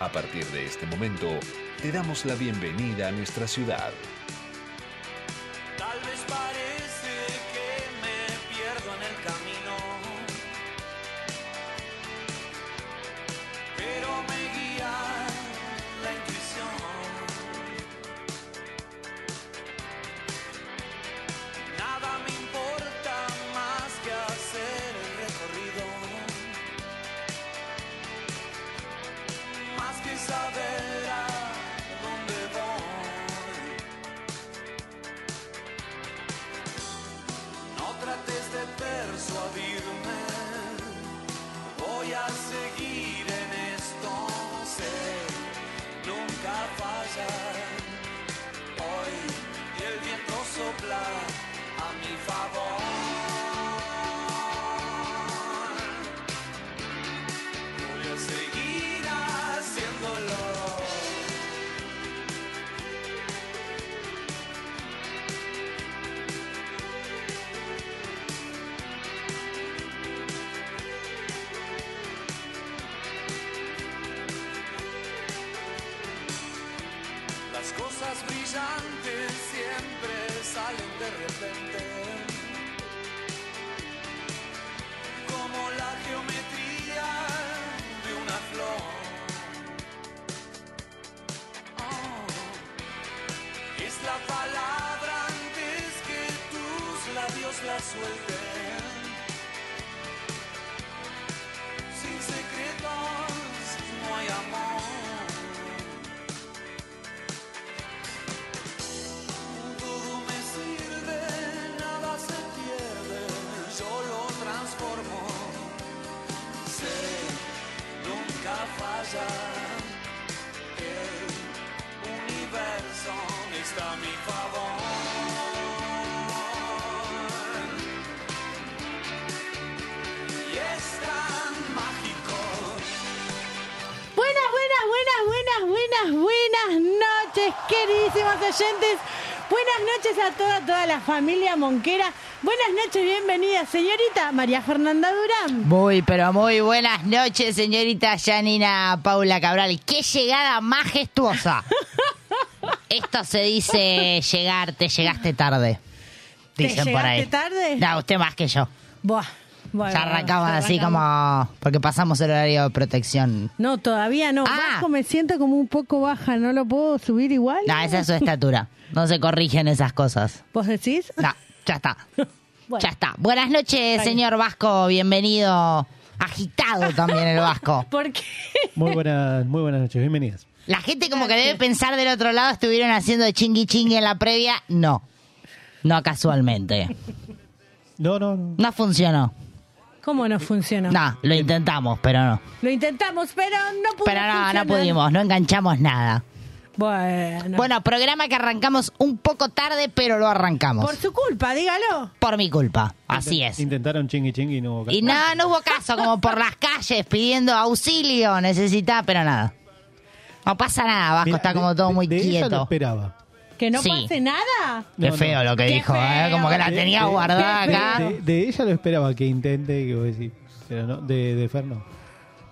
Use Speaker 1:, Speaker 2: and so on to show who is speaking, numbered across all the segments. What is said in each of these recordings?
Speaker 1: A partir de este momento, te damos la bienvenida a nuestra ciudad.
Speaker 2: Tal vez parece que me pierdo en el camino, pero me guía la intuición. Nada me importa más que hacer el recorrido, más que saber a dónde voy. No trates de persuadirme, voy a seguir en esto, sé, nunca falla. Hoy y el viento sopla a mi favor. Voy a seguir haciéndolo. Las cosas brillantes siempre salen de repente. Como la geometría de una flor. Oh, Es la palabra antes que tus labios la suelten. Sin secretos no hay amor. Todo me sirve, nada se pierde, yo lo transformo. Sé, nunca falla. El universo está a mi favor. Y es tan mágico.
Speaker 3: Buenas, buenas, buenas, buenas, buenas, buenas noches, queridísimos oyentes. Buenas noches a toda, toda la familia monquera. Buenas noches, bienvenida, señorita María Fernanda Durán.
Speaker 4: Muy, pero muy buenas noches, señorita Janina Paula Cabral. ¡Qué llegada majestuosa! Esto se dice llegar, te llegaste tarde.
Speaker 3: ¿Te
Speaker 4: Dicen por ahí.
Speaker 3: llegaste tarde?
Speaker 4: No, usted más que yo.
Speaker 3: Buah, bueno,
Speaker 4: ya arrancamos
Speaker 3: ya
Speaker 4: así
Speaker 3: arrancamos.
Speaker 4: como. Porque pasamos el horario de protección.
Speaker 3: No, todavía no.
Speaker 4: Ah.
Speaker 3: Bajo, me siento como un poco baja, ¿no lo puedo subir igual?
Speaker 4: No, esa es su estatura. No se corrigen esas cosas.
Speaker 3: ¿Vos decís?
Speaker 4: No, ya está.
Speaker 3: Bueno.
Speaker 4: Ya está. Buenas noches,
Speaker 3: bien.
Speaker 4: señor Vasco. Bienvenido. Agitado también el Vasco.
Speaker 3: ¿Por qué?
Speaker 5: Muy buenas, muy buenas noches, bienvenidas.
Speaker 4: La gente como que debe pensar del otro lado, estuvieron haciendo chingui chingui en la previa. No, no casualmente.
Speaker 5: No, no, no.
Speaker 4: No funcionó.
Speaker 3: ¿Cómo no funcionó?
Speaker 4: No, lo intentamos, pero no.
Speaker 3: Lo intentamos, pero no pudimos.
Speaker 4: Pero no, no pudimos, no enganchamos nada.
Speaker 3: Bueno,
Speaker 4: Bueno, programa que arrancamos un poco tarde, pero lo arrancamos.
Speaker 3: por
Speaker 4: Por,
Speaker 3: su culpa, dígalo.
Speaker 4: mi culpa, así
Speaker 5: Inten-
Speaker 4: es.
Speaker 5: Intentaron chingui chingui y no hubo
Speaker 4: Y
Speaker 5: caso.
Speaker 4: no, no hubo caso, como por las calles pidiendo auxilio, necesitaba, pero nada. No pasa nada, Vasco
Speaker 5: Mira,
Speaker 4: está
Speaker 5: de-
Speaker 4: como todo
Speaker 5: de-
Speaker 4: muy
Speaker 5: de ella lo
Speaker 4: quieto.
Speaker 5: esperaba.
Speaker 3: Que no
Speaker 4: Sí.
Speaker 3: pase nada.
Speaker 4: Qué
Speaker 5: No,
Speaker 4: feo
Speaker 5: no.
Speaker 4: lo que
Speaker 3: Qué
Speaker 4: dijo, ¿eh? como que la
Speaker 5: De-
Speaker 4: tenía
Speaker 5: de-
Speaker 4: guardada
Speaker 5: de-
Speaker 4: acá.
Speaker 5: De, de ella lo esperaba que intente, que vos decís, pero no, de, de Fer no.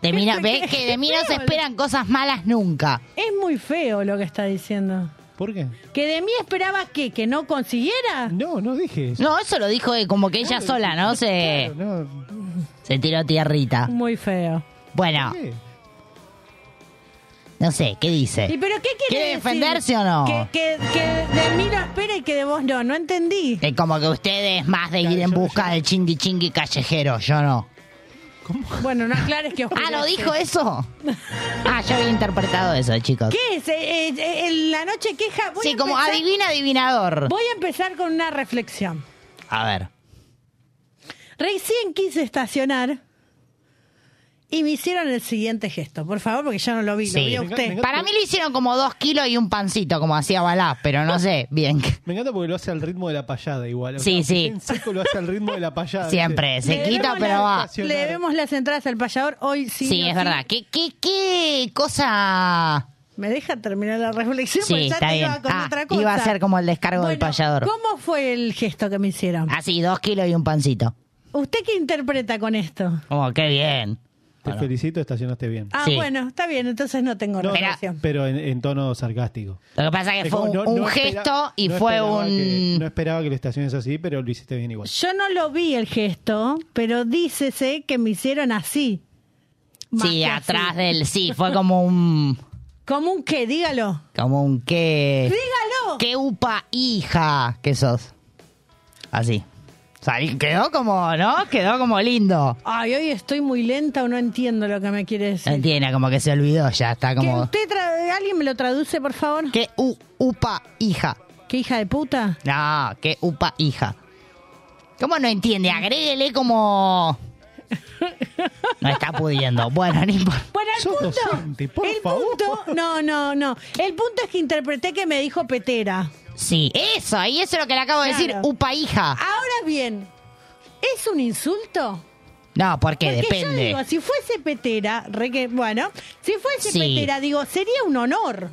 Speaker 4: De mí no-
Speaker 3: Eso
Speaker 4: ve
Speaker 3: que-
Speaker 4: que de mí no se
Speaker 3: feo, lo-
Speaker 4: esperan cosas malas nunca.
Speaker 3: Es muy feo lo que está diciendo.
Speaker 5: ¿Por qué?
Speaker 3: ¿Que de mí esperaba que ¿Que no consiguiera?
Speaker 5: No, no dije eso.
Speaker 4: No, eso lo dijo eh, como que ella sola, ¿no? Se,
Speaker 5: Claro, no.
Speaker 4: se tiró tierrita.
Speaker 3: Muy feo.
Speaker 4: Bueno,
Speaker 5: ¿Qué?
Speaker 4: no sé, ¿qué
Speaker 3: ¿Y
Speaker 4: dice?
Speaker 3: pero qué quiere
Speaker 4: Eh, ¿Quiere
Speaker 3: decir?
Speaker 4: defenderse o no?
Speaker 3: Que, que- que de mí lo espera y que de vos no. No entendí.
Speaker 4: Es como que ustedes más de ir en busca del chingui chingui callejero, yo no.
Speaker 3: Bueno, no aclares que os
Speaker 4: Ah, ¿lo dijo eso? Ah, yo había interpretado eso, chicos.
Speaker 3: ¿Qué es? Eh, eh, eh, en la noche queja. Voy
Speaker 4: Sí,
Speaker 3: a
Speaker 4: como
Speaker 3: empezar-
Speaker 4: adivina adivinador.
Speaker 3: Voy a empezar con una reflexión.
Speaker 4: A ver.
Speaker 3: Recién quise estacionar y me hicieron el siguiente gesto, por favor, porque yo no lo vi, lo
Speaker 4: Sí.
Speaker 3: vi a usted.
Speaker 4: Para mí le hicieron como dos kilos y un pancito, como hacía Balá, pero no sé, bien.
Speaker 5: Me encanta porque lo hace al ritmo de la payada igual. O
Speaker 4: Sí,
Speaker 5: sea,
Speaker 4: sí.
Speaker 5: En seco lo hace al ritmo de la payada.
Speaker 4: Siempre,
Speaker 5: ¿viste?
Speaker 4: se
Speaker 3: Le
Speaker 4: quita,
Speaker 3: debemos
Speaker 4: pero va.
Speaker 3: las- Le debemos las entradas al payador hoy sí.
Speaker 4: Sí,
Speaker 3: o
Speaker 4: es
Speaker 3: sí.
Speaker 4: verdad. ¿Qué, qué, qué cosa?
Speaker 3: Me deja terminar la reflexión,
Speaker 4: Sí,
Speaker 3: porque pues ya
Speaker 4: está
Speaker 3: te iba
Speaker 4: bien.
Speaker 3: con
Speaker 4: Ah,
Speaker 3: otra cosa.
Speaker 4: iba a ser como el descargo del
Speaker 3: Bueno,
Speaker 4: payador.
Speaker 3: ¿Cómo fue el gesto que me hicieron?
Speaker 4: Así, dos kilos y un pancito.
Speaker 3: ¿Usted qué interpreta con esto?
Speaker 4: Como, Oh, qué bien.
Speaker 5: Te felicito, estacionaste bien.
Speaker 3: Ah,
Speaker 4: Sí.
Speaker 3: bueno, está bien, entonces no tengo
Speaker 5: No,
Speaker 3: reflexión.
Speaker 5: no, pero en, en tono sarcástico.
Speaker 4: Lo que pasa es que
Speaker 5: Es
Speaker 4: fue
Speaker 5: como
Speaker 4: un,
Speaker 5: no-
Speaker 4: un
Speaker 5: no espera-
Speaker 4: gesto y
Speaker 5: no
Speaker 4: fue
Speaker 5: esperaba
Speaker 4: un...
Speaker 5: que- no esperaba que lo estaciones así, pero lo hiciste bien igual.
Speaker 3: Yo no lo vi el gesto, pero dícese que me hicieron así. Más
Speaker 4: sí,
Speaker 3: que
Speaker 4: atrás
Speaker 3: así.
Speaker 4: del... Sí, fue como un...
Speaker 3: Como un qué, dígalo.
Speaker 4: Como un qué...
Speaker 3: ¡Dígalo!
Speaker 4: Qué upa hija que sos. Así. Salí- quedó como, ¿no? Quedó como lindo.
Speaker 3: Ay, hoy estoy muy lenta o no entiendo lo que me quiere
Speaker 4: No
Speaker 3: decir.
Speaker 4: entiende, como que se olvidó ya, está
Speaker 3: Que
Speaker 4: como...
Speaker 3: usted tra- ¿Alguien me lo traduce, por favor?
Speaker 4: Qué u- upa hija.
Speaker 3: ¿Qué hija de puta?
Speaker 4: No, qué upa hija. ¿Cómo no entiende? Agréguele como... No está pudiendo. Bueno, no importa.
Speaker 3: Bueno, el
Speaker 5: Sos
Speaker 3: punto.
Speaker 5: docente, por
Speaker 3: el
Speaker 5: favor.
Speaker 3: punto. No, no, no. El punto es que interpreté que me dijo petera.
Speaker 4: Sí, eso, ahí eso es lo que le acabo de decir,
Speaker 3: Claro.
Speaker 4: upa hija.
Speaker 3: Ahora bien, ¿es un insulto?
Speaker 4: No, porque,
Speaker 3: Porque yo
Speaker 4: depende.
Speaker 3: digo, si fuese petera, re que- bueno, si fuese
Speaker 4: Sí.
Speaker 3: petera, digo, sería un honor.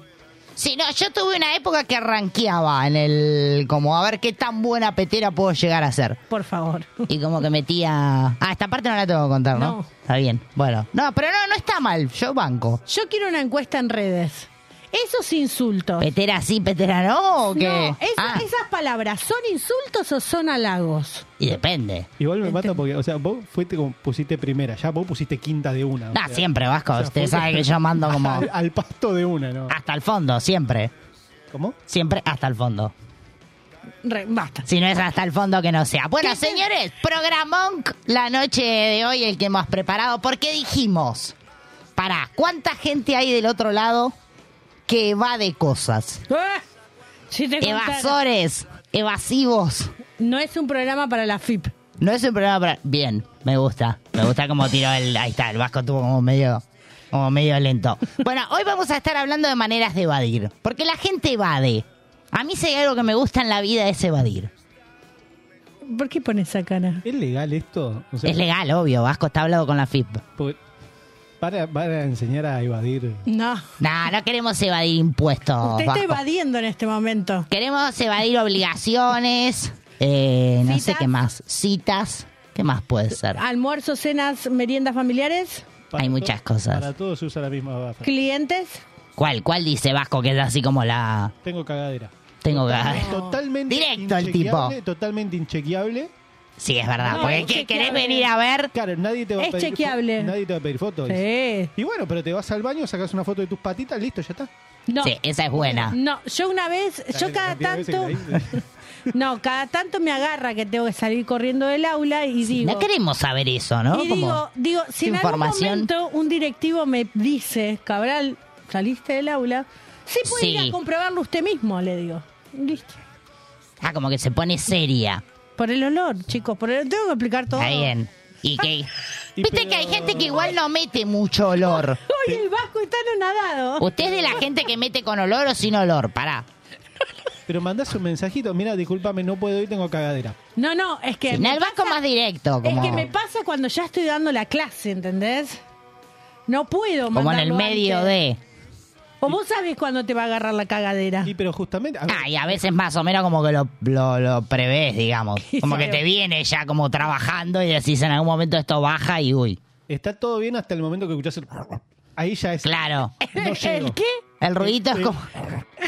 Speaker 4: Sí, no, yo tuve una época que ranqueaba en el como a ver qué tan buena petera puedo llegar a ser.
Speaker 3: Por favor.
Speaker 4: Y como que metía. Ah, esta parte no la tengo que contar, ¿no?
Speaker 3: No.
Speaker 4: Está bien. Bueno. No, pero no, no está mal. Yo banco.
Speaker 3: Yo quiero una encuesta en redes. Esos insultos.
Speaker 4: ¿Petera sí, petera no? ¿O qué?
Speaker 3: No, esa-
Speaker 4: Ah,
Speaker 3: esas palabras, ¿son insultos o son halagos?
Speaker 4: Y depende.
Speaker 5: Igual
Speaker 3: Este-
Speaker 5: me mata porque, o sea, vos fuiste como pusiste primera, ya vos pusiste quinta de una. o
Speaker 4: No,
Speaker 5: sea,
Speaker 4: Ah, siempre, Vasco.
Speaker 5: o sea,
Speaker 4: Usted
Speaker 5: fue-
Speaker 4: sabe que yo mando como.
Speaker 5: Al, al pasto de una, ¿no?
Speaker 4: Hasta el fondo, siempre.
Speaker 5: ¿Cómo?
Speaker 4: Siempre hasta el fondo.
Speaker 3: Re- basta.
Speaker 4: Si no es hasta el fondo que no sea. Bueno, señores, programón la noche de hoy, el que hemos preparado, porque dijimos, para, ¿cuánta gente hay del otro lado que evade cosas?
Speaker 3: Ah, Si te contara.
Speaker 4: Evasores, evasivos.
Speaker 3: No es un programa para la FIP.
Speaker 4: No es un programa para... Bien, me gusta. Me gusta como tiró el... Ahí está, el Vasco tuvo como medio... Como medio lento. Bueno, hoy vamos a estar hablando de maneras de evadir. Porque la gente evade. A mí si hay algo que me gusta en la vida es evadir.
Speaker 3: ¿Por qué pones esa cara?
Speaker 5: ¿Es legal esto? O sea,
Speaker 4: Es legal, obvio. Vasco está hablado con la FIP.
Speaker 5: porque- Para, para enseñar a evadir.
Speaker 3: No.
Speaker 4: No, no queremos evadir impuestos.
Speaker 3: Usted
Speaker 4: Vasco.
Speaker 3: está evadiendo en este momento.
Speaker 4: Queremos evadir obligaciones, eh, no sé
Speaker 3: Citas.
Speaker 4: qué más, citas, qué más puede ser.
Speaker 3: Almuerzos, cenas, meriendas familiares,
Speaker 5: Para
Speaker 4: Hay
Speaker 5: to-
Speaker 4: muchas cosas.
Speaker 5: Para todos se usa la misma bafa.
Speaker 3: clientes.
Speaker 4: ¿Cuál, cuál dice Vasco que es así como la
Speaker 5: Tengo cagadera.
Speaker 4: tengo que
Speaker 5: Totalmente
Speaker 4: Directo el
Speaker 5: inchequeable,
Speaker 4: tipo.
Speaker 5: Totalmente inchequeable.
Speaker 4: Sí, es verdad,
Speaker 3: No,
Speaker 4: porque
Speaker 3: es
Speaker 4: ¿qué,
Speaker 3: chequeable.
Speaker 4: querés venir a ver.
Speaker 5: Claro, nadie te va
Speaker 3: Es
Speaker 5: a pedir. fo-
Speaker 3: chequeable.
Speaker 5: Nadie te va a pedir fotos.
Speaker 3: Sí.
Speaker 5: Y bueno, pero te vas al baño, sacas una foto de tus patitas, listo, ya está.
Speaker 3: No.
Speaker 4: Sí, esa es buena.
Speaker 3: No, yo una vez, yo
Speaker 5: La
Speaker 3: cada
Speaker 5: cantidad de veces
Speaker 3: tanto,
Speaker 5: que la hice.
Speaker 3: no, cada tanto me agarra que tengo que salir corriendo del aula y digo,
Speaker 4: No queremos saber eso, ¿no?
Speaker 3: y
Speaker 4: Como-
Speaker 3: digo, digo, si en algún
Speaker 4: información.
Speaker 3: momento un directivo me dice, Cabral, saliste del aula, sí puede ir
Speaker 4: Sí.
Speaker 3: a comprobarlo usted mismo, le digo. Listo.
Speaker 4: Ah, como que se pone seria.
Speaker 3: Por el olor, chicos, por el tengo que explicar todo. Ah.
Speaker 4: Está bien. Y que.
Speaker 5: Y
Speaker 4: Viste
Speaker 5: pero-
Speaker 4: que hay gente que igual no mete mucho olor.
Speaker 3: Hoy el vasco está anonadado.
Speaker 4: ¿Usted es de la gente que mete con olor o sin olor? Pará.
Speaker 5: Pero mandás un mensajito, mira, discúlpame, no puedo ir, tengo cagadera.
Speaker 3: No, no, es que
Speaker 4: En
Speaker 3: me
Speaker 4: el Vasco
Speaker 3: pasa-
Speaker 4: más directo.
Speaker 3: Es
Speaker 4: Como...
Speaker 3: que me pasa cuando ya estoy dando la clase, ¿entendés? No puedo
Speaker 4: Como en el
Speaker 3: mandarlo
Speaker 4: medio
Speaker 3: antes.
Speaker 4: de.
Speaker 3: O vos sabés cuándo te va a agarrar la cagadera.
Speaker 5: Y pero justamente. a ver,
Speaker 4: Ah, y a veces más o menos como que lo, lo, lo prevés, digamos. Como que te viene ya como trabajando y decís en algún momento esto baja y uy.
Speaker 5: Está todo bien hasta el momento que escuchás el. Ahí ya es.
Speaker 4: Claro.
Speaker 5: No llego.
Speaker 3: ¿El qué?
Speaker 4: El ruidito es
Speaker 5: Sí.
Speaker 4: como.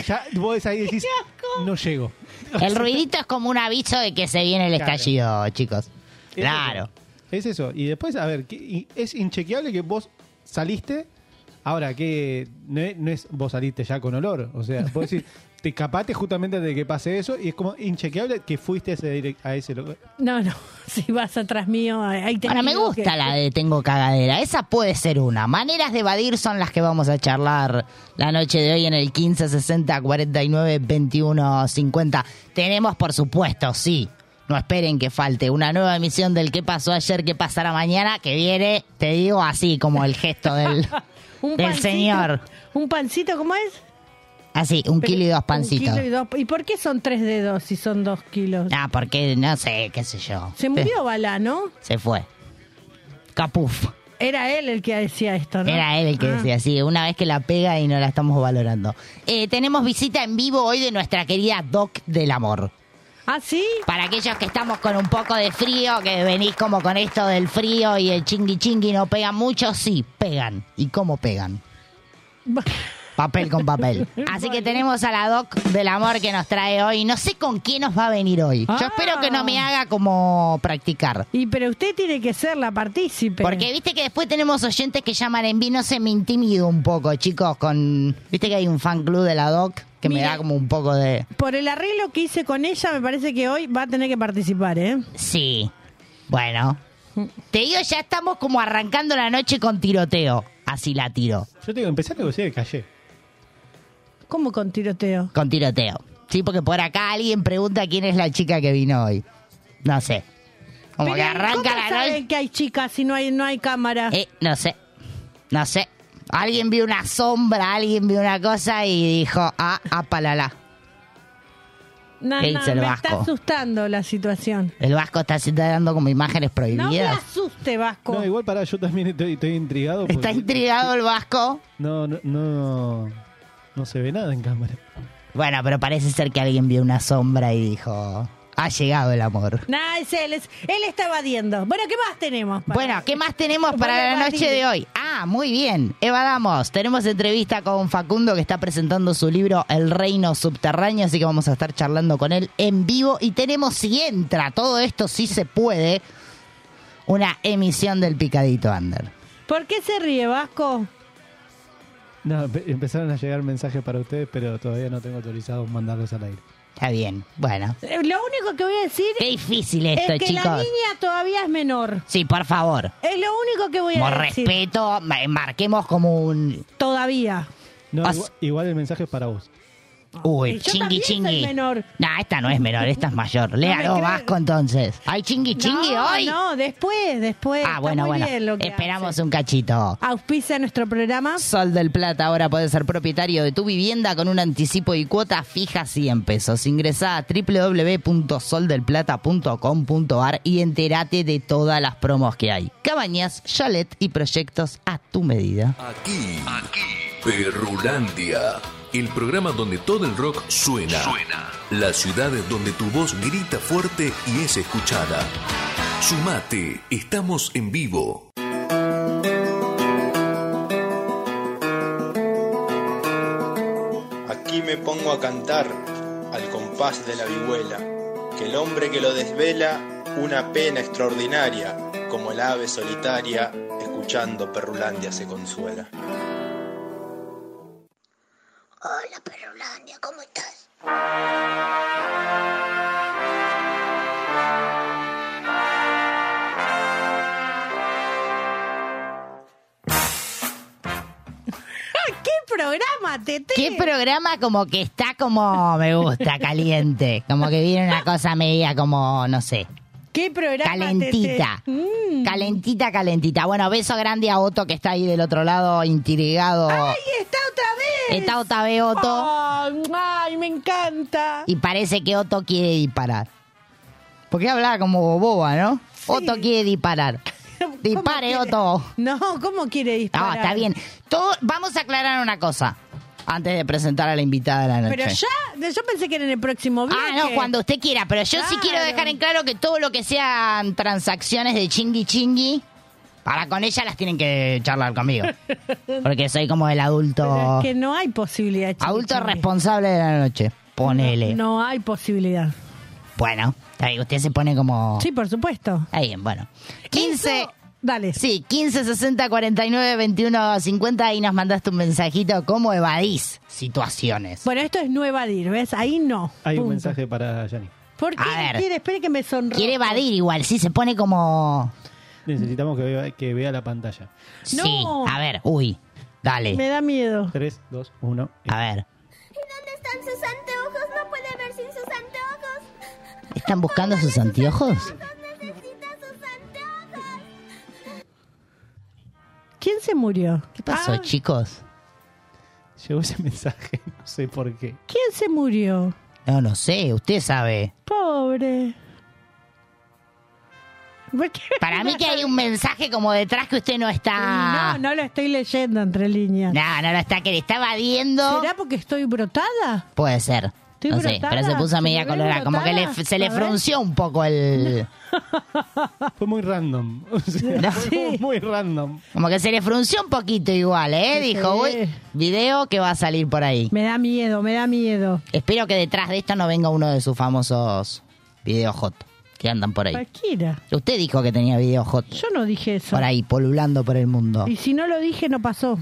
Speaker 5: Ya vos ahí decís. No llego.
Speaker 4: El ruidito es como un aviso de que se viene el
Speaker 5: Claro.
Speaker 4: estallido, chicos.
Speaker 5: Es
Speaker 4: Claro.
Speaker 5: eso. Es eso. Y después, a ver, que- y es inchequeable que vos saliste. Ahora, que no es, no es vos saliste ya con olor. O sea, vos decís, te escapaste justamente de que pase eso y es como inchequeable que fuiste a ese, direc- a ese lugar.
Speaker 3: No, no. Si vas atrás mío, ahí te
Speaker 4: Ahora me
Speaker 3: digo
Speaker 4: gusta
Speaker 3: que-
Speaker 4: la de tengo cagadera. Esa puede ser una. Maneras de evadir son las que vamos a charlar la noche de hoy en el 15 60 49 21 50. Tenemos, por supuesto, sí, No esperen que falte una nueva emisión del qué pasó ayer, qué pasará mañana, que viene, te digo así, como el gesto del,
Speaker 3: Un
Speaker 4: del
Speaker 3: pancito-
Speaker 4: señor.
Speaker 3: Un pancito, ¿cómo es?
Speaker 4: Así, un kilo y dos pancitos.
Speaker 3: Un kilo y, dos. ¿Y por qué son tres dedos si son dos kilos?
Speaker 4: Ah, porque no sé, qué sé yo.
Speaker 3: Se murió Balá, ¿no?
Speaker 4: Se fue. Capuf.
Speaker 3: Era él el que decía esto, ¿no?
Speaker 4: Era él el que
Speaker 3: Ah.
Speaker 4: decía así, una vez que la pega y no la estamos valorando. Eh, tenemos visita en vivo hoy de nuestra querida Doc del Amor.
Speaker 3: ¿Ah, sí?
Speaker 4: Para aquellos que estamos con un poco de frío, que venís como con esto del frío y el chingui chingui no pega mucho, sí, pegan. ¿Y cómo pegan? Papel con papel. Así que tenemos a la Doc del Amor que nos trae hoy. No sé con quién nos va a venir hoy. Yo
Speaker 3: Ah.
Speaker 4: espero que no me haga como practicar.
Speaker 3: Y pero usted tiene que ser la partícipe.
Speaker 4: Porque viste que después tenemos oyentes que llaman en vino, se me intimido un poco, chicos, con... Viste que hay un fan club de la doc que me
Speaker 3: Mira.
Speaker 4: da como un poco de...
Speaker 3: Por el arreglo que hice con ella, me parece que hoy va a tener que participar, ¿eh?
Speaker 4: Sí. Bueno. Te digo, ya estamos como arrancando la noche con tiroteo. Así la tiro.
Speaker 5: Yo te digo, empecé a negociar el calle.
Speaker 3: ¿Cómo con tiroteo?
Speaker 4: Con tiroteo. Sí, porque por acá alguien pregunta quién es la chica que vino hoy. No sé. Como
Speaker 3: Pero,
Speaker 4: que
Speaker 3: ¿y
Speaker 4: arranca
Speaker 3: ¿cómo
Speaker 4: la noche...
Speaker 3: saben que hay chicas si no hay, no hay cámara?
Speaker 4: Eh, no sé. No sé. Alguien vio una sombra, alguien vio una cosa y dijo, ah, apalala.
Speaker 3: No,
Speaker 4: él
Speaker 3: no,
Speaker 4: se lo
Speaker 3: me
Speaker 4: vasco.
Speaker 3: está asustando la situación.
Speaker 4: El Vasco está está dando como imágenes
Speaker 3: No me
Speaker 4: prohibidas.
Speaker 3: asuste, Vasco.
Speaker 5: No, igual pará, yo también estoy, estoy intrigado. porque-
Speaker 4: Está intrigado el Vasco.
Speaker 5: No, no, no, no se ve nada en cámara.
Speaker 4: Bueno, pero parece ser que alguien vio una sombra y dijo, ha llegado el amor.
Speaker 3: Nah, es él, es- él está evadiendo. Bueno, ¿qué más tenemos? para-
Speaker 4: Bueno, ¿qué más tenemos
Speaker 3: Para
Speaker 4: para la
Speaker 3: evadir.
Speaker 4: noche de hoy? Ah, muy bien. Evadamos. Tenemos entrevista con Facundo que está presentando su libro El Reino Subterráneo, así que vamos a estar charlando con él en vivo. Y tenemos, si entra todo esto, si se puede, una emisión del Picadito Under.
Speaker 3: ¿Por qué se ríe, Vasco?
Speaker 5: No, empe- empezaron a llegar mensajes para ustedes, pero todavía no tengo autorizado mandarlos al aire.
Speaker 4: Está bien. Bueno.
Speaker 3: Eh, Lo único que voy a decir
Speaker 4: Qué difícil esto,
Speaker 3: es que
Speaker 4: chicos.
Speaker 3: la niña todavía es menor.
Speaker 4: Sí, por favor.
Speaker 3: Es lo único que voy a
Speaker 4: Por
Speaker 3: decir.
Speaker 4: respeto, ma- eh, marquemos como un.
Speaker 3: Todavía.
Speaker 5: No,
Speaker 4: As-
Speaker 5: igual, igual el mensaje es para vos.
Speaker 4: Uy,
Speaker 3: Y yo
Speaker 4: chingui
Speaker 3: también soy
Speaker 4: chingui.
Speaker 3: menor.
Speaker 4: No, esta no es menor, esta es mayor. Léalo,
Speaker 3: creo.
Speaker 4: Vasco, entonces. ¿Hay chingui chingui
Speaker 3: no,
Speaker 4: hoy?
Speaker 3: No, después, después.
Speaker 4: ah,
Speaker 3: Está
Speaker 4: bueno,
Speaker 3: muy
Speaker 4: bueno.
Speaker 3: bien lo que
Speaker 4: Esperamos
Speaker 3: hace.
Speaker 4: un cachito.
Speaker 3: Auspicia nuestro programa.
Speaker 4: Sol del Plata ahora puede ser propietario de tu vivienda con un anticipo y cuota fija 100 pesos. Ingresá a www.soldelplata.com.ar y entérate de todas las promos que hay. Cabañas, chalet y proyectos a tu medida.
Speaker 1: Aquí, aquí, Perrulandia. El programa donde todo el rock suena. Suena. Las ciudades donde tu voz grita fuerte y es escuchada. Sumate, estamos en vivo.
Speaker 6: Aquí me pongo a cantar al compás de la vihuela, que el hombre que lo desvela una pena extraordinaria, como el ave solitaria, escuchando Perrulandia se consuela.
Speaker 7: Hola, Perulandia, ¿cómo estás?
Speaker 3: ¿Qué programa, Tete?
Speaker 4: Qué programa como que está como me gusta, caliente. Como que viene una cosa media como, no sé,
Speaker 3: ¿Qué programa,
Speaker 4: calentita.
Speaker 3: Tete? Mm.
Speaker 4: Calentita, calentita. Bueno, beso grande a Otto que está ahí del otro lado, intrigado.
Speaker 3: ¡Ay, está otra vez! Oh.
Speaker 4: Está Otave Otto.
Speaker 3: Ay, ¡Ay, me encanta!
Speaker 4: Y parece que Otto quiere disparar. Porque hablaba como boba, ¿no? Otto quiere disparar.
Speaker 3: ¿Cómo
Speaker 4: Dispare,
Speaker 3: quiere?
Speaker 4: Otto.
Speaker 3: No, ¿cómo quiere disparar?
Speaker 4: No, está bien. Todo, vamos a aclarar una cosa antes de presentar a la invitada de la noche.
Speaker 3: Pero ya, yo pensé que era en el próximo bloque.
Speaker 4: Ah, no, cuando usted quiera, pero yo sí
Speaker 3: Claro.
Speaker 4: quiero dejar en claro que todo lo que sean transacciones de chingui chingui, para con ella las tienen que charlar conmigo. Porque soy como el
Speaker 3: Pero
Speaker 4: adulto,
Speaker 3: es que no hay posibilidad. chiqui,
Speaker 4: adulto
Speaker 3: chiqui.
Speaker 4: responsable de la noche. Ponele.
Speaker 3: No hay posibilidad.
Speaker 4: Bueno, está bien, usted se pone como...
Speaker 3: Sí, por supuesto.
Speaker 4: Está bien, bueno. 15...
Speaker 3: Eso- dale.
Speaker 4: Sí, 15 60 49 21 50 y nos mandaste un mensajito cómo evadís situaciones.
Speaker 3: Bueno, esto es no evadir, ¿ves? Ahí no.
Speaker 5: Hay un
Speaker 3: Punto.
Speaker 5: mensaje para Yanni.
Speaker 3: ¿Por qué
Speaker 4: A ver.
Speaker 3: quiere? Espere que me sonroje.
Speaker 4: Quiere evadir igual, sí, se pone como
Speaker 5: Necesitamos que vea, que vea la pantalla.
Speaker 3: No.
Speaker 4: Sí, a ver, uy. Dale.
Speaker 3: Me da miedo.
Speaker 5: 3, 2, 1.
Speaker 4: A ver.
Speaker 7: ¿Dónde están sus anteojos? No puede ver sin sus anteojos.
Speaker 4: ¿Están buscando sus anteojos?
Speaker 3: ¿Quién se murió?
Speaker 4: ¿Qué pasó,
Speaker 3: Ah,
Speaker 4: chicos?
Speaker 5: Llegó ese mensaje, no sé por qué.
Speaker 3: ¿Quién se murió?
Speaker 4: No, no sé, usted sabe.
Speaker 3: Pobre. ¿Por qué?
Speaker 4: Para mí que hay un mensaje como detrás que usted no está...
Speaker 3: No, no lo estoy leyendo entre líneas.
Speaker 4: No, no lo está, que le está evadiendo.
Speaker 3: ¿Será porque estoy brotada?
Speaker 4: Puede ser.
Speaker 3: Estoy
Speaker 4: no sé,
Speaker 3: brotada,
Speaker 4: pero se puso
Speaker 3: ¿se
Speaker 4: media
Speaker 3: me ve
Speaker 4: colorada. Como que le-
Speaker 3: brotada?
Speaker 4: se le
Speaker 3: A ver.
Speaker 4: frunció un poco el...
Speaker 5: Fue muy random. O sea,
Speaker 4: No.
Speaker 5: fue muy random.
Speaker 4: Como que se le frunció un poquito igual, ¿eh?
Speaker 3: Sí,
Speaker 4: Dijo,
Speaker 3: sí.
Speaker 4: uy, video que va a salir por ahí.
Speaker 3: Me da miedo, me da miedo.
Speaker 4: Espero que detrás de esto no venga uno de sus famosos videos hot que andan por ahí.
Speaker 3: Cualquiera.
Speaker 4: Usted dijo que tenía videos hot
Speaker 3: Yo no dije eso.
Speaker 4: por ahí, polulando por el mundo.
Speaker 3: Y si no lo dije, no pasó.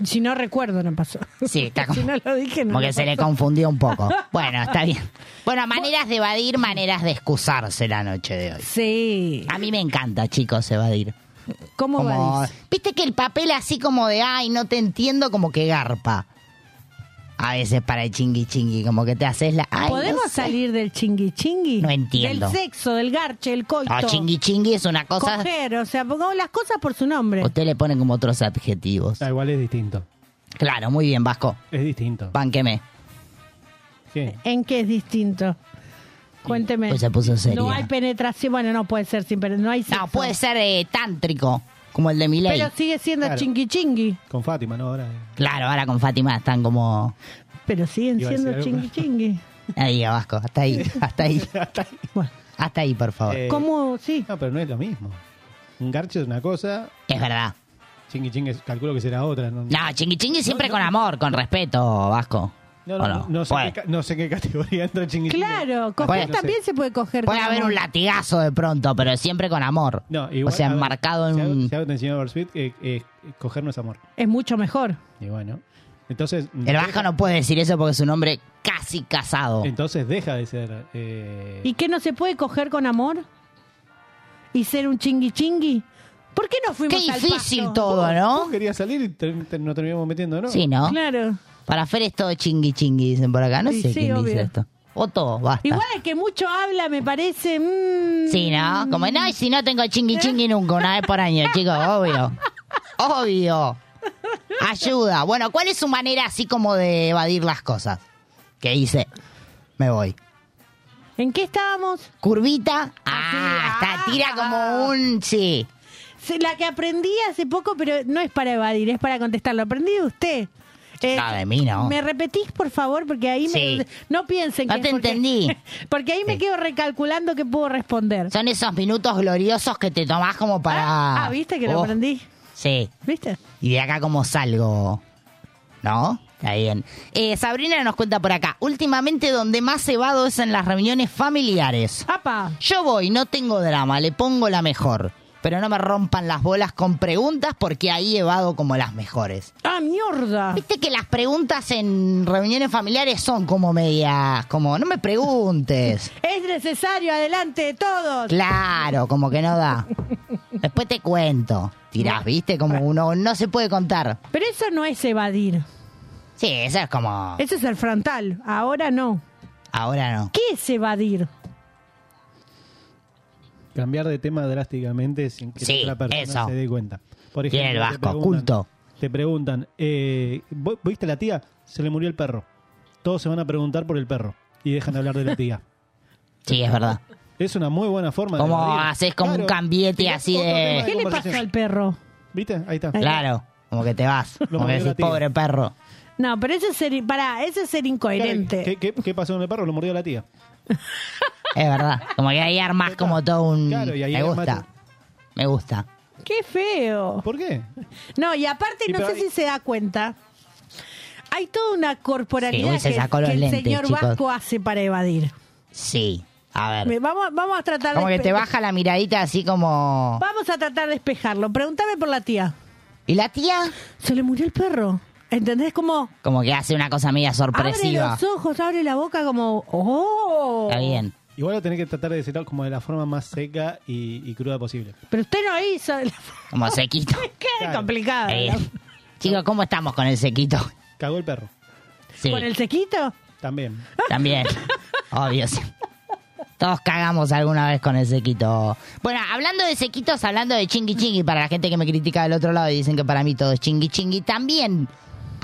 Speaker 3: Y si no recuerdo, no pasó.
Speaker 4: Sí, está como,
Speaker 3: si no lo dije, no
Speaker 4: como que
Speaker 3: pasó.
Speaker 4: se le confundió un poco. Bueno, está bien. Bueno, maneras de evadir, maneras de excusarse la noche de hoy.
Speaker 3: Sí.
Speaker 4: A mí me encanta, chicos, evadir.
Speaker 3: ¿Cómo
Speaker 4: Como-
Speaker 3: va?
Speaker 4: Viste que el papel así como de, ay, no te entiendo, como que garpa. A veces para el chingui chingui, como que te haces la... "Ay, no
Speaker 3: ¿Podemos
Speaker 4: sé".
Speaker 3: salir del chingui chingui?
Speaker 4: No entiendo.
Speaker 3: Del sexo, del garche, el coito.
Speaker 4: Ah, chingui chingui es una cosa...
Speaker 3: Coger, o sea, pongamos las cosas por su nombre.
Speaker 4: Usted le pone como otros adjetivos.
Speaker 5: Da igual es distinto.
Speaker 4: Claro, muy bien, Vasco.
Speaker 5: Es distinto.
Speaker 4: Pánqueme.
Speaker 5: ¿Qué?
Speaker 3: ¿En qué es distinto? Cuénteme.
Speaker 4: Pues se puso seria.
Speaker 3: No hay penetración, bueno, no puede ser sin penetración, no hay sexo.
Speaker 4: No, puede ser eh, tántrico, como el de Miley.
Speaker 3: Pero sigue siendo
Speaker 5: Claro.
Speaker 3: chingui chingui.
Speaker 5: Con Fátima, ¿no? Ahora. eh.
Speaker 4: Claro, ahora con Fátima están como...
Speaker 3: Pero siguen
Speaker 5: Iba a
Speaker 3: siendo
Speaker 5: decir
Speaker 3: chingui
Speaker 5: algo.
Speaker 3: chingui.
Speaker 4: Ahí, Vasco, hasta ahí, hasta ahí.
Speaker 3: Bueno,
Speaker 4: Hasta ahí, por favor.
Speaker 5: Eh,
Speaker 3: ¿cómo? Sí.
Speaker 5: No, pero no es lo mismo. Un garche es una cosa,
Speaker 4: Es verdad.
Speaker 5: chingui chingui, calculo que será otra. No,
Speaker 4: No, chingui chingui siempre con amor, con respeto, Vasco.
Speaker 5: No,
Speaker 4: ¿O
Speaker 5: no, no sé,
Speaker 4: puede,
Speaker 5: qué, ca- no sé qué categoría entra chingui chingui.
Speaker 3: Claro, coger
Speaker 4: Bueno, no sé.
Speaker 3: también se puede coger.
Speaker 4: puede
Speaker 3: con
Speaker 4: haber
Speaker 3: amor.
Speaker 4: un latigazo de pronto, pero siempre con amor.
Speaker 5: No, igual,
Speaker 4: o sea,
Speaker 5: a ver,
Speaker 4: enmarcado en
Speaker 5: Si algo,
Speaker 4: un...
Speaker 5: si algo te enseñó Oversweet, eh, eh, coger no es amor.
Speaker 3: Es mucho mejor.
Speaker 5: Y bueno. Entonces.
Speaker 4: El Vasco no puede decir eso porque es un hombre casi casado.
Speaker 5: Entonces deja de ser. eh,
Speaker 3: ¿Y qué no se puede coger con amor? ¿Y ser un chingui chingui? ¿Por qué no
Speaker 4: Qué
Speaker 3: fuimos al
Speaker 4: difícil
Speaker 3: pasto?
Speaker 4: todo,
Speaker 5: vos
Speaker 4: ¿no?
Speaker 5: querías salir y ter- ter- nos terminamos metiendo, ¿no?
Speaker 4: Sí, ¿no?
Speaker 3: Claro.
Speaker 4: Para Fer es todo chingui chingui, dicen por acá. No
Speaker 3: Sí,
Speaker 4: sé
Speaker 3: sí,
Speaker 4: quién
Speaker 3: obvio.
Speaker 4: dice esto. O todo, basta.
Speaker 3: Igual el que mucho habla, me parece. mm,
Speaker 4: Sí, ¿no? Como, no, y si no tengo chingui chingui nunca, una vez por año, chicos, obvio. Obvio. Ayuda. Bueno, ¿cuál es su manera así como de evadir las cosas? Que dice, me voy.
Speaker 3: ¿En qué estábamos?
Speaker 4: Curvita. Ah,
Speaker 3: Así,
Speaker 4: está, tira
Speaker 3: ah.
Speaker 4: como un... Sí.
Speaker 3: Sí, La que aprendí hace poco, pero no es para evadir, es para contestar. Lo aprendí de usted. Eh,
Speaker 4: No, Ah, de mí no.
Speaker 3: ¿Me repetís, por favor? Porque ahí
Speaker 4: Sí.
Speaker 3: me. No piensen
Speaker 4: No
Speaker 3: que.
Speaker 4: te
Speaker 3: porque-
Speaker 4: entendí.
Speaker 3: Porque ahí me
Speaker 4: Sí.
Speaker 3: quedo recalculando que puedo responder.
Speaker 4: Son esos minutos gloriosos que te tomás como para...
Speaker 3: Ah, ¿viste que lo
Speaker 4: Oh,
Speaker 3: aprendí?
Speaker 4: Sí.
Speaker 3: ¿Viste?
Speaker 4: Y de acá como salgo. ¿No? Está bien. Eh, Sabrina nos cuenta por acá. Últimamente donde más cebado es en las reuniones familiares.
Speaker 3: ¡Apa!
Speaker 4: Yo voy, no tengo drama, le pongo la mejor. Pero no me rompan las bolas con preguntas porque ahí evado como las mejores.
Speaker 3: ¡Ah, mierda!
Speaker 4: Viste que las preguntas en reuniones familiares son como medias, como no me preguntes.
Speaker 3: Es necesario, adelante de todos.
Speaker 4: Claro, como que no da. Después te cuento. Tirás, viste, como uno no se puede contar.
Speaker 3: Pero eso no es evadir.
Speaker 4: Sí, eso es como...
Speaker 3: Eso es el frontal. Ahora no.
Speaker 4: Ahora no.
Speaker 3: ¿Qué es evadir?
Speaker 5: Cambiar de tema drásticamente sin que
Speaker 4: Sí,
Speaker 5: la persona
Speaker 4: eso.
Speaker 5: se dé cuenta. Por
Speaker 4: Tiene el
Speaker 5: te
Speaker 4: vasco,
Speaker 5: preguntan-
Speaker 4: culto.
Speaker 5: Te preguntan, eh, ¿vo- ¿viste la tía? Se le murió el perro. Todos se van a preguntar por el perro y dejan de hablar de la tía.
Speaker 4: Sí, es verdad.
Speaker 5: Es una muy buena forma de.
Speaker 4: Como
Speaker 5: evadir.
Speaker 4: haces como un cambiete
Speaker 5: tirás
Speaker 4: así
Speaker 5: otro
Speaker 4: de-
Speaker 5: tema
Speaker 3: ¿Qué le pasó
Speaker 5: conversación.
Speaker 3: al perro?
Speaker 5: ¿Viste? Ahí está.
Speaker 4: Claro, como que te vas. Como que
Speaker 5: mordió la
Speaker 4: decís,
Speaker 5: tía.
Speaker 4: pobre perro.
Speaker 3: No, pero eso es ser, para, eso es ser incoherente.
Speaker 5: ¿Qué, qué, qué pasó con el perro? Lo mordió la tía.
Speaker 4: Es verdad. Como que ahí armas como todo un...
Speaker 5: Claro, y ahí
Speaker 4: Me
Speaker 5: armás
Speaker 4: gusta. Me gusta.
Speaker 3: Qué feo.
Speaker 5: ¿Por qué?
Speaker 3: No, y aparte
Speaker 5: Y
Speaker 3: no
Speaker 5: pero
Speaker 3: sé
Speaker 5: hay-
Speaker 3: si se da cuenta. Hay toda una
Speaker 4: Sí,
Speaker 3: corporalidad
Speaker 4: hoy se
Speaker 3: que,
Speaker 4: sacó los
Speaker 3: que el
Speaker 4: lentes,
Speaker 3: señor
Speaker 4: chicos.
Speaker 3: Vasco hace para evadir.
Speaker 4: Sí.
Speaker 3: Me-
Speaker 4: A ver.
Speaker 3: Vamos, vamos a tratar
Speaker 4: Como
Speaker 3: de
Speaker 4: que te
Speaker 3: espe-
Speaker 4: baja la miradita así como...
Speaker 3: Vamos a tratar de espejarlo. Pregúntame por la tía.
Speaker 4: ¿Y la tía?
Speaker 3: Se le murió el perro. ¿Entendés cómo?
Speaker 4: Como que hace una cosa media
Speaker 3: Abre
Speaker 4: sorpresiva.
Speaker 3: los ojos, abre la boca como, ¡oh!
Speaker 4: Está bien.
Speaker 5: Igual lo tenés que tratar de decirlo como de la forma más seca y, y cruda posible.
Speaker 3: Pero usted no hizo.
Speaker 4: Como sequito.
Speaker 3: Qué
Speaker 5: Claro.
Speaker 3: complicado.
Speaker 4: Está
Speaker 3: ¿no?
Speaker 4: bien. Chicos, ¿cómo estamos con el sequito?
Speaker 5: Cagó el perro.
Speaker 4: Sí,
Speaker 3: ¿Con el sequito?
Speaker 5: También.
Speaker 4: también. Obvio. sí. Todos cagamos alguna vez con el sequito. Bueno, hablando de sequitos, hablando de chingui chingui, para la gente que me critica del otro lado y dicen que para mí todo es chingui chingui, también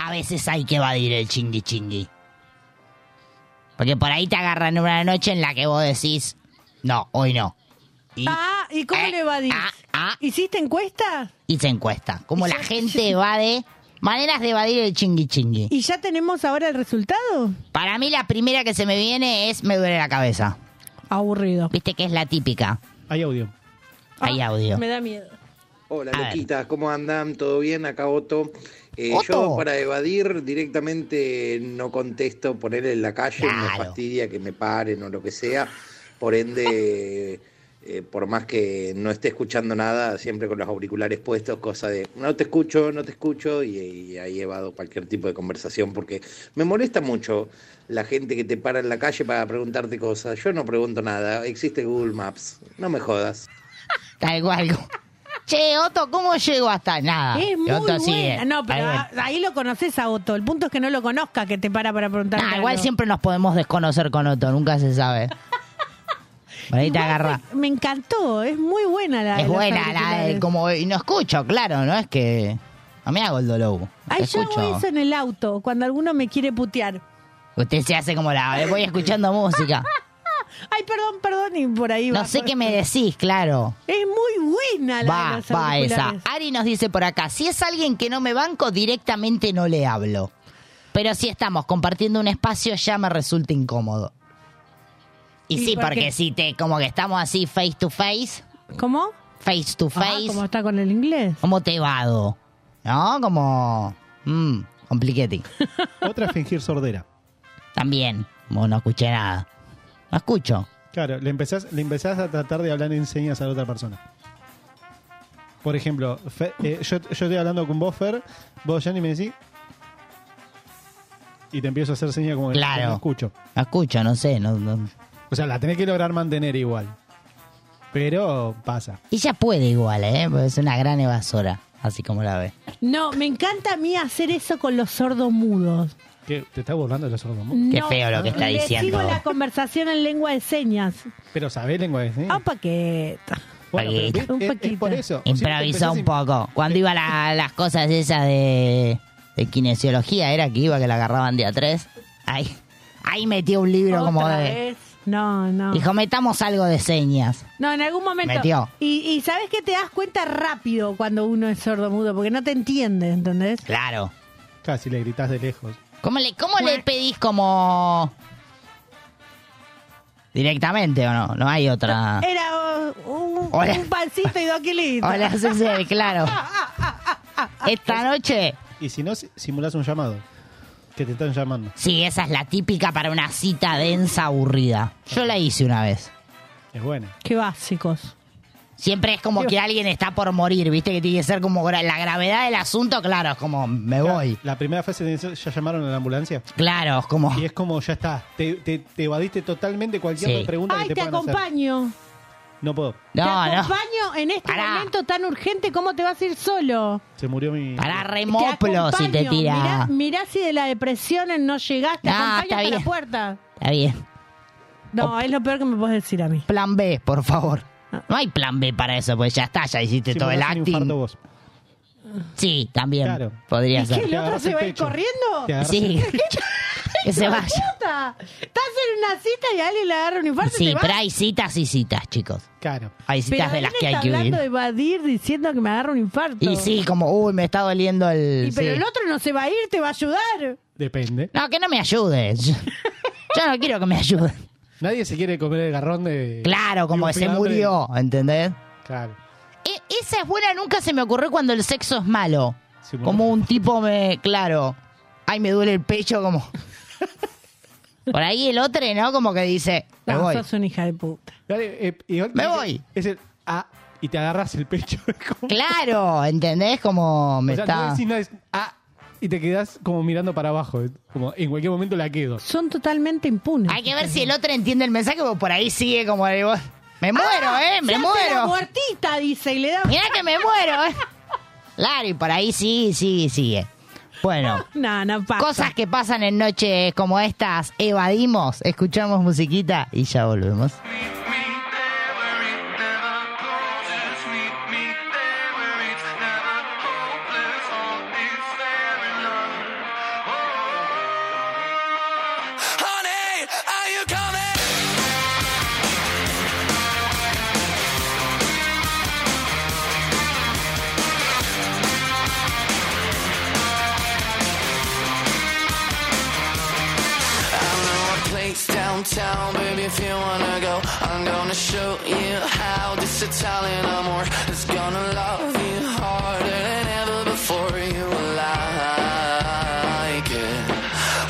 Speaker 4: a veces hay que evadir el chingui chingui. Porque por ahí te agarran en una noche en la que vos decís, no, hoy no. Y
Speaker 3: Ah, ¿y cómo
Speaker 4: Eh,
Speaker 3: le va a decir?
Speaker 4: ah, ah.
Speaker 3: ¿Hiciste encuestas?
Speaker 4: hice encuesta. Como la gente evade, maneras de evadir el chingui chingui.
Speaker 3: ¿Y ya tenemos ahora el resultado?
Speaker 4: Para mí la primera que se me viene es me duele la cabeza.
Speaker 3: Aburrido. Ah,
Speaker 4: Viste que es la típica.
Speaker 5: Hay audio.
Speaker 4: Hay audio.
Speaker 3: Me da miedo.
Speaker 8: Hola,
Speaker 4: A ver.
Speaker 8: loquitas, ¿cómo andan? ¿Todo bien? Acá Otto. Eh,
Speaker 4: Otto.
Speaker 8: Yo para evadir directamente no contesto poner en la calle, me
Speaker 4: Claro.
Speaker 8: fastidia que me paren o lo que sea. Por ende, eh, por más que no esté escuchando nada, siempre con los auriculares puestos, cosa de no te escucho, no te escucho, y, y ahí evado cualquier tipo de conversación, porque me molesta mucho la gente que te para en la calle para preguntarte cosas. Yo no pregunto nada, existe Google Maps, no me jodas.
Speaker 4: Tal cual. Che, Otto, ¿cómo llego hasta nada?
Speaker 3: Es
Speaker 4: Y
Speaker 3: muy
Speaker 4: Otto
Speaker 3: buena.
Speaker 4: sigue.
Speaker 3: No,
Speaker 4: eh, Ahí
Speaker 3: pero
Speaker 4: ven.
Speaker 3: ah, ahí lo conoces a Otto. El punto es que no lo conozcas, que te para para preguntar.
Speaker 4: Nah, igual siempre nos podemos desconocer con Otto, nunca se sabe. Por ahí te agarra.
Speaker 3: Me, me encantó, es muy buena la de
Speaker 4: Es
Speaker 3: los
Speaker 4: buena la
Speaker 3: auriculares.
Speaker 4: de- como y no escucho, claro, no es que no me hago el dolor.
Speaker 3: Ay, yo hago
Speaker 4: escucho.
Speaker 3: eso en el auto, cuando alguno me quiere putear.
Speaker 4: Usted se hace como la voy escuchando música.
Speaker 3: Ay, perdón, perdón, y por ahí va.
Speaker 4: No sé qué me decís, claro.
Speaker 3: Es muy buena la de
Speaker 4: Va,
Speaker 3: los
Speaker 4: va esa.
Speaker 3: auriculares.
Speaker 4: Ari nos dice por acá, si es alguien que no me banco, directamente no le hablo. Pero si estamos compartiendo un espacio, ya me resulta incómodo. Y
Speaker 3: ¿Y
Speaker 4: sí,
Speaker 3: por qué?
Speaker 4: porque si te, como que estamos así face to face,
Speaker 3: ¿Cómo?
Speaker 4: face to
Speaker 3: Ah,
Speaker 4: face,
Speaker 3: ¿Cómo está con el inglés?
Speaker 4: como te vado. ¿No? Como. Mmm, compliquete.
Speaker 5: Otra es fingir sordera.
Speaker 4: También. Como no escuché nada. No escucho.
Speaker 5: Claro, le empezás, le empezás a tratar de hablar en señas a la otra persona. Por ejemplo, Fe- eh, yo, yo estoy hablando con vos, Fer, vos, Jenny, me decís. Y te empiezo a hacer señas como que
Speaker 4: Claro.
Speaker 5: no escucho.
Speaker 4: No escucho, no sé. No, no-
Speaker 5: O sea, la tenés que lograr mantener igual. Pero pasa.
Speaker 4: Ella puede igual, ¿eh? Porque es una gran evasora, así como la ve.
Speaker 3: No, me encanta a mí hacer eso con los sordos mudos.
Speaker 5: ¿Qué? ¿Te estás burlando de los sordos?
Speaker 4: Qué feo lo que está diciendo.
Speaker 3: Le sigo la conversación en lengua de señas.
Speaker 5: Pero sabés lengua de señas.
Speaker 3: Ah, paqueta.
Speaker 5: Bueno, pero
Speaker 4: Paquita.
Speaker 5: ¿ves?
Speaker 3: Un
Speaker 5: Es- es,
Speaker 3: paquita.
Speaker 5: por eso.
Speaker 4: Improvisó
Speaker 5: Si
Speaker 4: un
Speaker 5: te empezás
Speaker 4: poco.
Speaker 3: Eh.
Speaker 4: Cuando iba la- las cosas esas de, de kinesiología, era que iba que la agarraban de a tres. Ahí, ahí metió un libro como
Speaker 3: Otra
Speaker 4: de.
Speaker 3: vez. No, no.
Speaker 4: Dijo, metamos algo de señas.
Speaker 3: No, en algún momento.
Speaker 4: Metió.
Speaker 3: Y, y sabes que te das cuenta rápido cuando uno es sordo mudo, porque no te entiende, ¿entendés?
Speaker 4: Claro.
Speaker 5: in- Casi le gritás de lejos.
Speaker 4: ¿Cómo le, cómo le pedís como. directamente o no? No hay otra.
Speaker 3: Era oh, un,
Speaker 4: Ah. Hola.
Speaker 3: un pancito y dos kilitos.
Speaker 4: Hola, César, claro. Ah, Esta noche.
Speaker 5: Y si no, si- simulás un llamado. Que te están llamando.
Speaker 4: Sí, esa es la típica para una cita densa, aburrida. Yo la hice una vez.
Speaker 5: Es buena.
Speaker 3: Qué básicos.
Speaker 4: Siempre es como que alguien está por morir, ¿viste? Que tiene que ser como gra- la gravedad del asunto, claro, es como me voy.
Speaker 5: La primera frase de eso, ya llamaron a la ambulancia.
Speaker 4: Claro, es como
Speaker 5: Y es como, ya está. Te, te- te evadiste totalmente cualquier
Speaker 4: Sí.
Speaker 5: otra pregunta
Speaker 3: Ay,
Speaker 5: que
Speaker 3: te,
Speaker 5: te, puedan hacer.
Speaker 3: acompaño.
Speaker 5: No puedo.
Speaker 4: no,
Speaker 3: te
Speaker 4: no.
Speaker 3: acompaño en este
Speaker 4: Pará.
Speaker 3: momento tan urgente. ¿Cómo te vas a ir solo?
Speaker 5: Se murió mi.
Speaker 4: Para
Speaker 3: Te
Speaker 4: remoplo si te
Speaker 3: acompaño. Mirá,
Speaker 4: tira.
Speaker 3: mirá si de la depresión no llegaste.
Speaker 4: Ah,
Speaker 3: acompaño
Speaker 4: está
Speaker 3: hasta
Speaker 4: bien.
Speaker 3: la puerta.
Speaker 4: Está bien.
Speaker 3: No, es lo peor que me puedes decir a mí.
Speaker 4: Plan B, por favor. No hay plan B para eso, pues ya está, ya hiciste todo el
Speaker 5: Simulás un infarto
Speaker 4: acting.
Speaker 5: vos.
Speaker 4: Sí, también
Speaker 5: Claro.
Speaker 4: podría
Speaker 3: ¿Y qué?
Speaker 4: ser.
Speaker 3: ¿El
Speaker 5: Te
Speaker 3: otro
Speaker 5: agarrás
Speaker 3: se va a ir
Speaker 5: pecho.
Speaker 3: corriendo?
Speaker 5: Te agarrás el
Speaker 4: Sí.
Speaker 5: pecho.
Speaker 4: que se vaya.
Speaker 3: ¡Puta! Estás en una cita y a alguien le agarra un infarto y
Speaker 4: Sí,
Speaker 3: te vas.
Speaker 4: pero hay citas y citas, chicos.
Speaker 5: Claro.
Speaker 4: Hay
Speaker 3: Pero
Speaker 4: citas de
Speaker 3: él
Speaker 4: las que
Speaker 3: está
Speaker 4: hay que
Speaker 3: hablando de
Speaker 4: vivir.
Speaker 3: evadir diciendo que me agarra un infarto.
Speaker 4: Y sí, como, uy, me está doliendo el...
Speaker 3: Y pero
Speaker 4: sí.
Speaker 3: el otro no se va a ir, te va a ayudar.
Speaker 5: Depende.
Speaker 4: No, que no me ayudes. Yo no quiero que me ayuden.
Speaker 5: Nadie se quiere comer el garrón de.
Speaker 4: Claro, como
Speaker 5: de un
Speaker 4: se
Speaker 5: fiambre.
Speaker 4: murió, ¿entendés?
Speaker 5: Claro.
Speaker 4: E- esa es buena, nunca se me ocurrió cuando el sexo es malo.
Speaker 5: Sí, bueno.
Speaker 4: Como un tipo me, claro, ay, me duele el pecho, como... Por ahí el otro, ¿no? Como que dice,
Speaker 5: Ah,
Speaker 4: me
Speaker 3: No,
Speaker 4: voy.
Speaker 3: sos una hija de puta.
Speaker 5: Dale, eh, igual-
Speaker 4: Me voy.
Speaker 5: Es el. Ah, y te agarras el pecho. Es como-
Speaker 4: Claro, ¿entendés? Como me
Speaker 5: o sea, no
Speaker 4: está...
Speaker 5: decís nada, es, ah, y te quedás como mirando para abajo. eh, Como en cualquier momento la quedo.
Speaker 3: Son totalmente impunes.
Speaker 4: Hay que ver si el otro entiende el mensaje, porque por ahí sigue como... de, "Vos- Me muero, ¿eh? Me
Speaker 3: Se hace Ah, la
Speaker 4: muero.
Speaker 3: muertita, dice, y le da...
Speaker 4: Mirá que me muero, ¿eh? Claro, y por ahí sigue, sigue, sigue.
Speaker 3: Bueno,
Speaker 4: No, no pasa.
Speaker 3: cosas que pasan en noches como estas, evadimos, escuchamos musiquita y ya volvemos.
Speaker 9: Honey, are you coming? I know a place downtown, baby, if you wanna go. I'm gonna show you how this Italian amor is gonna love you harder than ever before you will like it.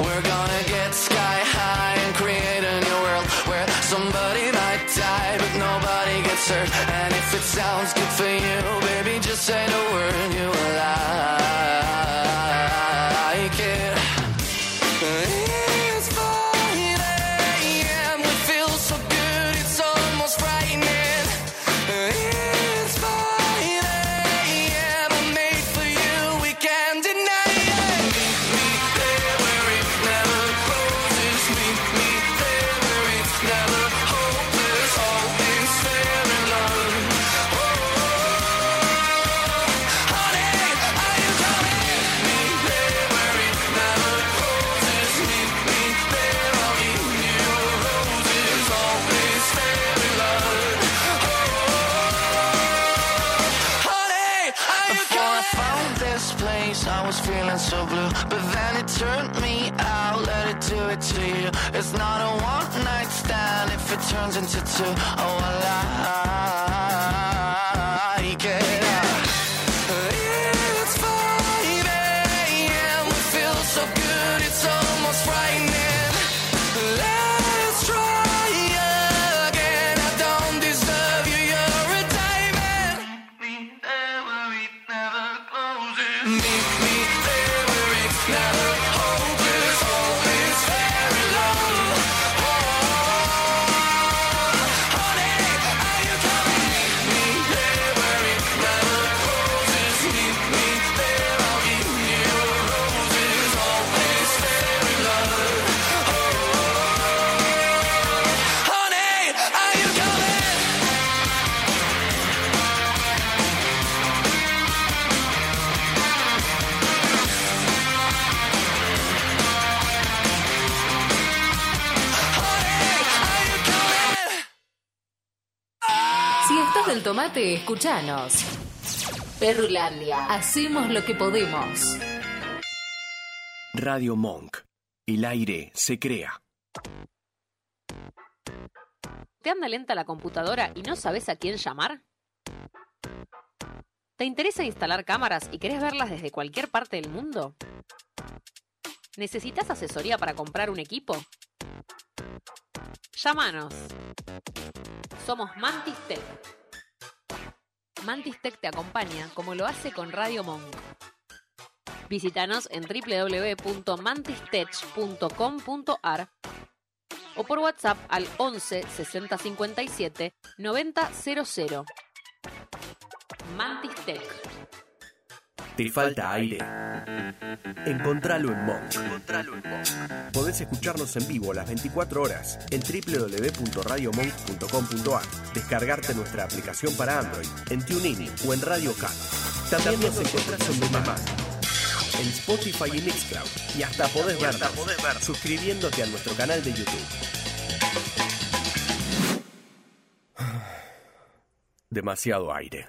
Speaker 9: We're gonna get sky high and create a new world where somebody might die, but nobody gets hurt. And if it sounds good for you, baby, just say the word you will like it. It's 4 a.m. We feel so good, it's almost frightening. It's 4 a.m. I'm made for you, we can't deny it. Meet me there where it never closes. Meet me there where it's never hopeless. Always fair and love. Honey, are you coming? Meet me there where it never closes. Meet me there, I'll give you roses. Always fair and love. Honey, are you Before I found this place, I was feeling so blue. But then it turned me out, let it do it to you. It's not a one night stand if it turns into two. Oh, I like it. It's 5 a.m. We feel so good, it's almost frightening. Let's try again. I don't deserve you, you're a diamond. Meet me there where it's never hopeless, always fair and love. Oh, honey, are you coming? Meet me there where it never closes. Meet me there, I'll give you roses, always fair and love. Oh, honey, are you coming? Honey, are you coming?
Speaker 10: Si estás del tomate, escúchanos. Perrulandia. Hacemos lo que podemos.
Speaker 11: Radio Monk. El aire se crea.
Speaker 12: ¿Te anda lenta la computadora y no sabes a quién llamar? ¿Te interesa instalar cámaras y querés verlas desde cualquier parte del mundo? ¿Necesitas asesoría para comprar un equipo? Llámanos. Somos Mantis Tech. Mantis Tech te acompaña como lo hace con Radio Monk. Visítanos en www.mantistech.com.ar o por WhatsApp al 11 60 57 90 00. Mantis Tech.
Speaker 11: ¿Te falta aire? Encontralo en Monk. Podés escucharnos en vivo las 24 horas en www.radiomonk.com.ar. Descargarte nuestra aplicación para Android en TuneIn o en Radio Cat. También nos encontrás en demás. En Spotify y Mixcloud. Y hasta podés vernos suscribiéndote a nuestro canal de YouTube. Demasiado aire.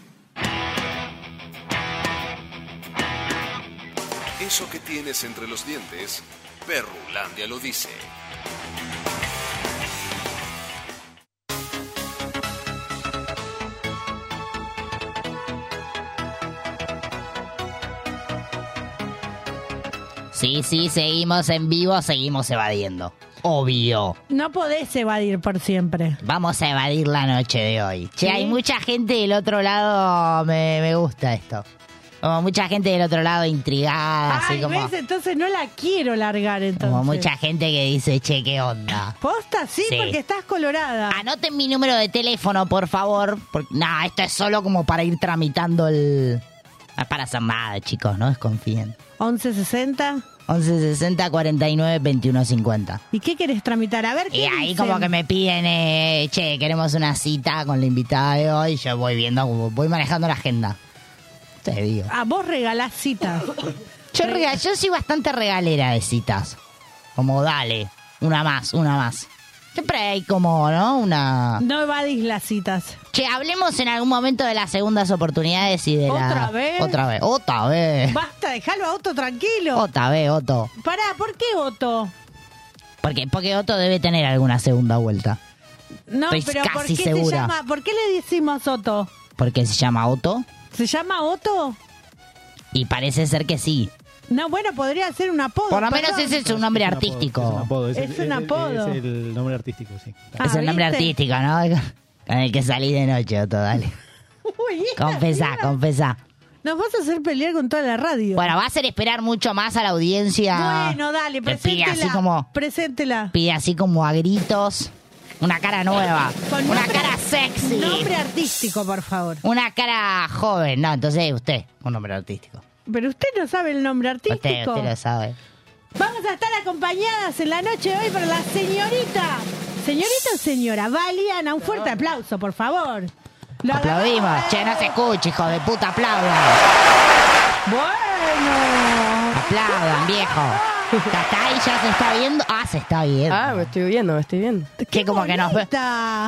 Speaker 13: Eso que tienes entre los dientes, Perrulandia lo dice.
Speaker 4: Sí, sí, seguimos en vivo, seguimos evadiendo. Obvio.
Speaker 3: No podés evadir por siempre.
Speaker 4: Vamos a evadir la noche de hoy. Che, hay mucha gente del otro lado, me, me gusta esto. Como mucha gente del otro lado intrigada,
Speaker 3: Ay,
Speaker 4: así como,
Speaker 3: ¿ves? Entonces no la quiero largar entonces.
Speaker 4: como mucha gente que dice, che, ¿qué onda?
Speaker 3: Posta, sí,
Speaker 4: Sí.
Speaker 3: porque estás colorada.
Speaker 4: Anoten mi número de teléfono, por favor. Porque, nah, esto es solo como para ir tramitando el... No es Ah, para hacer nada, chicos, no desconfíen.
Speaker 3: 1160.
Speaker 4: 1160 49 21 50.
Speaker 3: ¿Y qué querés tramitar? A ver qué
Speaker 4: Y ahí
Speaker 3: dicen?
Speaker 4: como que me piden, eh, che, queremos una cita con la invitada de hoy. Yo voy viendo, como voy manejando la agenda. Te digo.
Speaker 3: Ah, vos regalás citas.
Speaker 4: Yo, rega- yo soy bastante regalera de citas. Como, dale, una más, una más. Siempre hay como, ¿no? Una...
Speaker 3: No evadís las citas.
Speaker 4: Che, hablemos en algún momento de las segundas oportunidades y de la...
Speaker 3: ¿Otra vez?
Speaker 4: Otra vez, otra vez.
Speaker 3: Basta, dejalo a Otto tranquilo.
Speaker 4: Otra vez, Otto.
Speaker 3: Pará, ¿por qué Otto?
Speaker 4: Porque, porque Otto debe tener alguna segunda vuelta.
Speaker 3: No,
Speaker 4: Estoy
Speaker 3: pero ¿por
Speaker 4: casi
Speaker 3: qué se
Speaker 4: segura.
Speaker 3: llama? ¿Por qué le decimos Otto?
Speaker 4: Porque se llama Otto
Speaker 3: ¿Se llama Otto?
Speaker 4: y parece ser que sí.
Speaker 3: No, bueno, podría ser un apodo.
Speaker 4: Por lo menos
Speaker 3: Oh, perdón.
Speaker 4: ese es un nombre artístico.
Speaker 5: Es un apodo. Es,
Speaker 3: Es
Speaker 5: el, el-
Speaker 3: un apodo. Ah,
Speaker 5: es el nombre artístico, sí.
Speaker 4: es el nombre artístico, ¿no? Con el que salí de noche, Otto, dale.
Speaker 3: Uy, hija,
Speaker 4: Confesá, confesá.
Speaker 3: Nos vas a hacer pelear con toda la radio.
Speaker 4: Bueno, va a hacer esperar mucho más a la audiencia.
Speaker 3: Bueno, dale,
Speaker 4: Que pide
Speaker 3: preséntela.
Speaker 4: así como-
Speaker 3: Preséntela.
Speaker 4: Pide así como a gritos. Una cara nueva.
Speaker 3: Con
Speaker 4: una
Speaker 3: nombre-
Speaker 4: cara sexy.
Speaker 3: Nombre artístico, por favor.
Speaker 4: Una cara joven. No, entonces usted, un nombre artístico.
Speaker 3: Pero usted no sabe el nombre
Speaker 4: Usted,
Speaker 3: artístico.
Speaker 4: usted lo sabe.
Speaker 3: Vamos a estar acompañadas en la noche de hoy por la señorita. Señorita o señora, Valiana, un fuerte aplauso, por favor. Lo
Speaker 4: Aplaudimos. Che, no se escucha, hijo de puta, aplaudan.
Speaker 3: Bueno.
Speaker 4: Aplaudan, viejo. Ya está ahí, ya se está viendo. Ah, se está viendo. Ah, me estoy viendo, me estoy viendo. Que como que nos ve-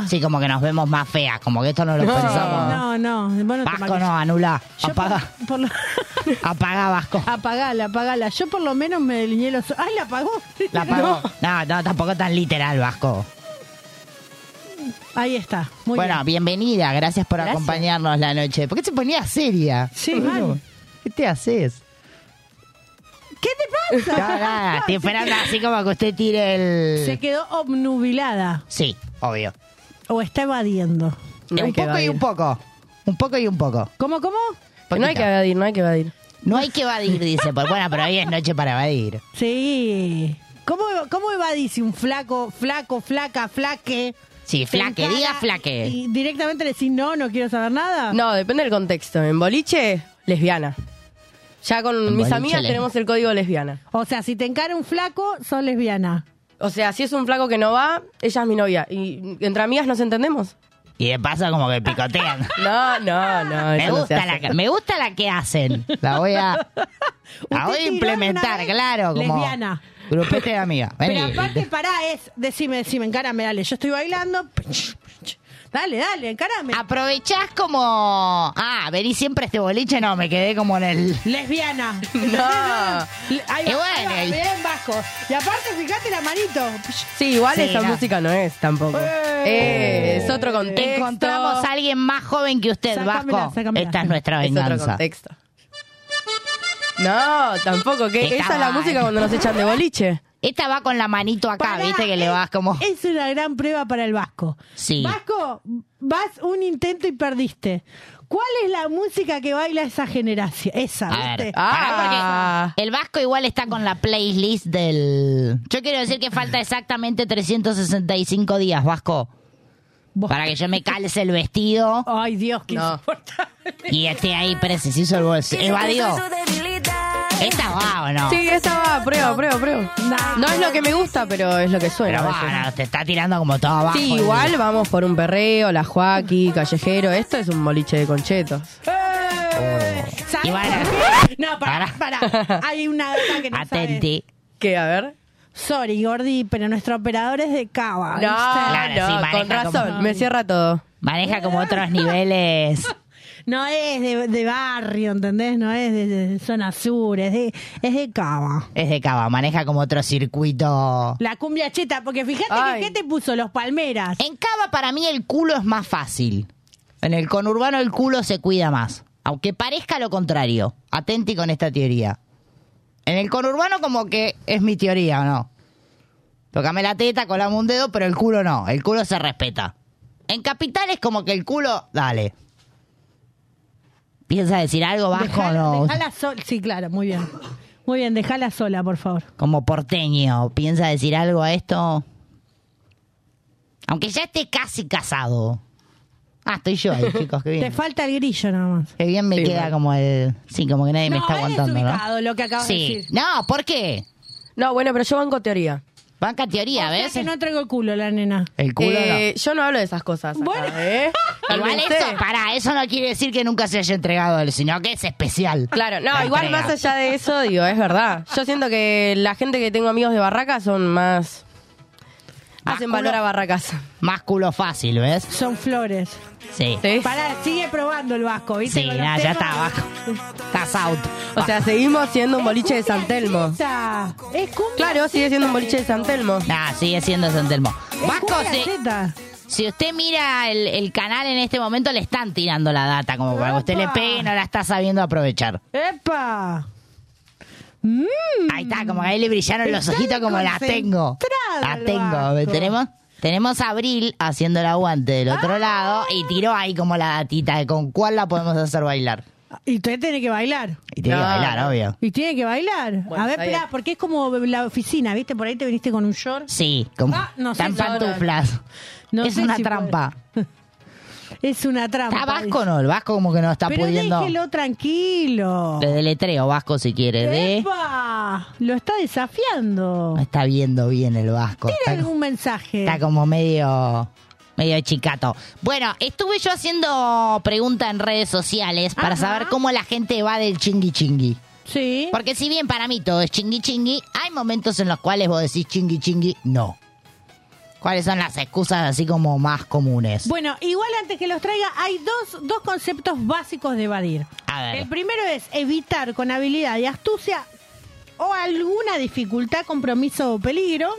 Speaker 4: Sí, como que nos vemos más feas, como que esto no lo pensamos.
Speaker 3: No, no, vos no te
Speaker 4: Vasco
Speaker 3: maquillas.
Speaker 4: no, anula. Apaga.
Speaker 3: Por lo-
Speaker 4: Apagá, Vasco.
Speaker 3: Apagala, apagala. Yo por lo menos me delineé los... ¡Ay, la apagó!
Speaker 4: La apagó. No, no, tampoco tan literal, Vasco.
Speaker 3: Ahí está. Muy
Speaker 4: bueno, bienvenida, gracias por
Speaker 3: Gracias.
Speaker 4: acompañarnos la noche. ¿Por qué se ponía seria?
Speaker 3: Sí, mal.
Speaker 4: ¿Qué te haces?
Speaker 3: ¿Qué te
Speaker 4: No,
Speaker 3: pasa?
Speaker 4: nada, estoy esperando así como que usted tire
Speaker 3: Se
Speaker 4: el...
Speaker 3: quedó obnubilada.
Speaker 4: Sí, obvio.
Speaker 3: O está evadiendo.
Speaker 4: un poco y un poco. Un poco y un poco.
Speaker 3: ¿Cómo, cómo?
Speaker 4: no hay que
Speaker 14: evadir, no hay que evadir.
Speaker 4: No hay que evadir, dice. Por, bueno, pero hoy es noche para evadir.
Speaker 3: Sí. ¿Cómo, cómo evadís un flaco, flaco, flaca, flaque?
Speaker 4: Sí, flaque,
Speaker 3: Encara
Speaker 4: diga flaque.
Speaker 3: Y directamente le decís, no, no quiero saber nada.
Speaker 14: No, depende del contexto. En boliche, lesbiana. Ya con mis
Speaker 3: boliche,
Speaker 14: amigas
Speaker 3: lesbiana.
Speaker 14: tenemos el código lesbiana.
Speaker 3: O sea, si te encara un flaco, sos lesbiana.
Speaker 14: O sea, si es un flaco que no va, ella es mi novia. ¿Y entre amigas nos entendemos?
Speaker 4: Y de paso como que picotean.
Speaker 14: No, no, no.
Speaker 4: me,
Speaker 14: Ah, eso no se
Speaker 4: gusta
Speaker 14: hace.
Speaker 4: la, que- me gusta la que hacen. La voy a, la voy a
Speaker 3: tiró una
Speaker 4: implementar,
Speaker 3: vez
Speaker 4: claro. Como
Speaker 3: lesbiana.
Speaker 4: Grupete de amigas. Vení.
Speaker 3: Pero aparte, pará, es, decime, decime, encárame, dale. Yo estoy bailando. Dale, dale, encárame.
Speaker 4: Aprovechás como... Ah, vení siempre a este boliche. No, me quedé como en el...
Speaker 3: Lesbiana. Le- Ahí
Speaker 4: Y
Speaker 3: va,
Speaker 4: bueno,
Speaker 3: ahí
Speaker 4: y-
Speaker 3: va, bien vasco. Y aparte, fíjate la manito.
Speaker 14: Sí, igual
Speaker 4: Sí,
Speaker 14: esa
Speaker 4: no.
Speaker 14: música no es tampoco. Eh, es otro contexto.
Speaker 4: Encontramos a alguien más joven que usted,
Speaker 14: Sácamela,
Speaker 4: Vasco.
Speaker 14: sácamela.
Speaker 4: Esta es nuestra
Speaker 14: Es otro
Speaker 4: venganza.
Speaker 14: contexto. No, tampoco. Que esa es la música cuando nos echan de boliche.
Speaker 4: eh. Esta va con la manito acá, viste que le vas como...
Speaker 3: Es una gran prueba para el vasco.
Speaker 4: Sí.
Speaker 3: Vasco, vas un intento y perdiste. ¿Cuál es la música que baila esa generación? Esa,
Speaker 4: A ver,
Speaker 3: ¿viste?
Speaker 4: Ah. pará, porque el Vasco igual está con la playlist del... Yo quiero decir que falta exactamente 365 días, Vasco. Para que yo me calce el vestido.
Speaker 3: Ay, Dios, qué
Speaker 4: Y esté ahí preciso el bolso. Evadió. Esta va o no.
Speaker 14: Sí, esa va. Prueba, prueba, prueba. No es lo que me gusta, pero es lo que suena.
Speaker 4: Pero
Speaker 14: a veces.
Speaker 4: va, no, te está tirando como todo abajo.
Speaker 14: Sí, igual vamos por un perreo, la Joaquí, callejero. Esto es un boliche de conchetos.
Speaker 3: ¿Sabes por qué? No, pará, pará. Hay una data que no
Speaker 4: Atenti.
Speaker 14: ¿Qué? A ver.
Speaker 3: Sorry, Gordi, pero nuestro operador es de Cava.
Speaker 14: No,
Speaker 3: ¿viste?
Speaker 14: no, con razón. Me cierra todo.
Speaker 4: Maneja como otros niveles.
Speaker 3: No es de, de barrio, ¿entendés? No es de, de zona sur, es de, es de Cava.
Speaker 4: Es de cava, maneja como otro circuito.
Speaker 3: La cumbia cheta, porque fíjate que qué te puso los palmeras.
Speaker 4: En Cava para mí el culo es más fácil. En el conurbano el culo se cuida más. Aunque parezca lo contrario. Atenti con esta teoría. En el conurbano como que es mi teoría, ¿o no? Tocame la teta, colame un dedo, pero el culo no. El culo se respeta. En capital es como que el culo... Dale. ¿Piensa decir algo bajo o no?
Speaker 3: Dejala sola. Sí, claro, muy bien. Muy bien, dejala sola, por favor.
Speaker 4: Como porteño, ¿piensa decir algo a esto? Aunque ya esté casi casado. Ah, estoy yo ahí, chicos, qué bien.
Speaker 3: Te falta el grillo nada más.
Speaker 4: Qué bien me
Speaker 3: Sí,
Speaker 4: queda
Speaker 3: bueno.
Speaker 4: como el... Sí, como que nadie me
Speaker 3: No,
Speaker 4: está
Speaker 3: él es
Speaker 4: aguantando,
Speaker 3: ubicado,
Speaker 4: ¿no?
Speaker 3: lo que acabas de
Speaker 4: Sí.
Speaker 3: decir.
Speaker 4: No, ¿por qué?
Speaker 14: No, bueno, pero yo banco teoría.
Speaker 4: Banca teoría,
Speaker 3: ¿ves? que no traigo el culo, la nena.
Speaker 4: El culo
Speaker 14: Eh, Yo no hablo de esas cosas. acá, ¿eh?
Speaker 4: no. Igual
Speaker 14: Cálmense.
Speaker 4: eso, para, eso no quiere decir que nunca se haya entregado él, sino que es especial.
Speaker 14: Claro, no,
Speaker 4: La
Speaker 14: igual
Speaker 4: entrega.
Speaker 14: más allá de eso, digo, es verdad. Yo siento que la gente que tengo amigos de Barracas son más. hacen valor a Barracas.
Speaker 4: Más culo fácil, ¿ves?
Speaker 3: Son flores.
Speaker 4: Sí.
Speaker 3: Pará, sigue probando el vasco, ¿viste?
Speaker 4: Sí,
Speaker 3: Con los
Speaker 4: nada, ya
Speaker 3: temas.
Speaker 4: está abajo. Estás out.
Speaker 14: O sea, seguimos siendo un boliche de San Telmo. Claro, sigue siendo un boliche de San Telmo.
Speaker 4: Nah, sigue siendo San Telmo. Vasco, si, si usted mira el, el canal en este momento, le están tirando la data como para que usted le pegue y no la está sabiendo aprovechar.
Speaker 3: ¡Epa! ¡Mmm!
Speaker 4: Ahí está, como que ahí le brillaron los
Speaker 3: Está
Speaker 4: ojitos como la tengo. La
Speaker 3: el
Speaker 4: tengo.
Speaker 3: Vasco.
Speaker 4: Tenemos, tenemos a Abril haciendo el aguante del otro lado y tiró ahí como la datita de con cuál la podemos hacer bailar.
Speaker 3: Y usted tiene que bailar.
Speaker 4: Y tiene que bailar, obvio.
Speaker 3: Y tiene que bailar.
Speaker 4: Bueno,
Speaker 3: a ver,
Speaker 4: está
Speaker 3: espera,
Speaker 4: bien.
Speaker 3: porque es como la oficina, ¿viste? Por ahí te viniste con un short.
Speaker 4: Sí, como
Speaker 3: Ah, no sé
Speaker 4: tan
Speaker 3: si-
Speaker 4: pantuflas.
Speaker 3: No
Speaker 4: es
Speaker 3: sé
Speaker 4: una
Speaker 3: si
Speaker 4: trampa.
Speaker 3: Es una trampa.
Speaker 4: ¿Está Vasco o no? El Vasco como que no está
Speaker 3: Pero
Speaker 4: pudiendo...
Speaker 3: déjelo tranquilo.
Speaker 4: Le deletreo Vasco si quiere. De...
Speaker 3: ¡Epa! Lo está desafiando.
Speaker 4: No está viendo bien el Vasco.
Speaker 3: Tira
Speaker 4: Está,
Speaker 3: algún mensaje.
Speaker 4: está como medio... Medio chicato. Bueno, estuve yo haciendo pregunta en redes sociales para saber cómo la gente va del chingui chingui.
Speaker 3: Sí.
Speaker 4: Porque si bien para mí todo es chingui chingui, hay momentos en los cuales vos decís chingui chingui, no. ¿Cuáles son las excusas así como más comunes?
Speaker 3: Bueno, igual antes que los traiga, hay dos, dos conceptos básicos de evadir.
Speaker 4: A ver.
Speaker 3: El primero es evitar con habilidad y astucia o alguna dificultad, compromiso o peligro.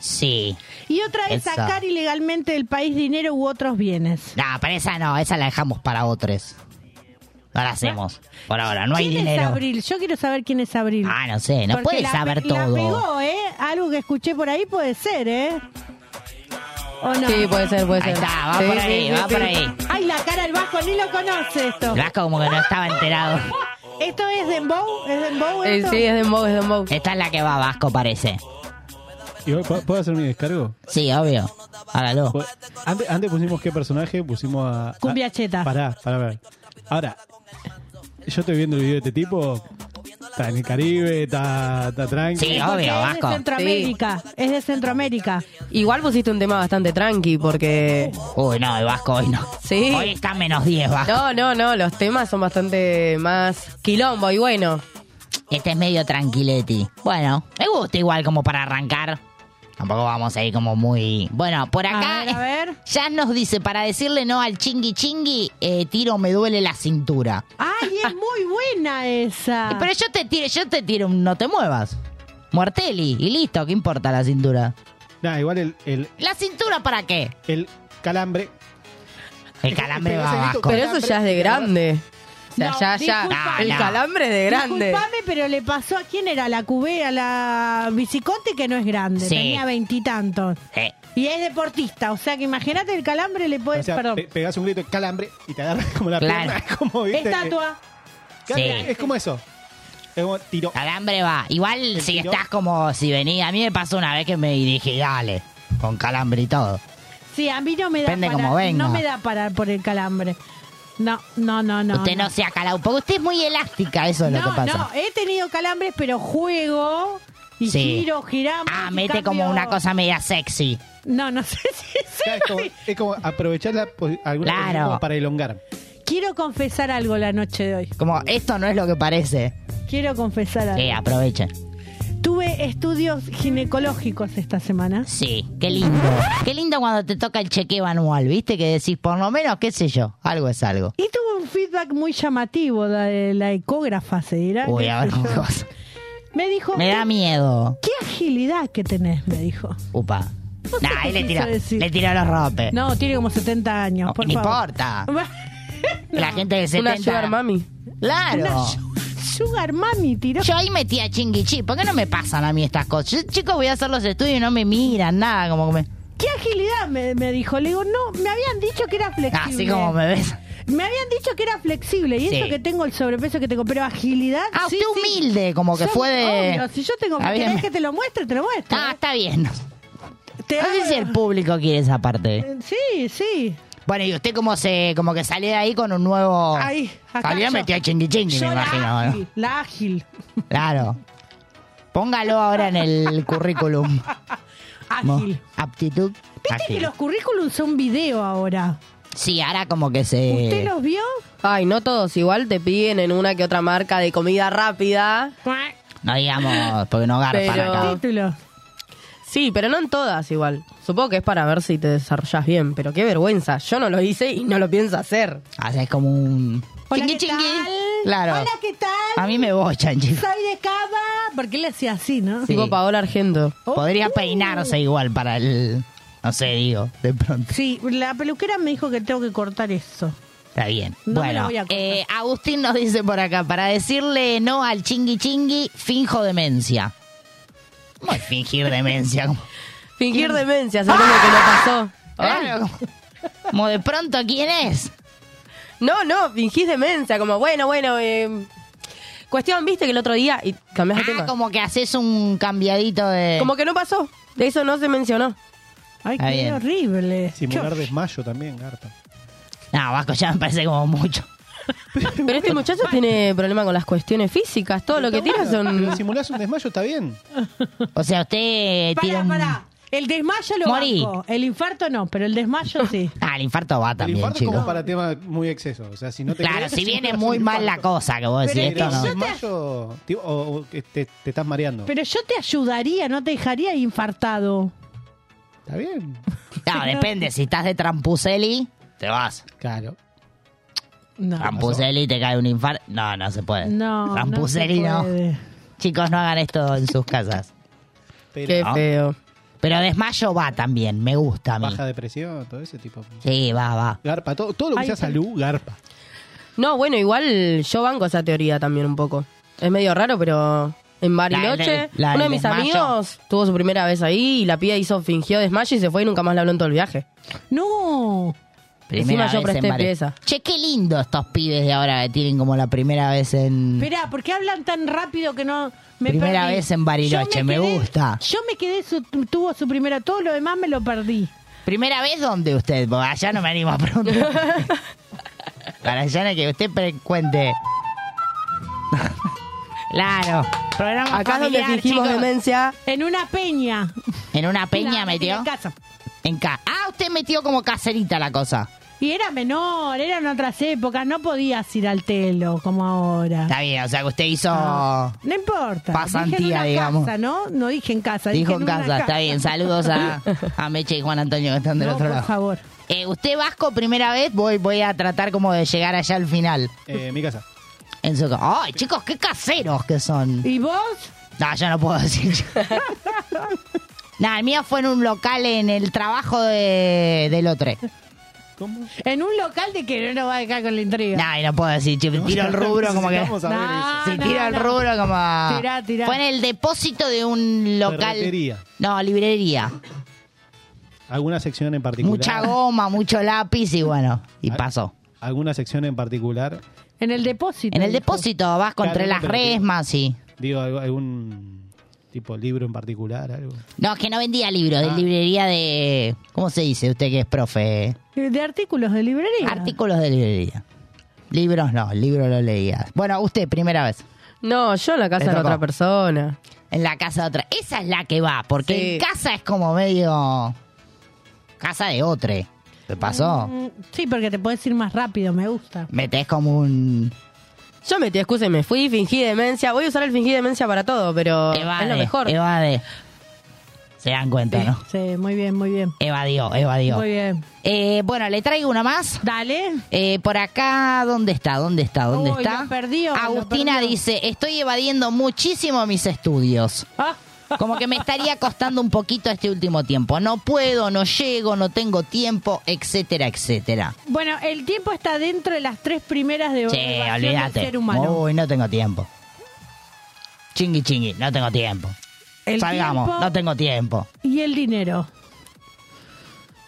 Speaker 4: Sí.
Speaker 3: Y otra es
Speaker 4: Esa.
Speaker 3: sacar ilegalmente del país dinero u otros bienes.
Speaker 4: No, pero esa no, esa la dejamos para otros. No la hacemos. Por ahora, no hay
Speaker 3: ¿Quién es
Speaker 4: dinero.
Speaker 3: Abril? Yo quiero saber quién es Abril.
Speaker 4: Ah, no sé, no
Speaker 3: Porque
Speaker 4: puedes
Speaker 3: la
Speaker 4: saber
Speaker 3: pe-
Speaker 4: todo.
Speaker 3: La pegó, ¿eh? Algo que escuché por ahí puede ser, ¿eh? ¿O no?
Speaker 14: Sí, puede ser, puede
Speaker 4: Ahí
Speaker 14: ser.
Speaker 4: está, va
Speaker 14: Sí,
Speaker 4: por
Speaker 14: sí,
Speaker 4: ahí,
Speaker 14: sí,
Speaker 4: va
Speaker 14: sí.
Speaker 4: por ahí.
Speaker 3: Ay, la cara del Vasco, ni lo conoce esto.
Speaker 4: El Vasco como que no estaba enterado.
Speaker 3: ¿Esto es Dembow? ¿Es Dembow esto?
Speaker 14: Dembow, Eh, es Dembow.
Speaker 4: Esta es la que va Vasco, parece.
Speaker 5: ¿Puedo hacer mi descargo?
Speaker 4: Sí, obvio. Hágalo.
Speaker 5: Antes, antes pusimos qué personaje, pusimos a. a-
Speaker 3: Cumbia cheta.
Speaker 5: Pará, pará, pará. Ahora, yo estoy viendo el video de este tipo. Está en el Caribe, está, está tranqui.
Speaker 4: Sí,
Speaker 3: Porque es de Centroamérica. Es de Centroamérica.
Speaker 14: Igual pusiste un tema bastante tranqui porque.
Speaker 4: Uy, no, el Vasco hoy no.
Speaker 14: Sí.
Speaker 4: Hoy está menos 10, Vasco.
Speaker 14: No, no, no, los temas son bastante más quilombo y bueno.
Speaker 4: Este es medio tranquiletti. Bueno, me gusta igual como para arrancar. Tampoco vamos a ir como muy... Bueno, por acá
Speaker 3: A ver, a ver.
Speaker 4: ya nos dice, para decirle no al chingui chingui, eh, tiro me duele la cintura.
Speaker 3: Ay, es muy buena esa.
Speaker 4: Pero yo te tiro, yo te tiro un no te muevas. Morteli, y listo, ¿qué importa la cintura?
Speaker 5: Nah, igual el, el,
Speaker 4: ¿La cintura para qué?
Speaker 5: el calambre.
Speaker 4: El calambre va
Speaker 5: Ese grito,
Speaker 4: abajo.
Speaker 14: Pero eso ya es de grande. O sea,
Speaker 3: No,
Speaker 14: ya, ya.
Speaker 3: disculpa.
Speaker 14: El
Speaker 4: No, no.
Speaker 14: calambre es de grande.
Speaker 3: Disculpame, pero le pasó a quién era, la cubé, a la biciconte que no es grande,
Speaker 4: Sí.
Speaker 3: tenía veintitantos.
Speaker 4: Sí.
Speaker 3: Y es deportista, o sea que imagínate el calambre le puede.
Speaker 5: O sea,
Speaker 3: perdón.
Speaker 5: pe- pegás un grito calambre y te agarras como la
Speaker 4: Claro.
Speaker 5: pierna. es Como, ¿viste?
Speaker 3: Estatua.
Speaker 5: Claro,
Speaker 4: Sí.
Speaker 5: Es como eso. Es como tiro.
Speaker 4: Calambre va. Igual si estás como si venía. A mí me pasó una vez que me dije, dale, con calambre y todo.
Speaker 3: Sí, a mí no me da
Speaker 4: Depende
Speaker 3: para,
Speaker 4: cómo venga.
Speaker 3: No me da parar por el calambre. No, no, no, no.
Speaker 4: usted no, sea calado, porque usted es muy elástica, eso es lo que
Speaker 3: No,
Speaker 4: pasa.
Speaker 3: no, he tenido calambres, pero juego y
Speaker 4: Sí.
Speaker 3: giro, giramos.
Speaker 4: Ah,
Speaker 3: y
Speaker 4: mete
Speaker 3: cambio-
Speaker 4: como una cosa media sexy.
Speaker 3: No, no sé si es
Speaker 5: Claro, es, como, es como aprovechar la, posi- alguna
Speaker 4: Claro.
Speaker 5: posición como para elongar.
Speaker 3: Quiero confesar algo la noche de hoy.
Speaker 4: Como esto no es lo que parece. Eh,
Speaker 3: Quiero confesar algo.
Speaker 4: Sí, aprovechen.
Speaker 3: Tuve estudios ginecológicos esta semana.
Speaker 4: Sí, qué lindo. Qué lindo cuando te toca el chequeo anual, ¿viste? Que decís, por lo menos, qué sé yo, algo es algo.
Speaker 3: Y tuve un feedback muy llamativo de la ecógrafa, se dirá.
Speaker 4: Uy,
Speaker 3: qué
Speaker 4: a ver
Speaker 3: sé yo.
Speaker 4: cómo cosa.
Speaker 3: Me dijo,
Speaker 4: Me da miedo.
Speaker 3: qué agilidad que tenés, me dijo.
Speaker 4: Upa.
Speaker 3: No sé
Speaker 4: Nah,
Speaker 3: qué
Speaker 4: ahí le
Speaker 3: quiso
Speaker 4: tiró,
Speaker 3: decir.
Speaker 4: le tiró los ropes.
Speaker 3: No, tiene como 70 años, por
Speaker 4: no
Speaker 3: favor.
Speaker 4: importa. La gente de 70.
Speaker 14: Una sugar mami.
Speaker 4: Claro.
Speaker 3: Una Sugar Mami tiró.
Speaker 4: Yo ahí metía chinguichi. ¿Por qué no me pasan a mí estas cosas? Yo, chicos, voy a hacer los estudios y no me miran, nada. Como que me...
Speaker 3: ¿Qué agilidad? Me, me dijo. Le digo, no, me habían dicho que era flexible.
Speaker 4: Así como me ves.
Speaker 3: Me habían dicho que era flexible y
Speaker 4: Sí.
Speaker 3: eso que tengo el sobrepeso que tengo, pero agilidad.
Speaker 4: Ah, usted humilde, como que
Speaker 3: Yo-
Speaker 4: fue de-
Speaker 3: obvio, si yo tengo
Speaker 4: Está
Speaker 3: ¿querés
Speaker 4: bien.
Speaker 3: que te lo muestre, te lo muestro. ¿eh?
Speaker 4: Ah, está bien. no sé si el público quiere esa parte.
Speaker 3: Eh, Sí, sí.
Speaker 4: Bueno, y usted como se, como que salió de ahí con un nuevo.
Speaker 3: Ahí, acá
Speaker 4: Salió
Speaker 3: yo.
Speaker 4: metió chingui chingui,
Speaker 3: Yo
Speaker 4: me
Speaker 3: la
Speaker 4: imagino.
Speaker 3: ágil,
Speaker 4: ¿no?
Speaker 3: La ágil.
Speaker 4: Claro. Póngalo ahora en el currículum.
Speaker 3: Ágil.
Speaker 4: Aptitud.
Speaker 3: Viste que
Speaker 4: ágil.
Speaker 3: los currículums son video ahora.
Speaker 4: Sí, ahora como que se.
Speaker 3: ¿Usted los vio?
Speaker 14: Ay, no todos. Igual te piden en una que otra marca de comida rápida.
Speaker 4: No digamos, porque no garpan
Speaker 14: Pero-
Speaker 4: acá.
Speaker 14: Sí, pero no en todas igual. Supongo que es para ver si te desarrollas bien, pero qué vergüenza. Yo no lo hice y no lo pienso hacer.
Speaker 4: Haces Ah, como un.
Speaker 3: Hola,
Speaker 4: Chingui,
Speaker 3: ¿qué
Speaker 4: chingui.
Speaker 3: tal?
Speaker 4: Claro.
Speaker 3: Hola, ¿qué tal?
Speaker 4: A mí me bochan, chicos.
Speaker 3: Soy de Cava. Porque le hacía así, ¿no?
Speaker 4: Tipo
Speaker 14: Paola Argento.
Speaker 4: Oh. Podría
Speaker 3: Uh.
Speaker 4: peinarse igual para el. No sé, digo, de pronto.
Speaker 3: Sí, la peluquera me dijo que tengo que cortar eso.
Speaker 4: Está bien.
Speaker 3: No me la
Speaker 4: bueno,
Speaker 3: voy a cortar.
Speaker 4: eh, Agustín nos dice por acá: para decirle no al chingui chingui, finjo demencia. ¿Cómo es fingir demencia? Como-
Speaker 14: Fingir demencia, según lo que le pasó.
Speaker 4: Ah. Claro, como de pronto, ¿quién es?
Speaker 14: No, no, fingís demencia, como bueno, bueno. eh, cuestión, viste que el otro día y cambiás de tema.
Speaker 4: Ah, Como que haces un cambiadito de.
Speaker 14: Como que no pasó. De eso no se mencionó.
Speaker 3: Ay,
Speaker 4: Está qué bien.
Speaker 3: horrible.
Speaker 5: Simular desmayo también, Garta.
Speaker 4: No, Vasco ya me parece como mucho.
Speaker 14: Pero este muchacho tiene problema con las cuestiones físicas. Todo lo que tira son.
Speaker 5: Pero simulás un desmayo, está bien.
Speaker 4: O sea, usted tira
Speaker 3: Pará,
Speaker 4: un-
Speaker 3: pará. El desmayo lo
Speaker 4: Morí.
Speaker 3: banco. El infarto no, pero el desmayo sí.
Speaker 4: Ah, el infarto va
Speaker 5: El
Speaker 4: también,
Speaker 5: infarto es
Speaker 4: chicos.
Speaker 5: como para temas muy excesos. O sea, si no te
Speaker 4: Claro,
Speaker 5: crees,
Speaker 4: si viene
Speaker 5: simulas
Speaker 4: muy
Speaker 5: un
Speaker 4: mal la
Speaker 5: infarto.
Speaker 4: cosa, que vos decís
Speaker 5: Pero
Speaker 4: esto, no.
Speaker 5: el desmayo, tío, o, o que te, te estás mareando.
Speaker 3: Pero yo te ayudaría, no te dejaría infartado.
Speaker 5: Está bien.
Speaker 4: No, depende, si estás de Trampuselli, te vas.
Speaker 5: Claro.
Speaker 3: No.
Speaker 4: Trampuselli te cae un infarto. No, no se puede.
Speaker 3: No, no
Speaker 4: Trampuselli
Speaker 3: se
Speaker 4: no.
Speaker 3: puede.
Speaker 4: Chicos, no hagan esto en sus casas.
Speaker 14: Qué
Speaker 4: ¿No?
Speaker 14: feo.
Speaker 4: Pero desmayo va también, me gusta a mí.
Speaker 5: Baja depresión, todo ese tipo.
Speaker 4: Sí, Ah, va, va.
Speaker 5: Garpa, todo, todo lo que
Speaker 14: Ay,
Speaker 5: sea
Speaker 14: sí.
Speaker 5: salud, garpa.
Speaker 14: No, bueno, igual yo banco esa teoría también un poco. Es medio raro, pero en Bariloche,
Speaker 4: la del
Speaker 14: uno de mis
Speaker 4: desmayo.
Speaker 14: amigos tuvo su primera vez ahí y la piba hizo, fingió desmayo y se fue y nunca más le habló en todo el viaje.
Speaker 3: No.
Speaker 4: Primera
Speaker 14: Encima yo
Speaker 4: vez en
Speaker 14: presté
Speaker 4: Mare-
Speaker 14: pieza.
Speaker 4: Che, qué lindo estos pibes de ahora que tienen como la primera vez en.
Speaker 3: Esperá, ¿por qué hablan tan rápido que no me
Speaker 4: primera
Speaker 3: perdí?
Speaker 4: vez en Bariloche,
Speaker 3: Yo
Speaker 4: me,
Speaker 3: quedé-
Speaker 4: gusta.
Speaker 3: Yo me quedé, su- tuvo su primera, todo lo demás me lo perdí.
Speaker 4: ¿Primera vez dónde usted? Porque allá no me animo a preguntar. Para allá no que usted pre- cuente. claro. Programa
Speaker 14: Acá es donde
Speaker 4: familiar,
Speaker 14: fingimos
Speaker 4: chicos.
Speaker 14: demencia.
Speaker 3: En una peña.
Speaker 4: ¿En una peña
Speaker 3: La-
Speaker 4: metió?
Speaker 3: En casa.
Speaker 4: En ca- Ah, usted metió como caserita la cosa.
Speaker 3: Y era menor, eran otras épocas, no podías ir al telo como ahora. Ah,
Speaker 4: Está bien, o sea que usted hizo.
Speaker 3: No importa. dije
Speaker 4: Pasantía,
Speaker 3: en una
Speaker 4: digamos.
Speaker 3: Casa, ¿no? no dije en casa. dije
Speaker 4: Dijo en
Speaker 3: una
Speaker 4: casa, está bien. Saludos a, a Meche y Juan Antonio que están del
Speaker 3: No,
Speaker 4: otro
Speaker 3: por
Speaker 4: lado.
Speaker 3: favor.
Speaker 4: Eh, usted Vasco, primera vez, voy, voy a tratar como de llegar allá al final.
Speaker 5: Eh, mi casa.
Speaker 4: En su ca- ¡Ay, chicos, qué caseros que son!
Speaker 3: ¿Y vos?
Speaker 4: No, yo no puedo decir. Nada, el mío fue en un local en el trabajo de, de Lotre.
Speaker 5: ¿Cómo?
Speaker 3: En un local de que no nos va a dejar con la intriga.
Speaker 4: Nah, y no puedo decir, chip, tiro el rubro como que.
Speaker 5: Necesitamos saber
Speaker 3: Nah,
Speaker 5: eso.
Speaker 4: Si
Speaker 3: no,
Speaker 4: tiro el
Speaker 3: no.
Speaker 4: rubro como.
Speaker 3: Tirá, tirá.
Speaker 4: Fue en el depósito de un local.
Speaker 5: Ferretería.
Speaker 4: No, librería.
Speaker 5: ¿Alguna sección en particular?
Speaker 4: Mucha goma, mucho lápiz y bueno, y pasó.
Speaker 5: ¿Alguna sección en particular?
Speaker 3: En el depósito.
Speaker 4: En el
Speaker 3: dijo.
Speaker 4: depósito vas contra
Speaker 5: Claro,
Speaker 4: las
Speaker 5: pero que-
Speaker 4: resmas y.
Speaker 5: Digo, algo- algún tipo de libro en particular, algo.
Speaker 4: No, es que no vendía libros,
Speaker 3: Ah.
Speaker 4: de librería de. ¿Cómo se dice usted que es profe?
Speaker 3: De artículos de librería.
Speaker 4: Artículos de librería. Libros no, libros lo leías. Bueno, usted, primera vez.
Speaker 14: No, yo en la casa
Speaker 4: Le
Speaker 14: de
Speaker 4: tocó.
Speaker 14: otra persona.
Speaker 4: En la casa de otra. Esa es la que va, porque
Speaker 14: Sí.
Speaker 4: en casa es como medio. Casa de otro. ¿Te pasó?
Speaker 3: Mm, Sí, porque te puedes ir más rápido, me gusta.
Speaker 4: Metés como un.
Speaker 14: Yo metí excusa y me fui, fingí demencia. Voy a usar el fingí demencia para todo, pero
Speaker 4: Evade.
Speaker 14: es lo mejor.
Speaker 4: Evade. Se dan cuenta, ¿no?
Speaker 3: Sí, muy bien, muy bien.
Speaker 4: Evadió, evadió.
Speaker 3: Muy bien.
Speaker 4: Eh, bueno, le traigo una más.
Speaker 3: Dale.
Speaker 4: Eh, por acá, ¿dónde está? ¿Dónde está? ¿Dónde
Speaker 3: Uy,
Speaker 4: está?
Speaker 3: lo perdió, lo
Speaker 4: Agustina
Speaker 3: perdió.
Speaker 4: dice, estoy evadiendo muchísimo mis estudios.
Speaker 3: Ah,
Speaker 4: Como que me estaría costando un poquito este último tiempo. No puedo, no llego, no tengo tiempo, etcétera, etcétera.
Speaker 3: Bueno, el tiempo está dentro de las tres primeras de
Speaker 4: Sí,
Speaker 3: evaluación del
Speaker 4: olvídate.
Speaker 3: ser humano.
Speaker 4: Uy, no tengo tiempo. Chingui, chingui, no tengo tiempo.
Speaker 3: El
Speaker 4: Salgamos,
Speaker 3: tiempo-
Speaker 4: no tengo tiempo.
Speaker 3: Y el dinero.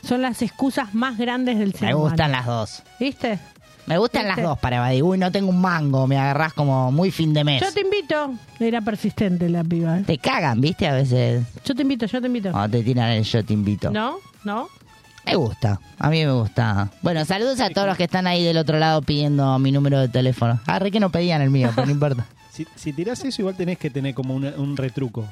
Speaker 3: Son las excusas más grandes del ser
Speaker 4: Me
Speaker 3: humano.
Speaker 4: gustan las dos.
Speaker 3: ¿Viste?
Speaker 4: Me gustan las
Speaker 3: ¿Viste?
Speaker 4: dos para evadir. Uy, no tengo un mango, me agarrás como muy fin de mes.
Speaker 3: Yo te invito. Era persistente la piba. ¿eh?
Speaker 4: Te cagan, ¿viste? A veces
Speaker 3: Yo te invito, yo te invito.
Speaker 4: cuando te tiran el yo te invito.
Speaker 3: ¿No? ¿No?
Speaker 4: Me gusta, a mí me gusta. Bueno, saludos a todos los que están ahí del otro lado pidiendo mi número de teléfono. Ah, re que no pedían el mío, pero no importa.
Speaker 5: Si, si tirás eso, igual tenés que tener como una- un retruco.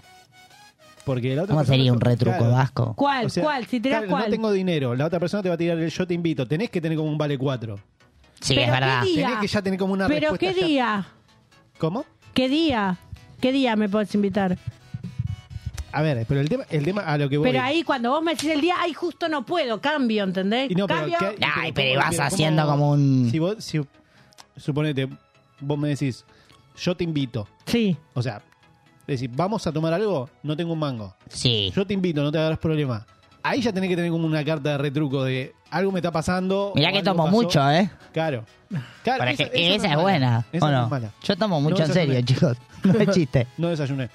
Speaker 5: Porque la otra
Speaker 4: ¿Cómo
Speaker 5: persona-
Speaker 4: sería un retruco, Vasco?
Speaker 3: ¿Cuál? ¿Cuál? Si tirás,
Speaker 5: claro,
Speaker 3: ¿cuál?
Speaker 5: No tengo dinero. La otra persona te va a tirar el yo te invito. Tenés que tener como un vale 4.
Speaker 4: Sí,
Speaker 3: ¿Pero ¿Qué día?
Speaker 5: Tenés que ya tener como una
Speaker 3: ¿Pero
Speaker 5: respuesta
Speaker 3: qué
Speaker 5: ya.
Speaker 3: día?
Speaker 5: ¿Cómo?
Speaker 3: ¿Qué día? ¿Qué día me podés invitar?
Speaker 5: A ver, pero el tema, el tema a lo que voy.
Speaker 3: Pero ahí cuando vos me decís el día, ay, justo no puedo, cambio, ¿entendés?
Speaker 5: Y no, pero
Speaker 3: cambio.
Speaker 5: ¿qué-
Speaker 4: Ay,
Speaker 5: ¿cómo-
Speaker 4: pero vas
Speaker 5: cómo-
Speaker 4: haciendo como un-
Speaker 5: Si vos, si, suponete, vos me decís, yo te invito.
Speaker 3: Sí.
Speaker 5: O sea, decís, vamos a tomar algo, no tengo un mango.
Speaker 4: Sí.
Speaker 5: Yo te invito, no te hagas problema. Ahí ya tenés que tener como una carta de retruco de algo me está pasando.
Speaker 4: Mirá
Speaker 5: o
Speaker 4: que
Speaker 5: algo
Speaker 4: tomo
Speaker 5: pasó.
Speaker 4: mucho, ¿eh?
Speaker 5: Claro. Claro,
Speaker 4: Pero es que esa,
Speaker 5: no
Speaker 4: es
Speaker 5: mala.
Speaker 4: buena,
Speaker 5: Esa
Speaker 4: ¿o
Speaker 5: no
Speaker 4: no?
Speaker 5: es mala.
Speaker 4: Yo tomo mucho
Speaker 5: No
Speaker 4: en serio,
Speaker 5: desayuné.
Speaker 4: chicos. No es chiste.
Speaker 5: No desayuné.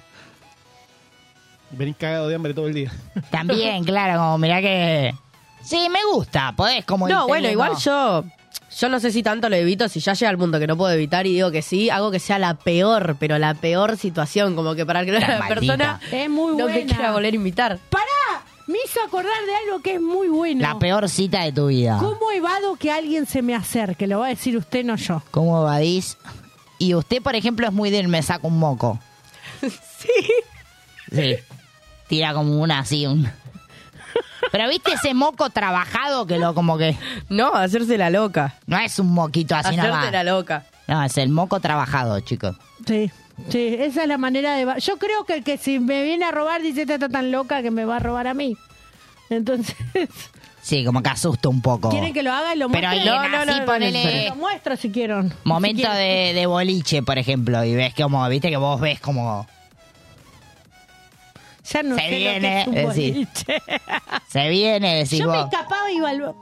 Speaker 5: Venís cagado de hambre todo el día.
Speaker 4: También, claro, como mirá que... Sí, me gusta, podés como... ir
Speaker 14: No, bueno,
Speaker 4: teniendo-
Speaker 14: igual yo. Yo no sé si tanto lo evito, si ya llega al punto que no puedo evitar y digo que sí, hago que sea la peor, pero la peor situación, como que para que
Speaker 4: La
Speaker 14: la
Speaker 4: maldita.
Speaker 14: persona
Speaker 3: Es muy
Speaker 14: no
Speaker 3: buena.
Speaker 14: me quiera volver a invitar.
Speaker 3: ¡Pará! Me hizo acordar de algo que es muy bueno.
Speaker 4: La peor cita de tu vida.
Speaker 3: ¿Cómo evado que alguien se me acerque? Lo va a decir usted, no yo.
Speaker 4: ¿Cómo evadís? Y usted, por ejemplo, es muy del me saco un moco. Sí. Sí. Tira como una así, un... Pero viste ese moco trabajado que lo como que...
Speaker 14: No, hacerse la loca.
Speaker 4: No es un moquito así
Speaker 14: Hacerte
Speaker 4: nomás.
Speaker 14: la loca.
Speaker 4: No, es el moco trabajado, chicos.
Speaker 3: Sí, sí, esa es la manera de... va- Yo creo que el que si me viene a robar dice, esta está tan loca que me va a robar a mí. Entonces,
Speaker 4: Sí, como que asusta un poco.
Speaker 3: ¿quieren que lo haga y lo
Speaker 4: Pero
Speaker 3: muestre?
Speaker 4: alguien así, ponele-
Speaker 3: Pero Lo muestro si quieren.
Speaker 4: Momento de, de boliche, por ejemplo, y ves como, viste que vos ves como
Speaker 3: Ya no
Speaker 4: Se
Speaker 3: sé lo que
Speaker 4: viene,
Speaker 3: es un
Speaker 4: eh, sí.
Speaker 3: boliche.
Speaker 4: se viene, decís
Speaker 3: Yo me
Speaker 4: vos.
Speaker 3: escapaba y iba al...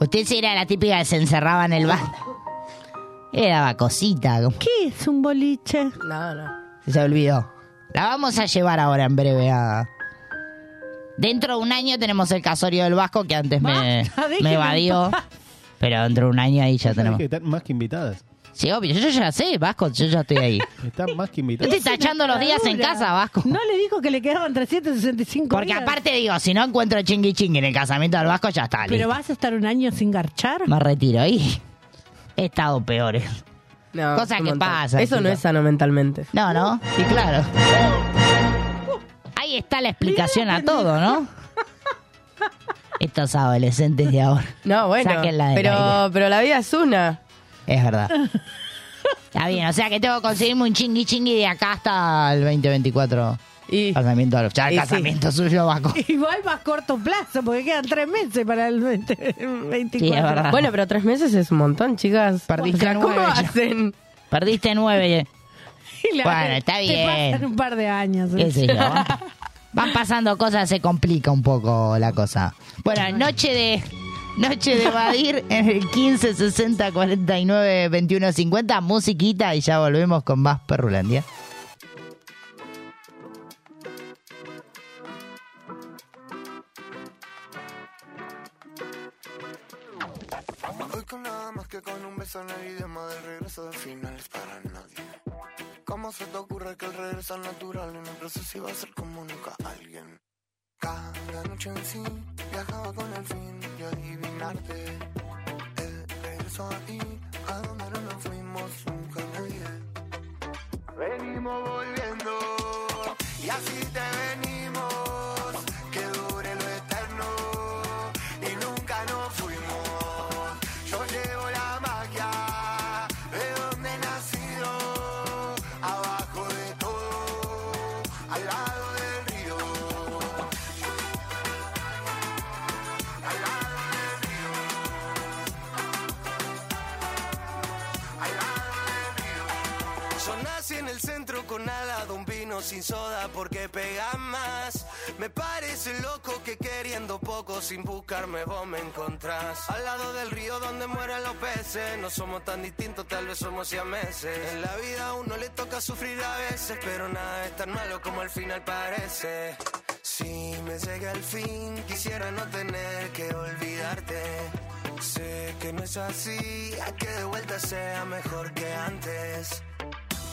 Speaker 4: Usted sí era la típica que se encerraba en el bar. Era cosita, como-
Speaker 3: ¿Qué es un boliche?
Speaker 14: No, no.
Speaker 4: se olvidó. La vamos a llevar ahora en breve ah, a. Dentro de un año tenemos el casorio del Vasco que antes me,
Speaker 3: Basta, déjenme
Speaker 4: me
Speaker 3: en
Speaker 4: evadió.
Speaker 3: paz.
Speaker 4: Pero dentro de un año ahí ya
Speaker 5: Sabés
Speaker 4: tenemos.
Speaker 5: que están más que invitadas.
Speaker 4: Sí, obvio, yo ya sé, Vasco, yo ya estoy ahí.
Speaker 5: Están más que
Speaker 4: Yo
Speaker 5: invitadas.
Speaker 4: estoy tachando los días en casa, Vasco.
Speaker 3: No le dijo que le quedaban 365
Speaker 4: Porque
Speaker 3: días.
Speaker 4: aparte digo, si no encuentro chingui chingui en el casamiento del Vasco, ya está.
Speaker 3: ¿Pero
Speaker 4: listo.
Speaker 3: vas a estar un año sin garchar?
Speaker 4: Me retiro ahí. He estado peores.
Speaker 14: no
Speaker 4: Cosas
Speaker 14: un
Speaker 4: que
Speaker 14: montón.
Speaker 4: pasan,
Speaker 14: Eso no
Speaker 4: chicos.
Speaker 14: es sano mentalmente.
Speaker 4: No, no. Y claro. Ahí está la explicación a todo, ¿no? Estos adolescentes de ahora.
Speaker 14: No, bueno.
Speaker 4: Sáquenla del
Speaker 14: pero,
Speaker 4: aire.
Speaker 14: pero la vida es una.
Speaker 4: Es verdad. Está bien, o sea que tengo que conseguirme un chingui chingui de acá hasta el 2024.
Speaker 14: Y
Speaker 4: Casamiento, de- ya el
Speaker 14: Y sí.
Speaker 4: casamiento suyo, Vasco.
Speaker 3: Igual más corto plazo, porque quedan tres meses para el 20 24.
Speaker 4: Sí, es verdad.
Speaker 14: bueno, pero tres meses es un montón, chicas.
Speaker 4: Perdiste
Speaker 14: O sea, ¿cómo
Speaker 4: nueve ya.
Speaker 14: hacen?
Speaker 4: Perdiste nueve.
Speaker 3: Y la-
Speaker 4: Bueno, está
Speaker 3: Te
Speaker 4: bien.
Speaker 3: pasan un par de años. ¿eh?
Speaker 4: qué sé yo. Van, van pasando cosas, se complica un poco la cosa. Bueno, noche de. Noche de Badir en el 15 60 49 21 50. Musiquita y ya volvemos con más Perrulandia.
Speaker 15: Hoy con nada más que con un beso en el idioma del regreso de finales para nadie. ¿Cómo se te ocurre que el regreso es natural en el proceso iba a ser como nunca alguien? Cada noche en sí viajaba con el fin de adivinarte. El regreso ahí, a donde no nos fuimos nunca nadie. Venimos volviendo y así te venimos. Que dure lo eterno y nunca nos fuimos. Yo llevo la magia de donde he nacido, abajo de todo, al lado del río. Al lado del río. Al lado del río. Yo nací en el centro con nada, don Pi.
Speaker 16: vino sin soda porque pega más. Me parece loco que queriendo poco sin buscarme vos me encontrás. Al lado del río donde mueren los peces, no somos tan distintos, tal vez somos siameses. En la vida a uno le toca sufrir a veces, pero nada es tan malo como al final parece. Si me llega el fin, quisiera no tener que olvidarte. Sé que no es así, a que de vuelta sea mejor que antes.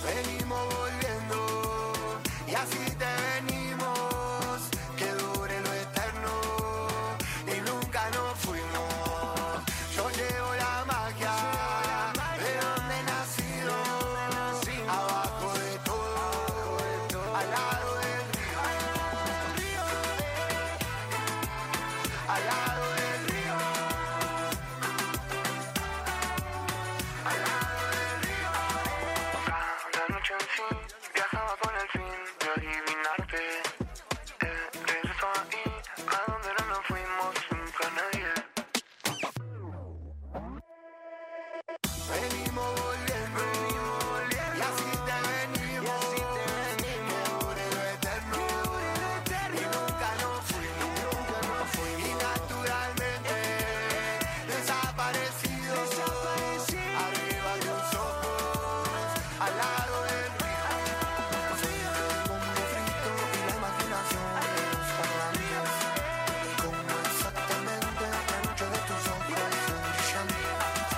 Speaker 15: Venimos volviendo y así te venimos. Que dure lo eterno y nunca nos fuimos. Yo llevo la magia de donde he nacido. Abajo de todo, al lado del río. Al lado del río. Al lado del río.
Speaker 16: La noche en fin, viajaba con el fin de adivinarte. Eh, regreso ahí, a donde no nos fuimos nunca nadie.
Speaker 15: Venimos volviendo, y así te venimos, que dure lo eterno, y nunca nos fuimos, y naturalmente desaparecidos, arriba de los ojos, al lado del río, como frito y la imaginación de los parlantes, como exactamente la noche de tus ojos brillante.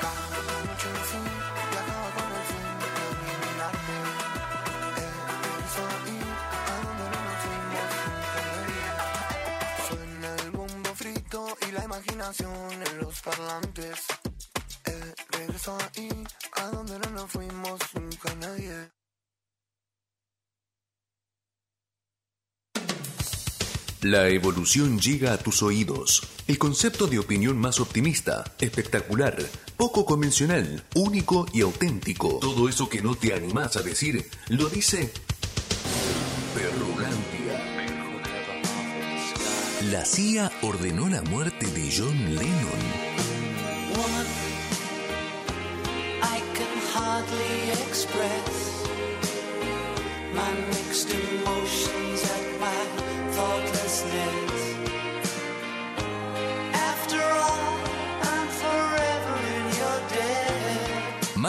Speaker 15: Cada noche en fin, viajaba con el fin de eliminarte. El regreso ahí, a donde no nos fuimos nunca de día. Suena el bombo frito y la imaginación en los parlantes. El regreso ahí, a donde no nos fuimos nunca nadie.
Speaker 1: La evolución llega a tus oídos. El concepto de opinión más optimista, espectacular, poco convencional, único y auténtico. Todo eso que no te animás a decir, lo dice Perrulandia. La CIA ordenó la muerte de John Lennon.
Speaker 2: Woman, I can hardly express my mixed emotions at my thoughtlessness. After all, I'm forever in your debt.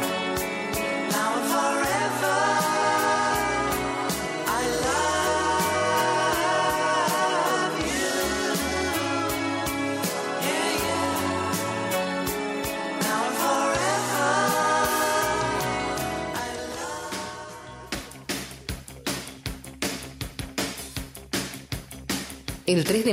Speaker 2: Now and forever, I love you. Yeah, yeah. Now and forever.
Speaker 10: El 3 de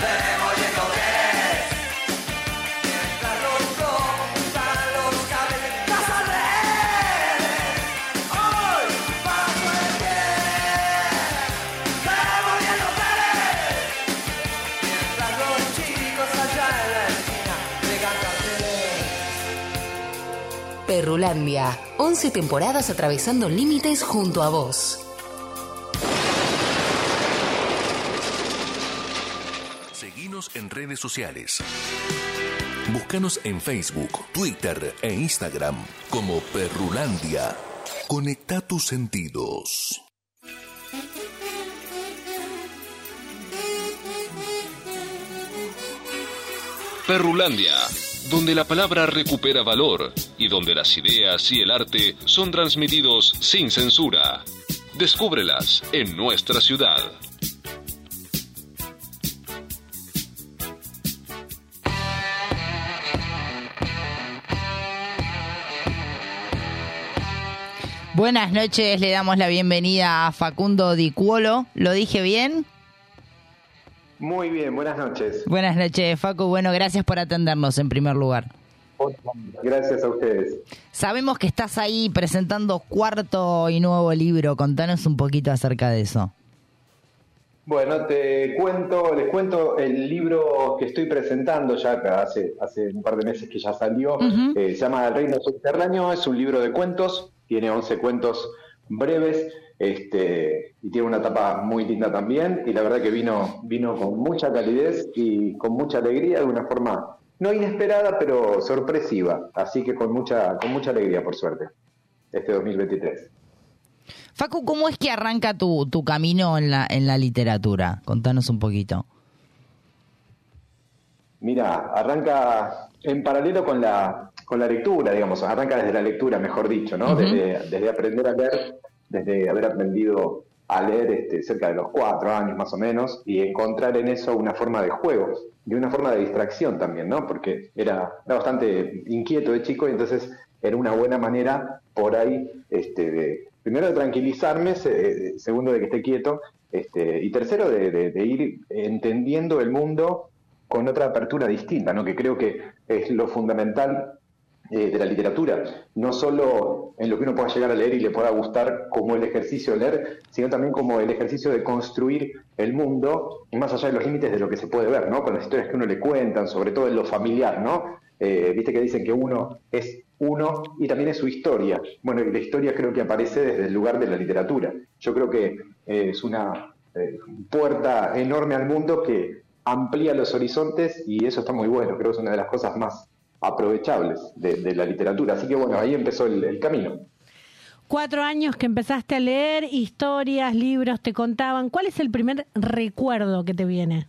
Speaker 2: Veremos bien lo que es. Mientras los compran los cabezas, las arredes. Hoy paso el pie. Veremos bien lo que es. Mientras los chicos allá en la esquina llegan carteles.
Speaker 10: Perrulandia, 11 temporadas atravesando límites junto a vos.
Speaker 1: Seguinos en redes sociales. Búscanos en Facebook, Twitter e Instagram como Perrulandia. Conecta tus sentidos.
Speaker 13: Perrulandia, donde la palabra recupera valor y donde las ideas y el arte son transmitidos sin censura. Descúbrelas en nuestra ciudad.
Speaker 4: Buenas noches, le damos la bienvenida a Facundo Di Cuolo. ¿Lo dije bien?
Speaker 17: Muy bien, buenas noches.
Speaker 4: Buenas noches, Facu. Bueno, gracias por atendernos en primer lugar.
Speaker 17: Gracias a ustedes.
Speaker 4: Sabemos que estás ahí presentando cuarto y nuevo libro. Contanos un poquito acerca de eso.
Speaker 17: Bueno, te cuento, les cuento el libro que estoy presentando ya que hace, hace un par de meses que ya salió. Eh, se llama El Reino Subterráneo, es un libro de cuentos, tiene 11 cuentos breves este, y tiene una tapa muy linda también. Y la verdad que vino, vino con mucha calidez y con mucha alegría de una forma no inesperada, pero sorpresiva. Así que con mucha, con mucha alegría, por suerte, este 2023.
Speaker 4: Facu, ¿cómo es que arranca tu, tu camino en la, en la literatura? Contanos un poquito.
Speaker 17: Mira, arranca en paralelo con la, con la lectura, digamos, arranca desde la lectura, mejor dicho, ¿no?
Speaker 4: Ujú.
Speaker 17: desde, desde aprender a leer, desde haber aprendido a leer este, cerca de los cuatro años más o menos, y encontrar en eso una forma de juego y una forma de distracción también, ¿no? Porque era, era bastante inquieto de chico y entonces era una buena manera por ahí, este, de, primero de tranquilizarme, se- eh, segundo de que esté quieto, este, y tercero de- de- de ir entendiendo el mundo con otra apertura distinta, ¿no? que creo que es lo fundamental eh, de la literatura, no solo en lo que uno pueda llegar a leer y le pueda gustar como el ejercicio de leer, sino también como el ejercicio de construir el mundo más allá de los límites de lo que se puede ver, ¿no? con las historias que uno le cuentan, sobre todo en lo familiar, ¿no? Eh, Viste que dicen que uno es uno y también es su historia. Bueno, y la historia creo que aparece desde el lugar de la literatura. Yo creo que eh, es una eh, puerta enorme al mundo que amplía los horizontes y eso está muy bueno. Creo que es una de las cosas más aprovechables de, de la literatura. Así que bueno, ahí empezó el, el camino.
Speaker 3: Cuatro años que empezaste a leer historias, libros, te contaban. ¿Cuál es el primer recuerdo que te viene?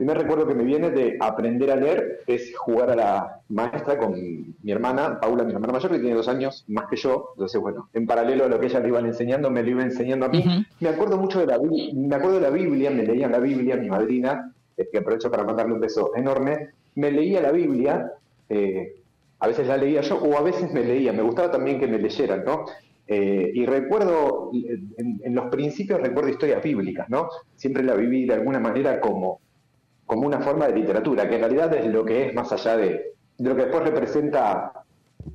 Speaker 17: El primer recuerdo que me viene de aprender a leer es jugar a la maestra con mi hermana, Paula, mi hermana mayor, que tiene dos años más que yo. Entonces, bueno, en paralelo a lo que ella le iban enseñando, me lo iba enseñando a mí. Me acuerdo mucho de la, Bi- me acuerdo de la Biblia, me leían la Biblia, mi madrina, eh, que aprovecho para mandarle un beso enorme, me leía la Biblia, eh, a veces la leía yo o a veces me leía, me gustaba también que me leyeran, ¿no? Eh, y recuerdo, eh, en, en los principios recuerdo historias bíblicas, ¿no? Siempre la viví de alguna manera como, como una forma de literatura, que en realidad es lo que es más allá de, de lo que después representa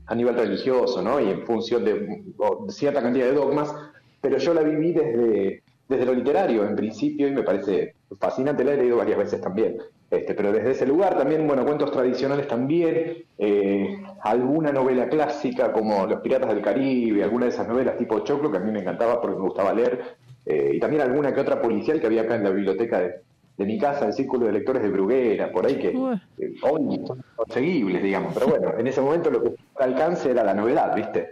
Speaker 17: a nivel religioso, ¿no? Y en función de o, cierta cantidad de dogmas, pero yo la viví desde, desde lo literario en principio y me parece fascinante, la he leído varias veces también. Este, pero desde ese lugar también, bueno, cuentos tradicionales también, eh, alguna novela clásica como Los Piratas del Caribe, alguna de esas novelas tipo Choclo que a mí me encantaba porque me gustaba leer, eh, y también alguna que otra policial que había acá en la biblioteca de, de mi casa, el Círculo de Lectores de Bruguera, por ahí que
Speaker 3: Ué.
Speaker 17: eh, hoy son conseguibles, digamos, pero bueno, en ese momento lo que estaba al alcance era la novedad, ¿viste?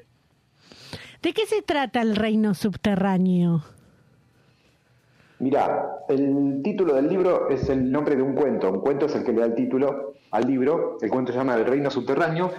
Speaker 3: ¿De qué se trata el reino subterráneo?
Speaker 17: Mirá, el título del libro es el nombre de un cuento. Un cuento es el que le da el título al libro. El cuento se llama El Reino Subterráneo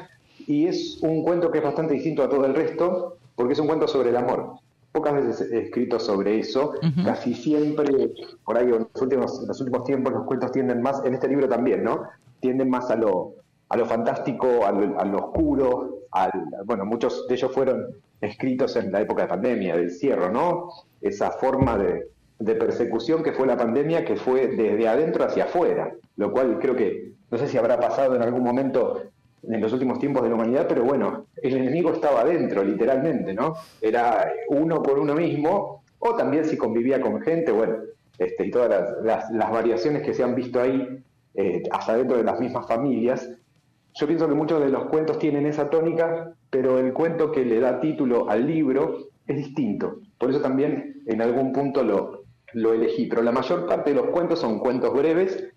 Speaker 17: y es un cuento que es bastante distinto a todo el resto porque es un cuento sobre el amor. Pocas veces he escrito sobre eso. Casi siempre, por ahí en los, últimos, en los últimos tiempos, los cuentos tienden más, en este libro también, ¿no? Tienden más a lo, a lo fantástico, a lo, a lo oscuro. al- bueno, muchos de ellos fueron escritos en la época de pandemia, del cierre, ¿no? Esa forma de, de persecución que fue la pandemia, que fue desde adentro hacia afuera, lo cual creo que no sé si habrá pasado en algún momento en los últimos tiempos de la humanidad, pero bueno, el enemigo estaba adentro, literalmente, ¿no? Era eh, uno por uno mismo, o también si convivía con gente, bueno, este, y todas las, las- las variaciones que se han visto ahí, eh, hasta dentro de las mismas familias, yo pienso que muchos de los cuentos tienen esa tónica, pero el cuento que le da título al libro es distinto. Por eso también en algún punto lo, lo elegí. Pero la mayor parte de los cuentos son cuentos breves.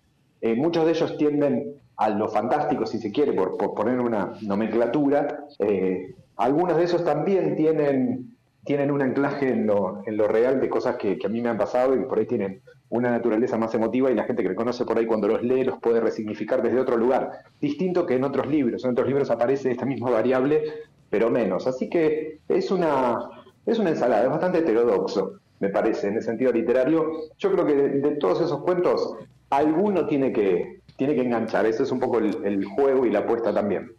Speaker 17: Eh, muchos de ellos tienden a lo fantástico, si se quiere, por, por poner una nomenclatura. Eh, algunos de esos también tienen, tienen un anclaje en lo, en lo real de cosas que, que a mí me han pasado y por ahí tienen una naturaleza más emotiva y la gente que me conoce por ahí cuando los lee los puede resignificar desde otro lugar, distinto que en otros libros. En otros libros aparece esta misma variable, pero menos. Así que es una, es una ensalada, es bastante heterodoxo, me parece, en el sentido literario. Yo creo que de, de todos esos cuentos, alguno tiene que, tiene que enganchar. Ese es un poco el- el juego y la apuesta también.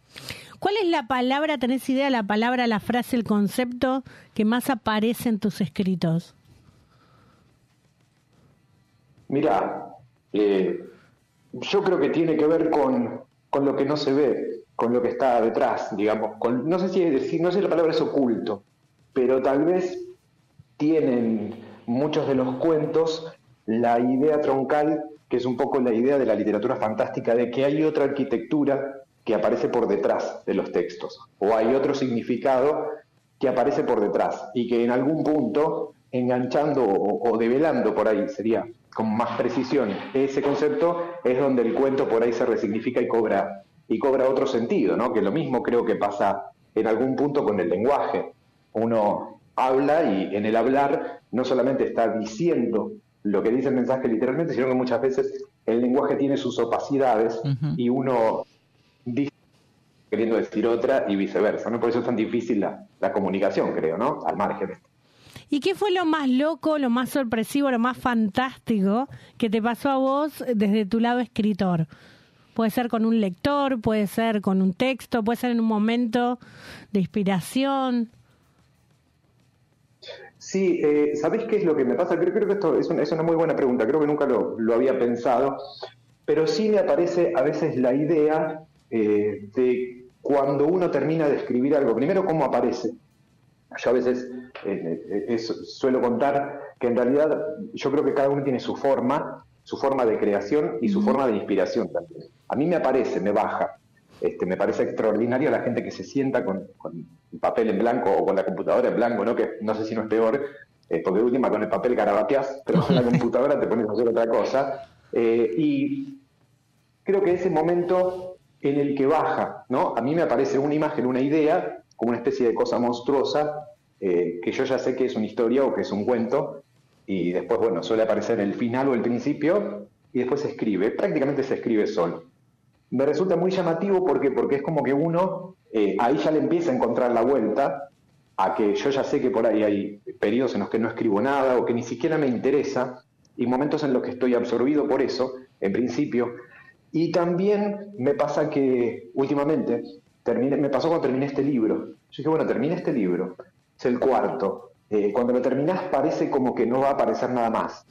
Speaker 3: ¿Cuál es la palabra, tenés idea, la palabra, la frase, el concepto que más aparece en tus escritos?
Speaker 17: Mira, eh, yo creo que tiene que ver con, con lo que no se ve, con lo que está detrás, digamos. Con, no sé si es decir, no sé si la palabra es oculto, pero tal vez tienen muchos de los cuentos la idea troncal, que es un poco la idea de la literatura fantástica, de que hay otra arquitectura que aparece por detrás de los textos, o hay otro significado que aparece por detrás y que en algún punto, enganchando o, o develando por ahí, sería con más precisión, ese concepto es donde el cuento por ahí se resignifica y cobra, y cobra otro sentido, ¿no? que lo mismo creo que pasa en algún punto con el lenguaje. Uno habla y en el hablar no solamente está diciendo lo que dice el mensaje literalmente, sino que muchas veces el lenguaje tiene sus opacidades y uno dice queriendo decir otra y viceversa. ¿no? Por eso es tan difícil la, la comunicación, creo, ¿no? al margen.
Speaker 3: ¿Y qué fue lo más loco, lo más sorpresivo, lo más fantástico que te pasó a vos desde tu lado escritor? Puede ser con un lector, puede ser con un texto, puede ser en un momento de inspiración.
Speaker 17: Sí, eh, ¿sabés qué es lo que me pasa? Creo, creo que esto es, un- es una muy buena pregunta, creo que nunca lo, lo había pensado, pero sí me aparece a veces la idea eh, de cuando uno termina de escribir algo, primero cómo aparece. Yo a veces eh, eh, es- suelo contar que en realidad yo creo que cada uno tiene su forma, su forma de creación y su forma de inspiración también. A mí me aparece, me baja. Este, me parece extraordinario la gente que se sienta con, con papel en blanco o con la computadora en blanco, ¿no? que no sé si no es peor, eh, porque de última con el papel garabateás, pero con la computadora te pones a hacer otra cosa. Eh, y creo que ese momento en el que baja, ¿no? A mí me aparece una imagen, una idea, como una especie de cosa monstruosa, eh, que yo ya sé que es una historia o que es un cuento, y después, bueno, suele aparecer el final o el principio, y después se escribe, prácticamente se escribe solo. Me resulta muy llamativo porque, porque es como que uno eh, ahí ya le empieza a encontrar la vuelta a que yo ya sé que por ahí hay periodos en los que no escribo nada o que ni siquiera me interesa, y momentos en los que estoy absorbido por eso, en principio, y también me pasa que últimamente, terminé, me pasó cuando terminé este libro. Yo dije, bueno, terminé este libro, es el cuarto. Eh, cuando lo terminás parece como que no va a aparecer nada más.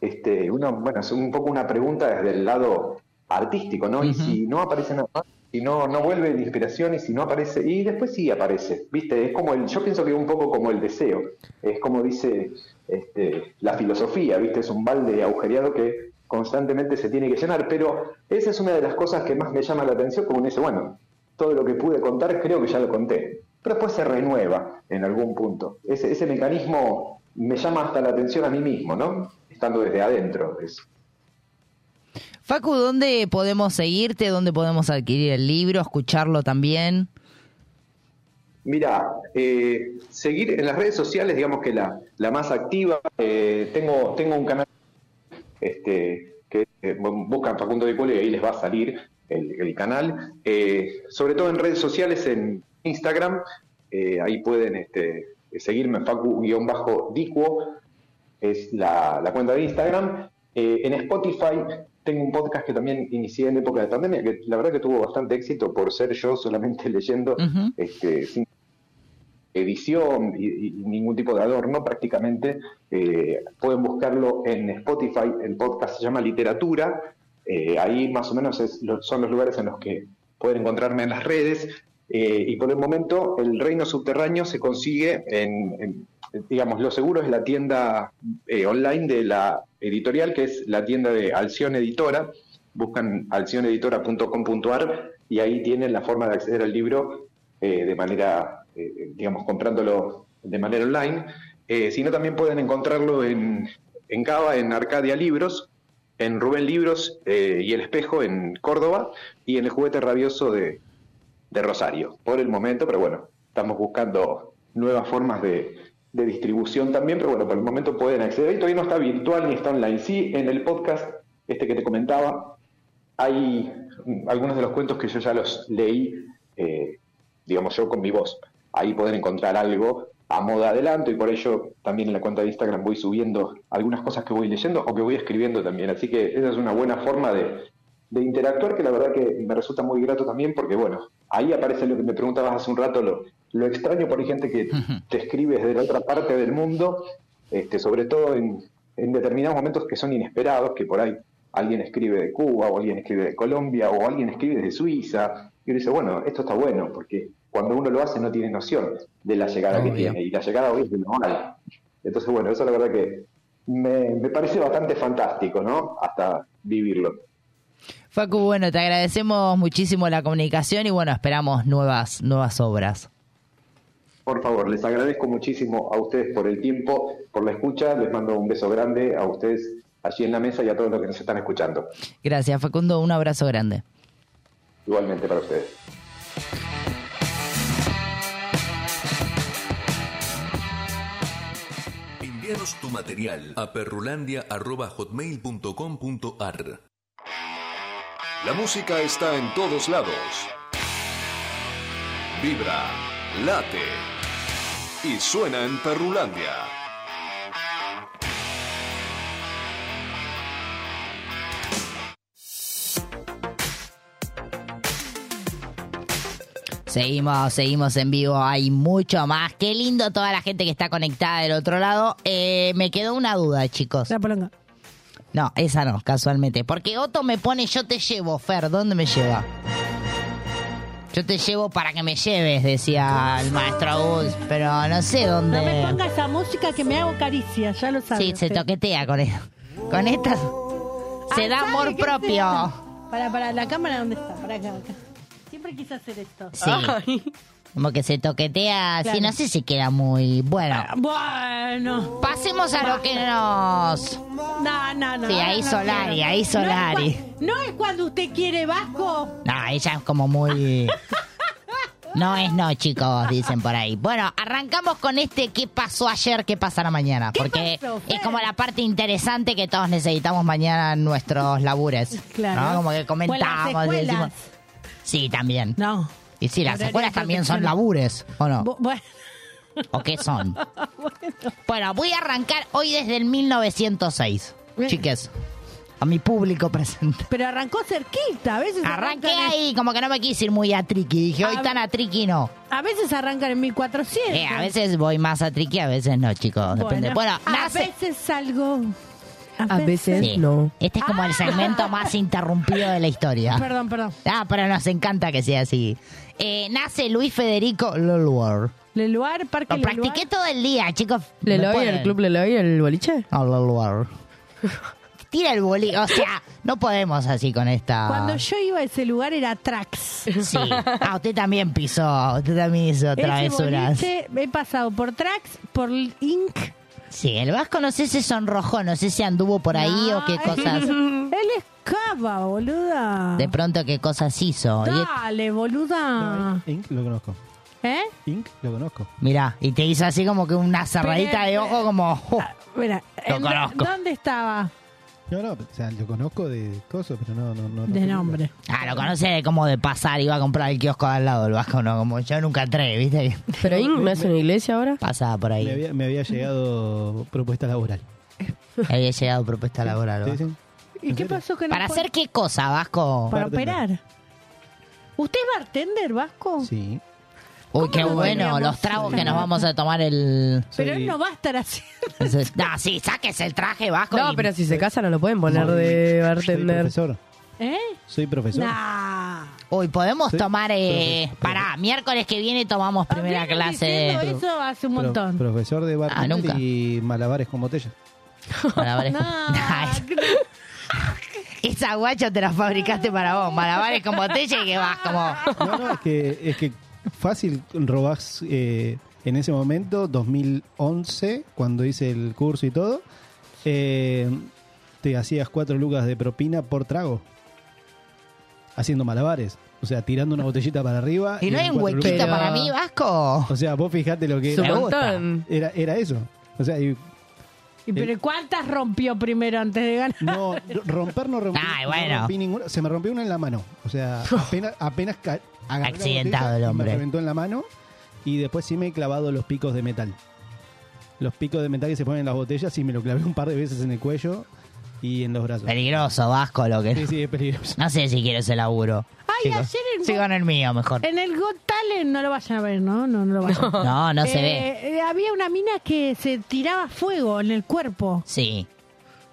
Speaker 17: Este, uno, bueno, es un poco una pregunta desde el lado artístico, ¿no? Y si no aparece nada más, si no, no vuelve la inspiración y si no aparece, y después sí aparece, ¿viste? Es como el, yo pienso que es un poco como el deseo, es como dice este, la filosofía, ¿viste? Es un balde agujereado que constantemente se tiene que llenar, pero esa es una de las cosas que más me llama la atención, como uno dice, bueno, todo lo que pude contar creo que ya lo conté, pero después se renueva en algún punto. Ese, ese mecanismo me llama hasta la atención a mí mismo, ¿no? Estando desde adentro, es
Speaker 18: Facu, ¿dónde podemos seguirte? ¿Dónde podemos adquirir el libro? ¿Escucharlo también?
Speaker 17: Mira, eh, seguir en las redes sociales, digamos que la, la más activa, eh, tengo, tengo un canal este, que eh, bu- buscan Facundo de Polo y ahí les va a salir el, el canal. Eh, sobre todo en redes sociales, en Instagram, eh, ahí pueden este, seguirme en Facu-Dicuo, es la, la cuenta de Instagram. Eh, en Spotify tengo un podcast que también inicié en época de pandemia, que la verdad que tuvo bastante éxito por ser yo solamente leyendo, este, sin edición y, y ningún tipo de adorno prácticamente. Eh, pueden buscarlo en Spotify, el podcast se llama Literatura, Eh, ahí más o menos es lo- son los lugares en los que pueden encontrarme en las redes. Eh, y por el momento el reino subterráneo se consigue en, en, digamos, lo seguro es la tienda eh, online de la editorial, que es la tienda de Alción Editora. Buscan alcioneditora.com.ar y ahí tienen la forma de acceder al libro eh, de manera, eh, digamos, comprándolo de manera online. Eh, si no, también pueden encontrarlo en, en Cava, en Arcadia Libros, en Rubén Libros eh, y El Espejo en Córdoba y en El Juguete Rabioso de, de Rosario, por el momento, pero bueno, estamos buscando nuevas formas de, de distribución también, pero bueno, por el momento pueden acceder y todavía no está virtual ni está online. Sí, en el podcast este que te comentaba, hay mm, algunos de los cuentos que yo ya los leí, eh, digamos yo con mi voz. Ahí pueden encontrar algo a modo de adelanto y por ello también en la cuenta de Instagram voy subiendo algunas cosas que voy leyendo o que voy escribiendo también. Así que esa es una buena forma de, de interactuar, que la verdad que me resulta muy grato también, porque bueno, ahí aparece lo que me preguntabas hace un rato, lo, lo extraño por ahí gente que te escribe desde la otra parte del mundo, este, sobre todo en, en determinados momentos que son inesperados, que por ahí alguien escribe de Cuba, o alguien escribe de Colombia, o alguien escribe de Suiza, y uno dice, bueno, esto está bueno, porque cuando uno lo hace no tiene noción de la llegada que
Speaker 19: Obvio.
Speaker 17: tiene, y la llegada hoy es normal. Entonces, bueno, eso la verdad que me, me parece bastante fantástico, ¿no? Hasta vivirlo.
Speaker 4: Facu, bueno, te agradecemos muchísimo la comunicación y bueno, esperamos nuevas, nuevas obras.
Speaker 17: Por favor, les agradezco muchísimo a ustedes por el tiempo, por la escucha. Les mando un beso grande a ustedes allí en la mesa y a todos los que nos están escuchando.
Speaker 4: Gracias, Facundo, un abrazo grande.
Speaker 17: Igualmente para ustedes.
Speaker 1: Envíanos tu material a perrulandia.hotmail.com.ar
Speaker 13: La música está en todos lados. Vibra, late y suena en Perrulandia.
Speaker 4: Seguimos, seguimos en vivo, hay mucho más. Qué lindo toda la gente que está conectada del otro lado. Eh, me quedó una duda, chicos. La polonga. No, esa no, casualmente. Porque Otto me pone yo te llevo, Fer, ¿dónde me lleva? Yo te llevo para que me lleves, decía el maestro Gus, pero no sé dónde.
Speaker 3: No me ponga esa música que me hago caricia, ya lo sabes.
Speaker 4: Sí, se toquetea con eso. Con estas se da amor propio.
Speaker 3: Para, para, la cámara, ¿dónde está? Para acá, acá. Siempre quise hacer esto.
Speaker 4: Sí. Como que se toquetea, así,
Speaker 3: Claro. Ah,
Speaker 4: no sé si queda muy bueno.
Speaker 3: Bueno.
Speaker 4: Pasemos a lo que nos.
Speaker 3: No, no, no.
Speaker 4: Sí, ahí
Speaker 3: no
Speaker 4: Solari,
Speaker 3: quiero.
Speaker 4: ahí
Speaker 3: No es
Speaker 4: Solari.
Speaker 3: cua- No es cuando usted quiere Vasco.
Speaker 4: No, ella es como muy. No es no, chicos, dicen por ahí. Bueno, arrancamos con este qué pasó ayer, qué pasará mañana. Porque es como la parte interesante que todos necesitamos mañana en nuestros labures. ¿no? Como que
Speaker 3: O las
Speaker 4: comentamos. y
Speaker 3: secuelas.
Speaker 4: decimos- Sí, también.
Speaker 3: No.
Speaker 4: Y sí, las
Speaker 3: Horarios
Speaker 4: escuelas también son
Speaker 3: protecciones.
Speaker 4: labures, ¿o no?
Speaker 3: Bu- Bueno.
Speaker 4: ¿O qué son? Bueno, voy a arrancar hoy desde el 1906. Chiques, a mi público presente.
Speaker 3: Pero arrancó cerquita, a veces.
Speaker 4: Arranqué
Speaker 3: arrancan en-
Speaker 4: ahí, como que no me quise ir muy a triqui. Dije, hoy
Speaker 3: A-
Speaker 4: tan a triqui no.
Speaker 3: A veces arrancan en 1400.
Speaker 4: Eh, a veces voy más a triqui, a veces no, chicos. Depende. Bueno,
Speaker 3: a veces salgo.
Speaker 4: a veces no. Este es como el
Speaker 3: Ah.
Speaker 4: segmento más interrumpido de la historia.
Speaker 3: Perdón, perdón.
Speaker 4: Ah, pero nos encanta que sea así. Eh, nace Luis Federico Leluar.
Speaker 3: Leluar, Parque
Speaker 4: Lo practiqué todo el día, chicos.
Speaker 14: ¿Leloy,
Speaker 4: ¿Me
Speaker 14: el
Speaker 4: pueden?
Speaker 14: club Leloy, el boliche?
Speaker 4: No, Leluar. Tira el bolí. O sea, Ah. no podemos así con esta...
Speaker 3: Cuando yo iba a ese lugar era Trax. Sí.
Speaker 4: Ah, usted también pisó, usted también hizo travesuras.
Speaker 3: Ese boliche, he pasado por Trax, por Inc.
Speaker 4: Sí, el Vasco no sé si sonrojó, no sé si anduvo por ahí o qué cosas.
Speaker 3: Él es cava, boluda.
Speaker 4: De pronto qué cosas hizo. Y-
Speaker 3: Dale, boluda.
Speaker 5: Inc lo conozco.
Speaker 3: ¿Eh?
Speaker 5: Inc lo conozco.
Speaker 4: mirá, y te hizo así como que una cerradita de ojo como... "Oh".
Speaker 3: Mira,
Speaker 4: Lo
Speaker 3: ¿en do-
Speaker 4: conozco.
Speaker 3: ¿dónde estaba?
Speaker 5: No, no, o sea, lo conozco de coso, pero no, no, no. no
Speaker 3: De
Speaker 5: sé.
Speaker 3: nombre.
Speaker 4: Ah, lo conoce de como de pasar, iba a comprar el kiosco al lado del Vasco, no, como yo nunca entré, ¿viste?
Speaker 14: Pero ahí no es una iglesia ahora.
Speaker 4: Pasaba por ahí.
Speaker 5: Me había, me había llegado propuesta laboral.
Speaker 4: Había llegado propuesta laboral. Vasco.
Speaker 3: ¿Y qué pasó con
Speaker 4: ¿Para hacer qué cosa, Vasco?
Speaker 3: Para operar. ¿Usted es bartender, Vasco?
Speaker 5: Sí.
Speaker 4: Uy, qué
Speaker 3: lo
Speaker 4: bueno,
Speaker 3: podríamos
Speaker 4: los tragos que nos
Speaker 3: llamar?
Speaker 4: vamos a tomar el...
Speaker 3: Pero él no va a estar así.
Speaker 4: No, sí, saques el traje, Vasco.
Speaker 14: No,
Speaker 4: y-
Speaker 14: pero si se casan no lo pueden poner de bartender.
Speaker 5: profesor.
Speaker 3: ¿Eh?
Speaker 5: Soy profesor.
Speaker 4: Uy, podemos
Speaker 5: Pues, Sí,
Speaker 4: tomar. Eh,
Speaker 5: pero-
Speaker 4: pará, miércoles que viene tomamos primera clase.
Speaker 3: diciendo eso hace un
Speaker 5: Pro-
Speaker 3: montón.
Speaker 5: profesor de bartender
Speaker 4: Ah, nunca.
Speaker 5: y malabares con botellas.
Speaker 4: Malabares con-
Speaker 3: No,
Speaker 4: Nah, esa-
Speaker 3: Ah,
Speaker 4: Esa guacha te la fabricaste para vos. Malabares con botella y que vas como.
Speaker 5: No, no, es que, es que fácil robás eh, en ese momento, 2011, cuando hice el curso y todo, eh, te hacías cuatro lucas de propina por trago, haciendo malabares. O sea, tirando una botellita para arriba.
Speaker 4: Y no hay
Speaker 5: en
Speaker 4: un
Speaker 5: cuatro
Speaker 4: huequito
Speaker 5: lucas-
Speaker 4: para mí, Vasco.
Speaker 5: O sea, vos fijate lo que
Speaker 4: Es un
Speaker 5: era.
Speaker 4: montón.
Speaker 5: Era, era eso. O sea, y
Speaker 3: ¿Y pero cuántas rompió primero antes de ganar?
Speaker 5: Eh. No, romper no rompí.
Speaker 4: Ay,
Speaker 5: no
Speaker 4: bueno.
Speaker 5: rompí ninguna. Se me rompió una en la mano. O sea, apenas, apenas ca- agarré la
Speaker 4: Accidentado
Speaker 5: botella
Speaker 4: el
Speaker 5: y
Speaker 4: hombre.
Speaker 5: Me reventó en la mano y después sí me he clavado los picos de metal. Los picos de metal que se ponen en las botellas y me lo clavé un par de veces en el cuello. y en los brazos.
Speaker 4: Peligroso, vasco, lo que.
Speaker 5: Sí, sí, es peligroso.
Speaker 4: No sé si quiero ese laburo.
Speaker 3: Ay, ayer en
Speaker 4: Sigo en el mío mejor.
Speaker 3: En el Got Talent no lo vayan a ver, ¿no? No, no lo vayan a ver.
Speaker 4: No, no se
Speaker 3: ve. había una mina que se tiraba fuego en el cuerpo.
Speaker 4: Sí.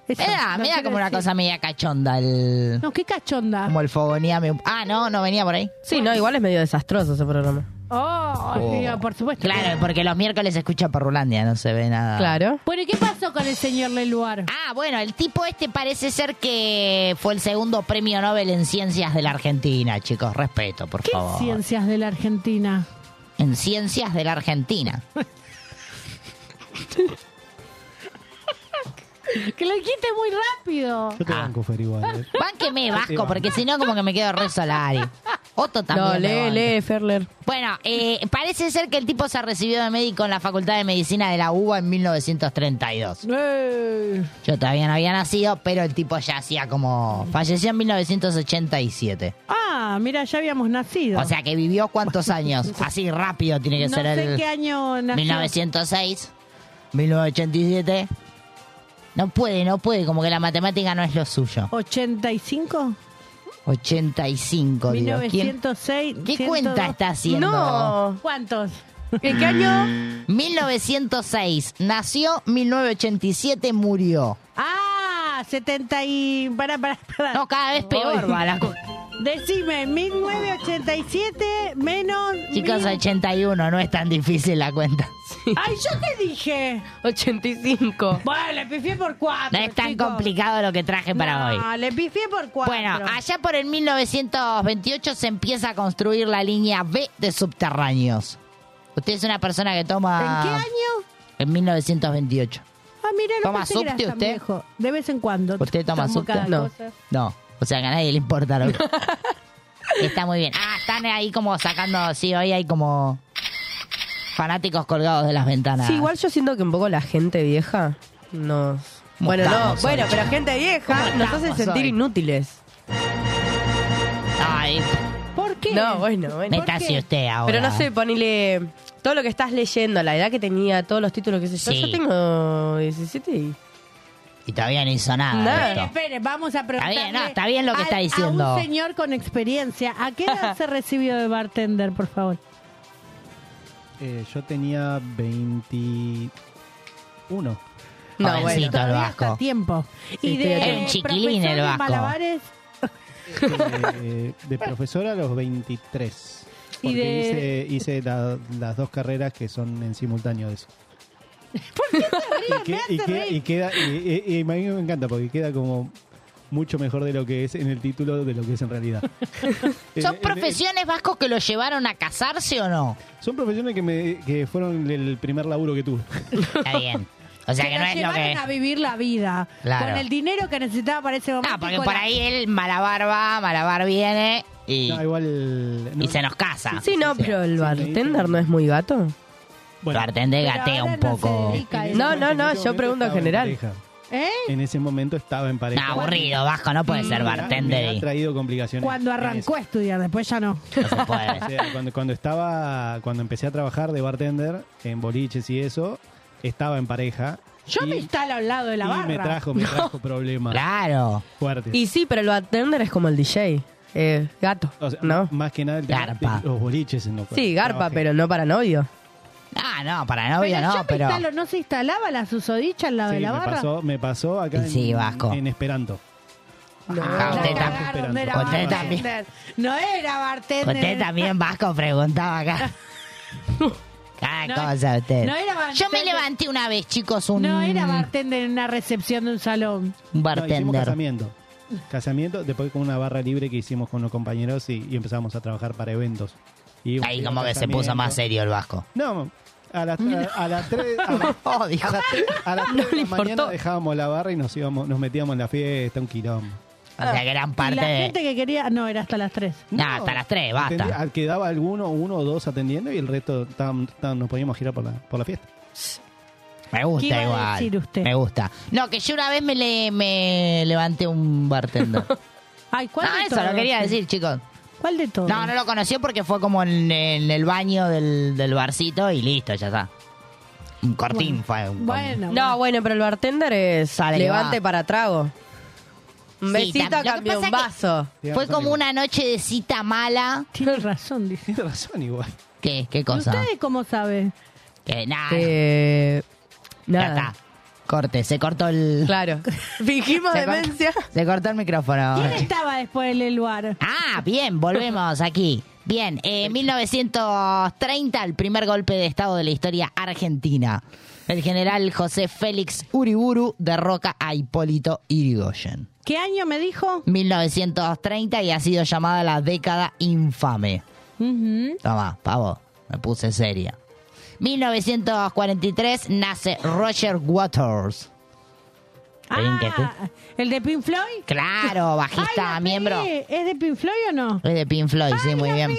Speaker 3: Eso,
Speaker 4: Era,
Speaker 3: lo
Speaker 4: mira
Speaker 3: quiero
Speaker 4: como una
Speaker 3: decir.
Speaker 4: cosa media cachonda el.
Speaker 3: No, qué cachonda.
Speaker 4: Como el fogonía. me- Ah, no, no venía por ahí.
Speaker 14: Sí, no, igual es medio desastroso ese programa.
Speaker 3: Oh,
Speaker 4: Oh.
Speaker 3: digo, por supuesto.
Speaker 4: Claro, porque los miércoles se escucha Perrulandia, no se ve nada.
Speaker 3: Bueno, ¿y qué pasó con el señor Leluar?
Speaker 4: Ah, bueno, el tipo este parece ser que fue el segundo premio Nobel en ciencias de la Argentina, chicos. Respeto, por
Speaker 3: ¿Qué
Speaker 4: favor.
Speaker 3: ciencias de la Argentina?
Speaker 4: En ciencias de la Argentina.
Speaker 3: Que lo dijiste muy rápido.
Speaker 5: Yo te banco, Fer, igual. ¿eh?
Speaker 4: Bánqueme, Ah. Vasco, porque si no, como que me quedo re solari. Otto también.
Speaker 14: No,
Speaker 4: me
Speaker 14: lee,
Speaker 4: banca.
Speaker 14: lee, Ferler.
Speaker 4: Bueno, eh, parece ser que el tipo se recibió de médico en la Facultad de Medicina de la UBA en 1932. Yo todavía no había nacido, pero el tipo ya hacía como... Falleció en 1987.
Speaker 3: Ah, mira, ya habíamos nacido.
Speaker 4: O sea que vivió cuántos años. Así rápido tiene que
Speaker 3: no
Speaker 4: ser
Speaker 3: sé
Speaker 4: el...
Speaker 3: qué año nació.
Speaker 4: 1906, 1987. No puede, no puede, como que la matemática no es lo suyo.
Speaker 3: ¿85?
Speaker 4: 85, digo. ¿Quién-
Speaker 3: 1906.
Speaker 4: ¿Qué cuenta está haciendo?
Speaker 3: No. ¿Cuántos?
Speaker 4: ¿En qué año? 1906. Nació, 1987 murió.
Speaker 3: Ah, 70 y... Para, para, para. No,
Speaker 4: cada vez peor va la cosa.
Speaker 3: Decime, 1987 menos...
Speaker 4: Chicos,
Speaker 3: mil-
Speaker 4: 81, no es tan difícil la cuenta.
Speaker 3: Ay, yo te dije.
Speaker 14: 85.
Speaker 3: Bueno, le pifié por cuatro.
Speaker 4: No es tan
Speaker 3: chicos.
Speaker 4: complicado lo que traje para hoy.
Speaker 3: No, le pifié por cuatro.
Speaker 4: Bueno, allá por el 1928 se empieza a construir la línea B de subterráneos. Usted es una persona que toma...
Speaker 3: ¿En qué año?
Speaker 4: En 1928.
Speaker 3: Ah, mira, no
Speaker 4: ¿Toma
Speaker 3: pensé que eras
Speaker 4: subte
Speaker 3: tan
Speaker 4: usted?
Speaker 3: viejo. De vez en cuando.
Speaker 4: ¿Usted toma
Speaker 3: Tomo
Speaker 4: subte?
Speaker 3: cada
Speaker 4: No.
Speaker 3: cosa.
Speaker 4: No, o sea que a nadie le importa lo que... Está muy bien. Ah, están ahí como sacando... Sí, hoy hay como fanáticos colgados de las ventanas.
Speaker 14: Sí, igual yo siento que un poco la gente vieja nos... Bueno, no,
Speaker 4: estamos
Speaker 14: bueno,
Speaker 4: hoy?
Speaker 14: pero gente vieja
Speaker 4: ¿Cómo
Speaker 14: nos hace
Speaker 4: estamos
Speaker 14: sentir
Speaker 4: hoy?
Speaker 14: inútiles.
Speaker 4: Ay.
Speaker 3: ¿Por qué?
Speaker 14: No, bueno, bueno.
Speaker 4: Métase
Speaker 14: ¿Por qué?
Speaker 4: usted ahora.
Speaker 14: Pero no sé, ponele todo lo que estás leyendo, la edad que tenía, todos los títulos que sé yo.
Speaker 4: Sí.
Speaker 14: Yo tengo 17 y...
Speaker 4: Y todavía no hizo nada.
Speaker 14: Nada.
Speaker 4: de esto.
Speaker 3: Espere, vamos a preguntarle.
Speaker 4: bien, no, está bien lo que
Speaker 3: al-
Speaker 4: está diciendo.
Speaker 3: A un señor con experiencia. ¿A qué edad se recibió de bartender, por favor?
Speaker 5: Eh, yo tenía 21.
Speaker 4: No, Jovencito bueno. el
Speaker 3: Todavía
Speaker 4: vasco.
Speaker 3: está a tiempo.
Speaker 4: Sí,
Speaker 3: y
Speaker 4: estoy
Speaker 3: de
Speaker 4: atento. Era un chiquilín
Speaker 3: profesor
Speaker 4: el
Speaker 3: de
Speaker 4: vasco.
Speaker 3: malabares
Speaker 5: Eh, de profesora a los 23.
Speaker 3: Y
Speaker 5: Porque
Speaker 3: de-
Speaker 5: hice, hice la- las dos carreras que son en simultáneo de eso. y, que- y queda, y queda- y- y- y a mí me encanta porque queda como mucho mejor de lo que es en el título de lo que es en realidad. En-
Speaker 4: ¿Son
Speaker 5: en-
Speaker 4: profesiones vascos que lo llevaron a casarse o no?
Speaker 5: son profesiones que, me, que fueron el primer laburo que tuve.
Speaker 4: Está bien. O sea que no
Speaker 3: la
Speaker 4: es lo
Speaker 3: llevaron
Speaker 4: que...
Speaker 3: a vivir la vida.
Speaker 4: Claro.
Speaker 3: Con el dinero que necesitaba para ese momento.
Speaker 4: Ah, porque
Speaker 3: y con
Speaker 4: por
Speaker 3: la-
Speaker 4: ahí él malabar va, malabar viene y,
Speaker 5: No, igual,
Speaker 4: y se nos casa.
Speaker 14: Sí, no, pero el bartender no es muy gato.
Speaker 4: Bueno, bartender
Speaker 14: Pero
Speaker 4: gatea
Speaker 14: ahora
Speaker 4: un
Speaker 14: no
Speaker 4: poco.
Speaker 14: se dedica a eso. No, no, no, yo pregunto en general.
Speaker 3: ¿Eh?
Speaker 5: En ese momento estaba en pareja.
Speaker 4: No, aburrido, Vasco, no puede ser
Speaker 5: Me ha-
Speaker 4: bartender
Speaker 5: Me
Speaker 4: y-
Speaker 5: ha traído complicaciones. Eh,
Speaker 3: Cuando arrancó a estudiar, después ya no.
Speaker 5: O sea, cuando, cuando estaba, cuando empecé a trabajar de bartender en boliches y eso, estaba en pareja.
Speaker 3: Yo me instalo al lado de la
Speaker 5: y
Speaker 3: barra.
Speaker 5: me trajo, me trajo problemas.
Speaker 4: Claro.
Speaker 5: Fuertes.
Speaker 14: Y sí, pero el bartender es como el DJ. eh, gato.
Speaker 5: O sea,
Speaker 14: ¿No?
Speaker 5: Más que nada el tema de los boliches en los cuales
Speaker 14: Sí, garpa,
Speaker 5: trabajé.
Speaker 14: pero no para novio.
Speaker 4: Ah, no, para novio no,
Speaker 3: yo
Speaker 4: pero...
Speaker 3: me instalo, ¿no se instalaba la susodicha al lado
Speaker 5: Sí,
Speaker 3: de la
Speaker 5: me,
Speaker 3: barra?
Speaker 5: pasó, me pasó acá en,
Speaker 4: sí, Vasco.
Speaker 5: en Esperanto.
Speaker 4: Ah, usted, tam-
Speaker 3: No era
Speaker 4: usted también,
Speaker 3: bartender. No era bartender.
Speaker 4: usted también, Vasco, preguntaba acá. Cada
Speaker 3: No,
Speaker 4: cosa usted.
Speaker 3: no era bartender.
Speaker 4: Yo me levanté una vez, chicos, un...
Speaker 3: No era bartender en una recepción de un salón.
Speaker 4: Un
Speaker 5: No, hicimos
Speaker 4: bartender.
Speaker 5: casamiento. Casamiento, después con una barra libre que hicimos con los compañeros y, y empezamos a trabajar para eventos. Y
Speaker 4: Ahí como que se puso más serio el Vasco.
Speaker 5: No, a las a, a las tres- a las- a las tres- a las tres de la mañana dejábamos la barra y nos íbamos, nos metíamos en la fiesta, un quilombo.
Speaker 4: O sea, que eran
Speaker 3: Y
Speaker 4: parte
Speaker 3: la
Speaker 4: de...
Speaker 3: gente que quería... No, era hasta las 3.
Speaker 4: No, hasta las Ah, tres, basta.
Speaker 5: Atendía- ah, quedaba alguno, uno o dos atendiendo y el resto estaban- estaban- nos poníamos a girar por la, por la fiesta.
Speaker 4: Me
Speaker 5: ¿Qué
Speaker 4: gusta
Speaker 5: iba a
Speaker 4: igual.
Speaker 5: decir usted?
Speaker 4: Me gusta. No, que yo una vez me, le- me levanté un bartender.
Speaker 3: Ay, ¿cuál
Speaker 4: No,
Speaker 3: de
Speaker 4: eso lo
Speaker 3: todos?
Speaker 4: quería decir, chicos.
Speaker 3: ¿Cuál de todos?
Speaker 4: No, no lo conoció porque fue como en, en el baño del, del barcito y listo, ya está. Un cortín fue. Un,
Speaker 14: No, bueno, pero el bartender es
Speaker 4: que
Speaker 14: levante
Speaker 4: va.
Speaker 14: para trago. Un
Speaker 4: Sí,
Speaker 14: besito
Speaker 4: tam- lo que
Speaker 14: cambia
Speaker 4: pasa
Speaker 14: un
Speaker 4: que
Speaker 14: vaso.
Speaker 4: Fue como una noche de cita mala.
Speaker 3: Tienes razón, dice.
Speaker 5: Tiene razón igual.
Speaker 4: ¿Qué? ¿Qué
Speaker 3: ¿Y
Speaker 4: cosa?
Speaker 3: ustedes cómo saben?
Speaker 4: Que nada.
Speaker 14: nada.
Speaker 4: Ya está. Corte, se cortó el.
Speaker 14: Claro. Fingimos
Speaker 4: Se cor-
Speaker 14: demencia.
Speaker 4: Se cortó el micrófono.
Speaker 3: ¿Quién estaba después del lugar?
Speaker 4: Ah, bien, volvemos aquí. Bien, eh, 1930, el primer golpe de Estado de la historia argentina. El general José Félix Uriburu derroca a Hipólito Irigoyen.
Speaker 3: ¿Qué año me dijo?
Speaker 4: 1930 y ha sido llamada la década infame. Toma, pavo, me puse seria. 1943 nace Roger Waters. Ven que este-
Speaker 3: ¿El de Pink Ah, Floyd?
Speaker 4: Claro, bajista, miembro.
Speaker 3: Eh, ¿Es de Pink Floyd o no?
Speaker 4: Es de Pink Floyd, sí, muy bien.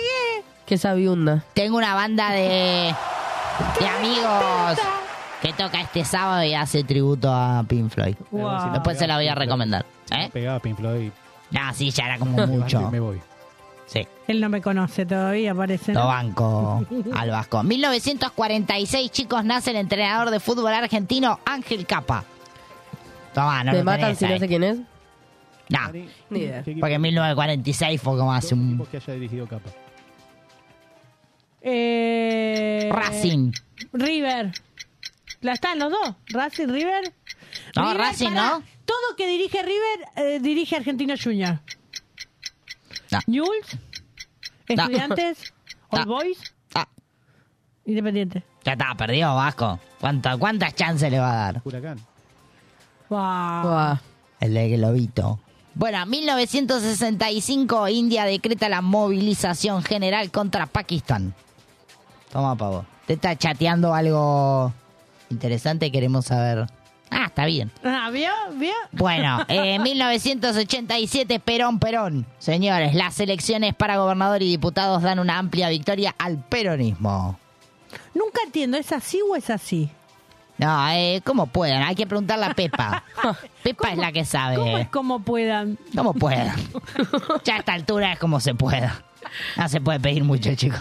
Speaker 14: Qué sabiunda.
Speaker 4: Tengo una banda de, de amigos que toca este sábado y hace tributo a Pink Floyd.
Speaker 5: Wow.
Speaker 4: Después se la voy a recomendar. ¿Eh?
Speaker 5: Pegaba Pink Floyd.
Speaker 4: No, sí, ya era como mucho.
Speaker 5: Me voy.
Speaker 4: Sí.
Speaker 3: Él no me conoce todavía, parece. ¿no?
Speaker 4: Lo banco al Vasco. 1946, chicos, nace el entrenador de fútbol argentino Ángel Capa. Toma, no
Speaker 14: ¿Te
Speaker 4: lo
Speaker 14: matan
Speaker 4: tenés,
Speaker 14: si no
Speaker 4: eh.
Speaker 14: sé quién es?
Speaker 4: No,
Speaker 14: Ni idea.
Speaker 4: porque en 1946 fue como hace un...
Speaker 5: Que haya dirigido capa.
Speaker 3: Eh,
Speaker 4: Racing.
Speaker 3: River. ¿La están los dos? ¿Racing, River?
Speaker 4: No, Racing, ¿no?
Speaker 3: Todo que dirige River eh, dirige Argentino Junior.
Speaker 4: No.
Speaker 3: ¿Jules?
Speaker 4: No.
Speaker 3: ¿Estudiantes? ¿All
Speaker 4: No.
Speaker 3: Boys?
Speaker 4: Ah.
Speaker 3: Independiente.
Speaker 4: Ya está, perdió Vasco. ¿Cuánto- ¿Cuántas chances le va a dar?
Speaker 5: Huracán.
Speaker 4: El de Globito. Bueno, 1965 India decreta la movilización general contra Pakistán. Toma, pavo. Te está chateando algo interesante, queremos saber. Ah, está bien.
Speaker 3: Ah, ¿vio? ¿Vio?
Speaker 4: Bueno, eh, 1987, Perón, Perón. Señores, las elecciones para gobernador y diputados dan una amplia victoria al peronismo.
Speaker 3: Nunca entiendo, ¿es así o es así?
Speaker 4: No, eh, ¿cómo puedan? Hay que preguntarle a Pepa. Pepa es la que sabe.
Speaker 3: Ah. ¿Cómo es como puedan?
Speaker 4: Como pueda. ya a esta altura es como se pueda. No Ah, se puede pedir mucho, chicos.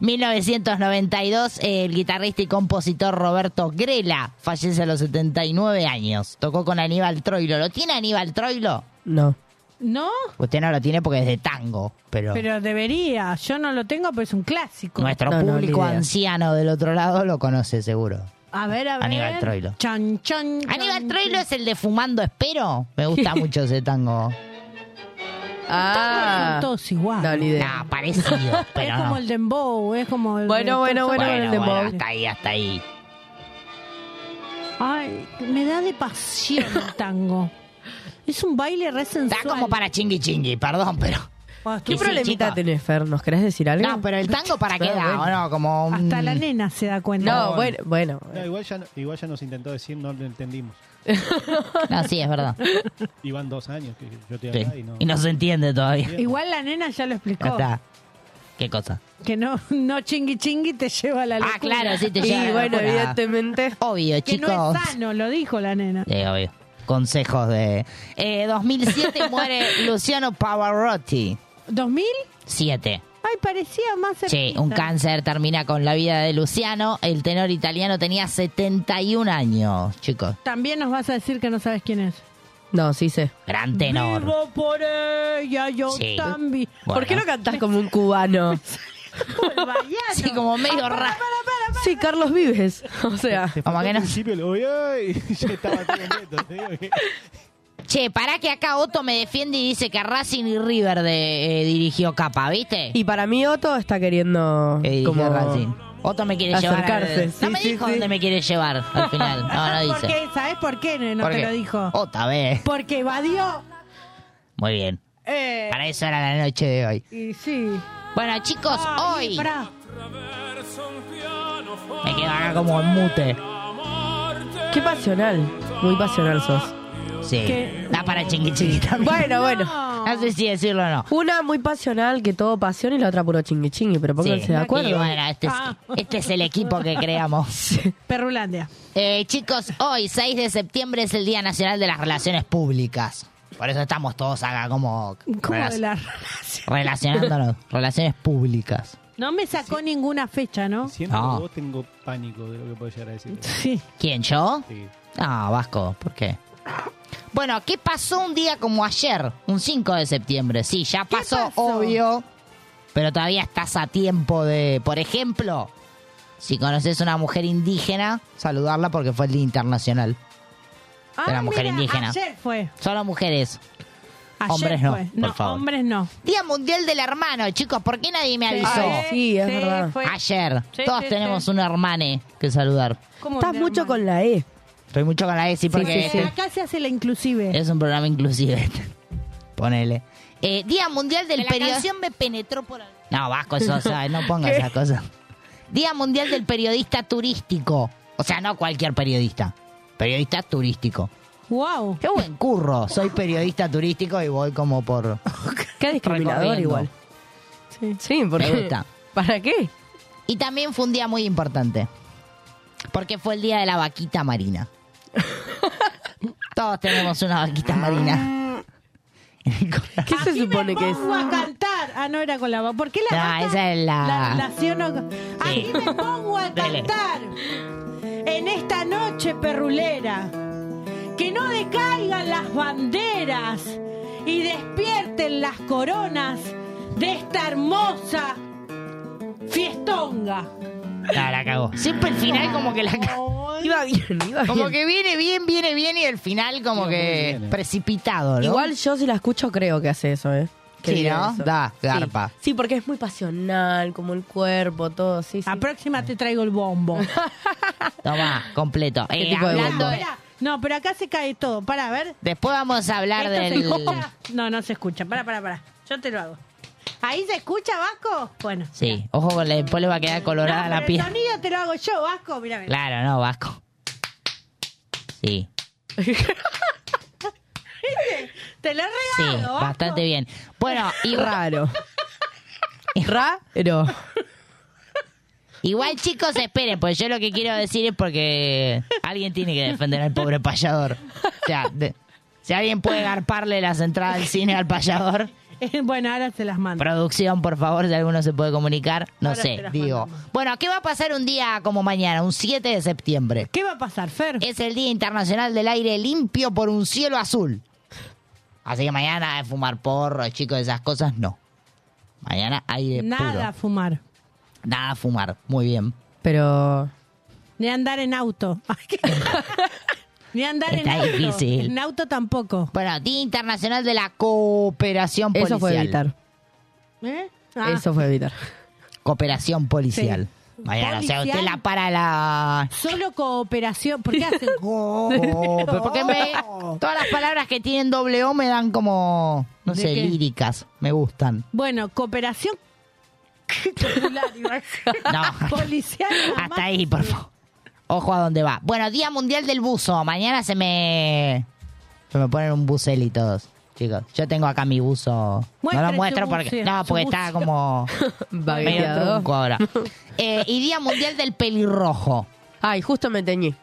Speaker 4: 1992, eh, el guitarrista y compositor Roberto Grela fallece a los 79 años. Tocó con Aníbal Troilo. ¿Lo tiene Aníbal Troilo?
Speaker 14: No.
Speaker 3: ¿No?
Speaker 4: Usted no lo tiene porque es de tango, pero,
Speaker 3: Pero debería. Yo no lo tengo, pero es un clásico.
Speaker 4: nuestro público anciano del otro lado lo conoce seguro.
Speaker 3: A ver, a ver.
Speaker 4: Aníbal Troilo.
Speaker 3: Chan, chan,
Speaker 4: Aníbal Troilo es el de Fumando Espero. Me gusta mucho ese tango.
Speaker 14: Ah.
Speaker 3: Todos son todos iguales.
Speaker 14: No, ni idea.
Speaker 4: No, parecido, pero
Speaker 3: es como
Speaker 4: no.
Speaker 3: el dembow, es como el...
Speaker 14: Bueno, bueno, bueno,
Speaker 4: Bueno,
Speaker 14: el
Speaker 4: bueno,
Speaker 14: dembow.
Speaker 4: hasta ahí, hasta ahí.
Speaker 3: Ay, me da de pasión el tango. Es un baile re sensual.
Speaker 4: Está como para chingui chingui, perdón, pero...
Speaker 14: Ah, ¿Qué
Speaker 4: Y sí,
Speaker 14: problemita
Speaker 4: chicos.
Speaker 14: tenés, Fer? ¿Nos querés decir algo?
Speaker 4: No, pero el tango para qué
Speaker 14: Ah,
Speaker 4: da,
Speaker 14: bueno.
Speaker 4: ¿o no? Como un-
Speaker 3: Hasta la nena se da cuenta.
Speaker 14: No, bueno, bueno.
Speaker 5: No, igual, ya, no- igual ya nos intentó decir, no lo entendimos.
Speaker 4: No, sí, es verdad.
Speaker 5: Y van dos años que yo te
Speaker 4: Sí.
Speaker 5: hablaba y no.
Speaker 4: Y no se entiende todavía.
Speaker 3: Igual la nena ya lo
Speaker 4: Ya
Speaker 3: explicó.
Speaker 4: está. ¿Qué cosa?
Speaker 3: Que no, no chingui chingui te lleva a la locura.
Speaker 4: Ah, claro, sí, te
Speaker 14: Y
Speaker 4: lleva a la
Speaker 14: bueno,
Speaker 4: locura.
Speaker 14: evidentemente.
Speaker 4: Obvio,
Speaker 3: Que
Speaker 4: chicos.
Speaker 3: no es sano, lo dijo la nena.
Speaker 4: Sí, obvio. Consejos de... Eh, 2007 muere Luciano Pavarotti.
Speaker 3: ¿2000?
Speaker 4: 7.
Speaker 3: Ay, parecía más...
Speaker 4: Sí,
Speaker 3: cerquita.
Speaker 4: un cáncer termina con la vida de Luciano. El tenor italiano tenía 71 años, chicos.
Speaker 3: También nos vas a decir que no sabes quién es.
Speaker 14: No, sí sé.
Speaker 4: Gran tenor.
Speaker 3: Vivo por ella, yo
Speaker 4: Sí.
Speaker 3: también.
Speaker 4: Bueno.
Speaker 14: ¿Por qué no cantás como un cubano?
Speaker 4: Sí, como
Speaker 14: Ah,
Speaker 4: medio raro.
Speaker 14: sí, Carlos Vives. O sea,
Speaker 4: Como que no...
Speaker 5: Al principio el "Oy, oy", y ya estaba todo quieto, te digo que-
Speaker 4: Che, pará que acá Otto me defiende y dice que Racing y River de, eh, dirigió Capa, ¿viste?
Speaker 14: y para mí Otto está queriendo
Speaker 4: Que dirigió
Speaker 14: como
Speaker 4: Racing. Otto me quiere llevar.
Speaker 14: acercarse.
Speaker 4: al-
Speaker 14: Sí,
Speaker 4: no me
Speaker 14: sí,
Speaker 4: dijo
Speaker 14: sí.
Speaker 4: dónde me quiere llevar al final. No, no
Speaker 3: ¿Por
Speaker 4: dice.
Speaker 3: qué? ¿Sabes por qué no
Speaker 4: ¿Por
Speaker 3: te
Speaker 4: qué?
Speaker 3: lo dijo?
Speaker 4: Otra vez.
Speaker 3: Porque evadió.
Speaker 4: Muy bien.
Speaker 3: Eh,
Speaker 4: Para eso era la noche de hoy.
Speaker 3: y sí.
Speaker 4: Bueno, chicos,
Speaker 3: Ay,
Speaker 4: hoy.
Speaker 3: pará.
Speaker 4: Me quedo acá como en mute.
Speaker 14: Qué pasional. Muy pasional sos.
Speaker 4: Sí.
Speaker 3: ¿Qué?
Speaker 4: Da para chingui chingui también.
Speaker 14: Bueno, bueno.
Speaker 3: No.
Speaker 4: No sé si decirlo o no.
Speaker 14: Una muy pasional que todo pasión y la otra puro chingui chingui, pero pónganse
Speaker 4: Sí.
Speaker 14: de
Speaker 4: Y
Speaker 14: acuerdo.
Speaker 4: bueno, este es,
Speaker 3: Ah.
Speaker 4: este es el equipo que creamos.
Speaker 3: Perrulandia.
Speaker 4: Eh, chicos, hoy, 6 de septiembre, es el Día Nacional de las Relaciones Públicas. Por eso estamos todos acá como...
Speaker 3: ¿Cómo
Speaker 4: relac-
Speaker 3: de la relación?
Speaker 4: Relacionándonos. relaciones públicas.
Speaker 3: No me sacó ninguna fecha, ¿no?
Speaker 5: Siempre
Speaker 4: No.
Speaker 5: vos tengo pánico de lo que podés llegar a decir.
Speaker 3: Sí.
Speaker 4: ¿Quién, yo?
Speaker 5: Sí.
Speaker 4: Ah, Vasco, ¿por qué? Bueno, ¿qué pasó un día como ayer? Un 5 de septiembre. Sí, ya pasó, obvio. Pero todavía estás a tiempo de, por ejemplo, si conoces una mujer indígena, saludarla porque fue el Día Internacional de la
Speaker 3: Ah,
Speaker 4: Mujer
Speaker 3: mira,
Speaker 4: Indígena.
Speaker 3: Ayer fue.
Speaker 4: Solo mujeres.
Speaker 3: Ayer
Speaker 4: hombres no,
Speaker 3: fue.
Speaker 4: por favor.
Speaker 3: hombres no.
Speaker 4: Día Mundial del Hermano, chicos. ¿Por qué nadie me
Speaker 3: Sí,
Speaker 4: avisó?
Speaker 3: sí, es Sí, verdad. fue.
Speaker 4: Ayer.
Speaker 3: Sí,
Speaker 4: Todos
Speaker 3: sí,
Speaker 4: tenemos
Speaker 3: sí.
Speaker 4: un hermane que saludar.
Speaker 14: Estás mucho con la E.
Speaker 4: Estoy mucho con la ESI porque
Speaker 3: Porque
Speaker 4: este
Speaker 3: acá se hace la inclusive.
Speaker 4: es un programa inclusive. Ponele. Eh, Día Mundial del
Speaker 18: La
Speaker 4: Periodista.
Speaker 18: canción me penetró por ahí.
Speaker 4: No, Vasco, eso, o sea, no ponga
Speaker 18: ¿Qué?
Speaker 4: esa cosa. Día Mundial del Periodista Turístico. O sea, no cualquier periodista. Periodista turístico.
Speaker 3: ¡Wow!
Speaker 4: ¡Qué buen curro! Soy periodista turístico y voy como por.
Speaker 14: Qué discriminador
Speaker 4: Recorriendo.
Speaker 14: igual. Sí, porque...
Speaker 4: Me gusta.
Speaker 14: ¿Para qué?
Speaker 4: Y también fue un día muy importante. Porque fue el día de la vaquita marina. Todos tenemos una vaquita
Speaker 3: Mm.
Speaker 4: marina.
Speaker 14: ¿Qué se supone que es?
Speaker 3: Pongo a cantar. Ah, no era con la voz. ¿Por qué la
Speaker 4: No,
Speaker 3: vaca?
Speaker 4: esa es la-
Speaker 3: relaciono con- Aquí me pongo a
Speaker 4: Dele.
Speaker 3: cantar. En esta noche perrulera. Que no decaigan las banderas y despierten las coronas de esta hermosa fiestonga.
Speaker 4: Ah, la cagó. Siempre el final como que la cagó.
Speaker 14: Iba bien, iba
Speaker 4: Como
Speaker 14: bien.
Speaker 4: que viene bien, viene bien y el final como que precipitado, ¿no?
Speaker 14: Igual yo si la escucho creo que hace eso, ¿eh? Que
Speaker 4: Sí,
Speaker 14: diga
Speaker 4: ¿no?
Speaker 14: eso.
Speaker 4: Da,
Speaker 14: Sí.
Speaker 4: garpa.
Speaker 14: Sí, porque es muy pasional, como el cuerpo, todo, sí, sí.
Speaker 3: La próxima te traigo el bombo.
Speaker 4: Toma, completo.
Speaker 14: ¿Qué
Speaker 4: Eh,
Speaker 14: tipo de
Speaker 4: hablando
Speaker 14: bombo?
Speaker 4: de-
Speaker 3: No, pero acá se cae todo. Para, a ver.
Speaker 4: Después vamos a hablar
Speaker 3: ¿Esto se
Speaker 4: del...
Speaker 3: escucha? No, no se escucha. Para, para, para. Yo te lo hago. ¿Ahí se escucha, Vasco? Bueno.
Speaker 4: Sí, ojo con la... Después le va a quedar colorada
Speaker 3: No,
Speaker 4: la
Speaker 3: pero el
Speaker 4: piel.
Speaker 3: sonido te lo hago yo, Vasco. Mira, mira.
Speaker 4: Claro, no, Vasco. Sí,
Speaker 3: Te lo
Speaker 4: sí,
Speaker 3: regalo, Vasco.
Speaker 4: bastante bien. Bueno, y
Speaker 14: raro. Raro.
Speaker 4: Igual, chicos, esperen, pues yo lo que quiero decir es porque alguien tiene que defender al pobre payador. O sea, de- si alguien puede garparle las entradas al cine al payador.
Speaker 3: Eh, Bueno, ahora se las mando.
Speaker 4: Producción, por favor, si alguno se puede comunicar. No
Speaker 3: Ahora se
Speaker 4: sé,
Speaker 3: las
Speaker 4: digo. Bueno, ¿qué va a pasar un día como mañana, un 7 de septiembre?
Speaker 3: ¿Qué va a pasar, Fer?
Speaker 4: Es el Día Internacional del Aire Limpio por un Cielo Azul. Así que mañana es fumar porro, chicos, esas cosas, no. Mañana aire
Speaker 3: Nada,
Speaker 4: puro.
Speaker 3: fumar.
Speaker 4: Nada fumar, muy bien.
Speaker 14: Pero...
Speaker 3: Ni andar en auto. Ay, qué- Ni andar en
Speaker 4: Está
Speaker 3: auto.
Speaker 4: difícil.
Speaker 3: En auto tampoco.
Speaker 4: Bueno, Día Internacional de la Cooperación Policial.
Speaker 14: Eso fue evitar.
Speaker 3: ¿Eh? Ah.
Speaker 14: Eso fue evitar.
Speaker 4: Cooperación Policial. Mañana, o sea,
Speaker 3: Policial.
Speaker 4: usted la para la...
Speaker 3: Solo cooperación. ¿Por qué hacen go?
Speaker 4: Oh, pero porque me- todas las palabras que tienen doble O me dan como, no
Speaker 3: ¿De
Speaker 4: sé,
Speaker 3: qué?
Speaker 4: líricas. Me gustan.
Speaker 3: Bueno, cooperación. popular, iba a decir. Policial.
Speaker 4: Hasta ahí, por favor. Ojo a dónde va. Bueno, Día Mundial del Buzo. Mañana se me... Se me ponen un bucel y todos, chicos. Yo tengo acá mi buzo. no
Speaker 18: Muestre
Speaker 4: lo
Speaker 18: tu
Speaker 4: muestro porque...
Speaker 18: buceo,
Speaker 4: No,
Speaker 18: su
Speaker 4: porque está
Speaker 18: buceo.
Speaker 4: como... medio
Speaker 14: Bagueteado.
Speaker 4: trunco ahora. Eh, y Día Mundial del Pelirrojo.
Speaker 14: Ay, justo me teñí.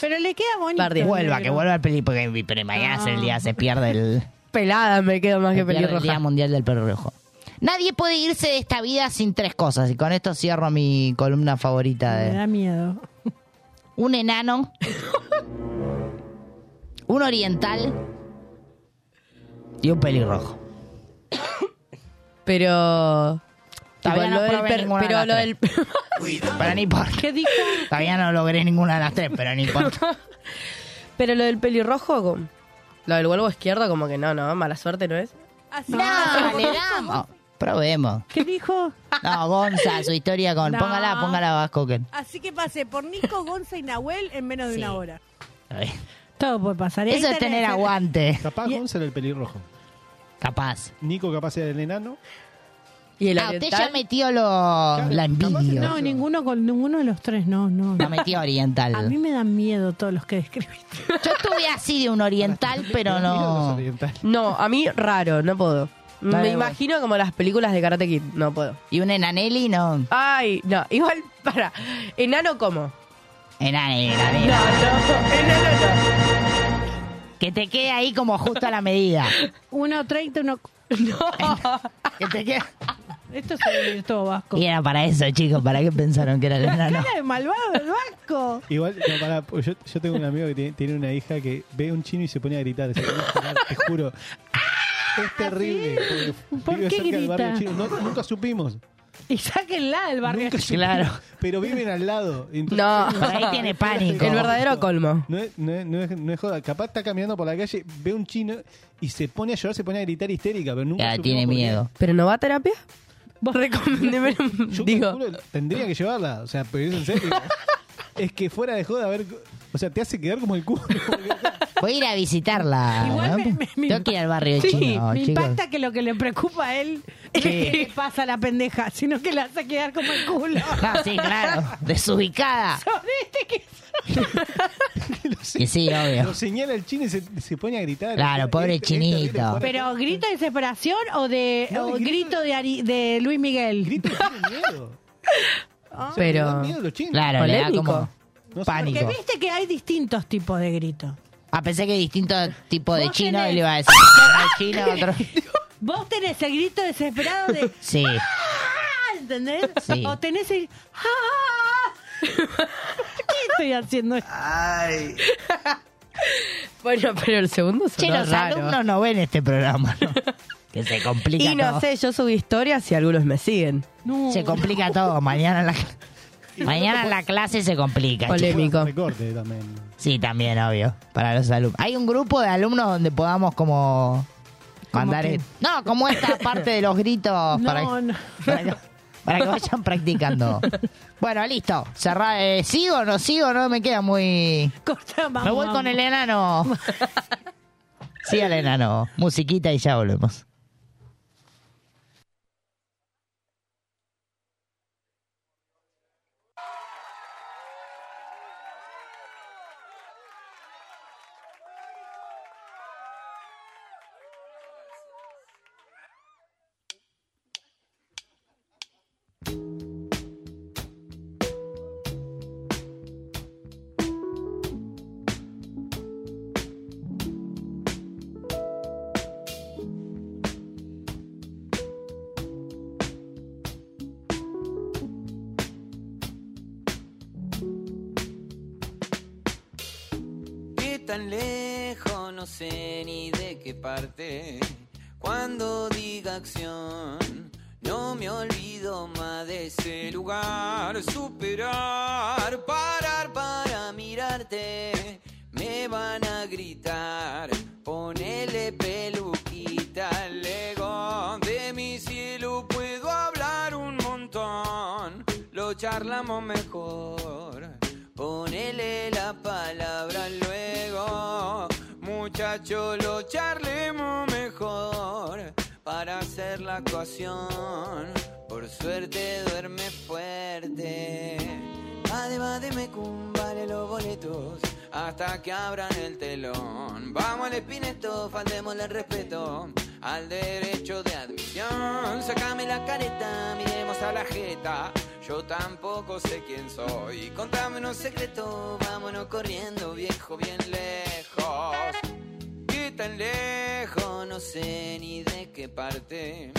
Speaker 3: Pero le queda bonito.
Speaker 14: Bardi.
Speaker 4: Vuelva,
Speaker 14: Negro.
Speaker 4: que vuelva el pelirrojo. Porque, pero mañana es el día, se pierde el...
Speaker 14: Pelada me quedo más que
Speaker 4: pierde el Día
Speaker 14: pelirroja.
Speaker 4: Mundial del Pelirrojo. Nadie puede irse de esta vida sin tres cosas. Y con esto cierro mi columna favorita
Speaker 3: Me
Speaker 4: de...
Speaker 3: da miedo.
Speaker 4: Un enano. un oriental. Y un pelirrojo.
Speaker 14: Pero...
Speaker 4: Todavía
Speaker 14: Tipo,
Speaker 4: no
Speaker 14: lo del
Speaker 4: probé
Speaker 14: per-
Speaker 4: ninguna de
Speaker 14: pero
Speaker 4: las
Speaker 14: lo
Speaker 4: tres.
Speaker 14: del...
Speaker 4: Pero no importa.
Speaker 3: ¿Qué dijo?
Speaker 4: Todavía no logré ninguna de las tres, pero no importa.
Speaker 14: pero lo del pelirrojo... como- Lo del huevo izquierdo como que no, no, mala suerte, ¿no es?
Speaker 4: No, le damos. Probemos.
Speaker 3: ¿Qué dijo?
Speaker 4: No, Gonza, su historia con...
Speaker 3: No.
Speaker 4: Póngala, póngala Vasco. Que...
Speaker 3: Así que pasé por Nico, Gonza y Nahuel en menos de
Speaker 4: Sí.
Speaker 3: una hora.
Speaker 4: A ver.
Speaker 3: Todo puede pasar. Y ahí
Speaker 4: Eso es
Speaker 3: tenés-
Speaker 5: ¿eh?
Speaker 4: tener aguante.
Speaker 5: Capaz Gonza era el pelirrojo.
Speaker 4: Capaz.
Speaker 5: Nico capaz era el enano.
Speaker 14: Y el
Speaker 4: Ah, usted
Speaker 14: oriental?
Speaker 4: ya metió lo, la envidia.
Speaker 3: No, ninguno con ninguno de los tres, no, no.
Speaker 4: La metió
Speaker 3: A mí
Speaker 4: oriental.
Speaker 3: me dan miedo todos los que describiste.
Speaker 4: Yo estuve así de un oriental, pero no.
Speaker 14: No, a mí raro, no puedo.
Speaker 4: Dale,
Speaker 14: me
Speaker 4: vos.
Speaker 14: imagino como las películas de Karate Kid, no puedo.
Speaker 4: Y un enaneli, no.
Speaker 14: Ay, no, igual, para. Enano como.
Speaker 4: Enaneli, enaneli.
Speaker 14: enano no.
Speaker 4: Que te quede ahí como justo a la medida.
Speaker 3: 1.30, uno
Speaker 14: No.
Speaker 4: Que te quede.
Speaker 3: Esto se divirtió Vasco.
Speaker 4: Y era para eso, chicos. ¿Para qué pensaron que era el
Speaker 3: La
Speaker 4: enano?
Speaker 3: cara de malvado del Vasco.
Speaker 5: Igual, no, pará, pues yo, yo tengo un amigo que tiene, tiene una hija que ve un chino y se pone a gritar. se pone a llorar, te juro. Es terrible. porque
Speaker 3: Ah, ¿Por
Speaker 5: vive
Speaker 3: qué
Speaker 5: cerca del barrio
Speaker 3: grita?
Speaker 5: chino. No- nunca supimos.
Speaker 3: Y sáquenla del barrio.
Speaker 5: Nunca supimos. Pero viven al lado.
Speaker 14: No. Por ahí tiene pánico. El verdadero
Speaker 5: colmo. No es, no, es, no es- no es joda. Capaz está caminando por la calle, ve un chino y se pone a llorar, se pone a gritar histérica. Pero nunca supimos por qué.
Speaker 14: ¿Pero no va a terapia? ¿Vos recomendémelo?
Speaker 5: Yo calculo, tendría que llevarla, o sea, pero es en serio. es que fuera de joda, a ver, o sea, te hace quedar como el culo.
Speaker 4: Voy a ir a visitarla. ¿no? Tengo que ir al barrio
Speaker 3: Sí,
Speaker 4: chino,
Speaker 3: me
Speaker 4: chicos.
Speaker 3: impacta que lo que le preocupa a él es
Speaker 4: Sí.
Speaker 3: que le pasa a la pendeja, sino que la hace quedar como el culo.
Speaker 4: Ah, sí, claro. Desubicada.
Speaker 3: Son este que
Speaker 4: Y sí, obvio.
Speaker 5: Lo señala el chino y se, se pone a gritar. Este,
Speaker 4: Claro, pobre
Speaker 5: Es- es terrible,
Speaker 4: chinito.
Speaker 5: fuera de
Speaker 3: Pero grito de desesperación o de
Speaker 5: No,
Speaker 3: o
Speaker 5: de
Speaker 3: Ah. grito, de, Ari- de Ah, Luis Miguel. Grito
Speaker 5: miedo.
Speaker 4: Pero- Claro, le da Polémico. como pánico.
Speaker 3: Porque viste que hay distintos tipos de grito.
Speaker 4: Ah, pensé que distinto tipo de
Speaker 3: Vos
Speaker 4: chino
Speaker 3: tenés-
Speaker 4: y le iba a decir. "Ah, chino, otro.
Speaker 3: Vos tenés el grito desesperado de
Speaker 4: Sí.
Speaker 3: ¡Ah! ¿entendés?
Speaker 4: Sí.
Speaker 3: O tenés el ¡Ah! ¿Qué estoy haciendo?
Speaker 14: Ay. bueno, pero el segundo
Speaker 4: Che,
Speaker 14: sonó
Speaker 4: los
Speaker 14: raro.
Speaker 4: alumnos no ven este programa, ¿no? Que se complica
Speaker 14: Y no
Speaker 4: todo.
Speaker 14: sé, yo subí historias y algunos me siguen.
Speaker 4: Se complica todo. Mañana la, mañana la clase se complica. chicos.
Speaker 5: Recorte también.
Speaker 4: Sí, también, obvio. Para los alumnos. Hay un grupo de alumnos donde podamos como mandar...
Speaker 18: qué?
Speaker 4: el- No, como esta parte de los gritos para,
Speaker 18: No, no.
Speaker 4: para que, para que vayan practicando. Bueno, listo. Cerra, eh, ¿Sigo o no sigo? No me queda muy... me voy con el enano. Sí, al enano. Musiquita y ya volvemos.
Speaker 20: Qué tan lejos, no sé ni de qué parte. Cuando diga acción, no me olvido más de ese lugar. Superar, parar para mirarte. Me van a gritar, ponele peluquita al ego. De mi cielo puedo hablar un montón. Lo charlamos mejor. Ponele la palabra luego, muchacho, lo charlemos mejor para hacer la ecuación. Por suerte duerme fuerte. Además de me vale los boletos hasta que abran el telón. Vamos al espineto, faltémosle el respeto al derecho de admisión. Sácame la careta, miremos a la jeta. Yo tampoco sé quién soy. Contame unos secretos, vámonos corriendo, viejo, bien lejos. ¿Qué tan lejos? No sé ni de qué parte.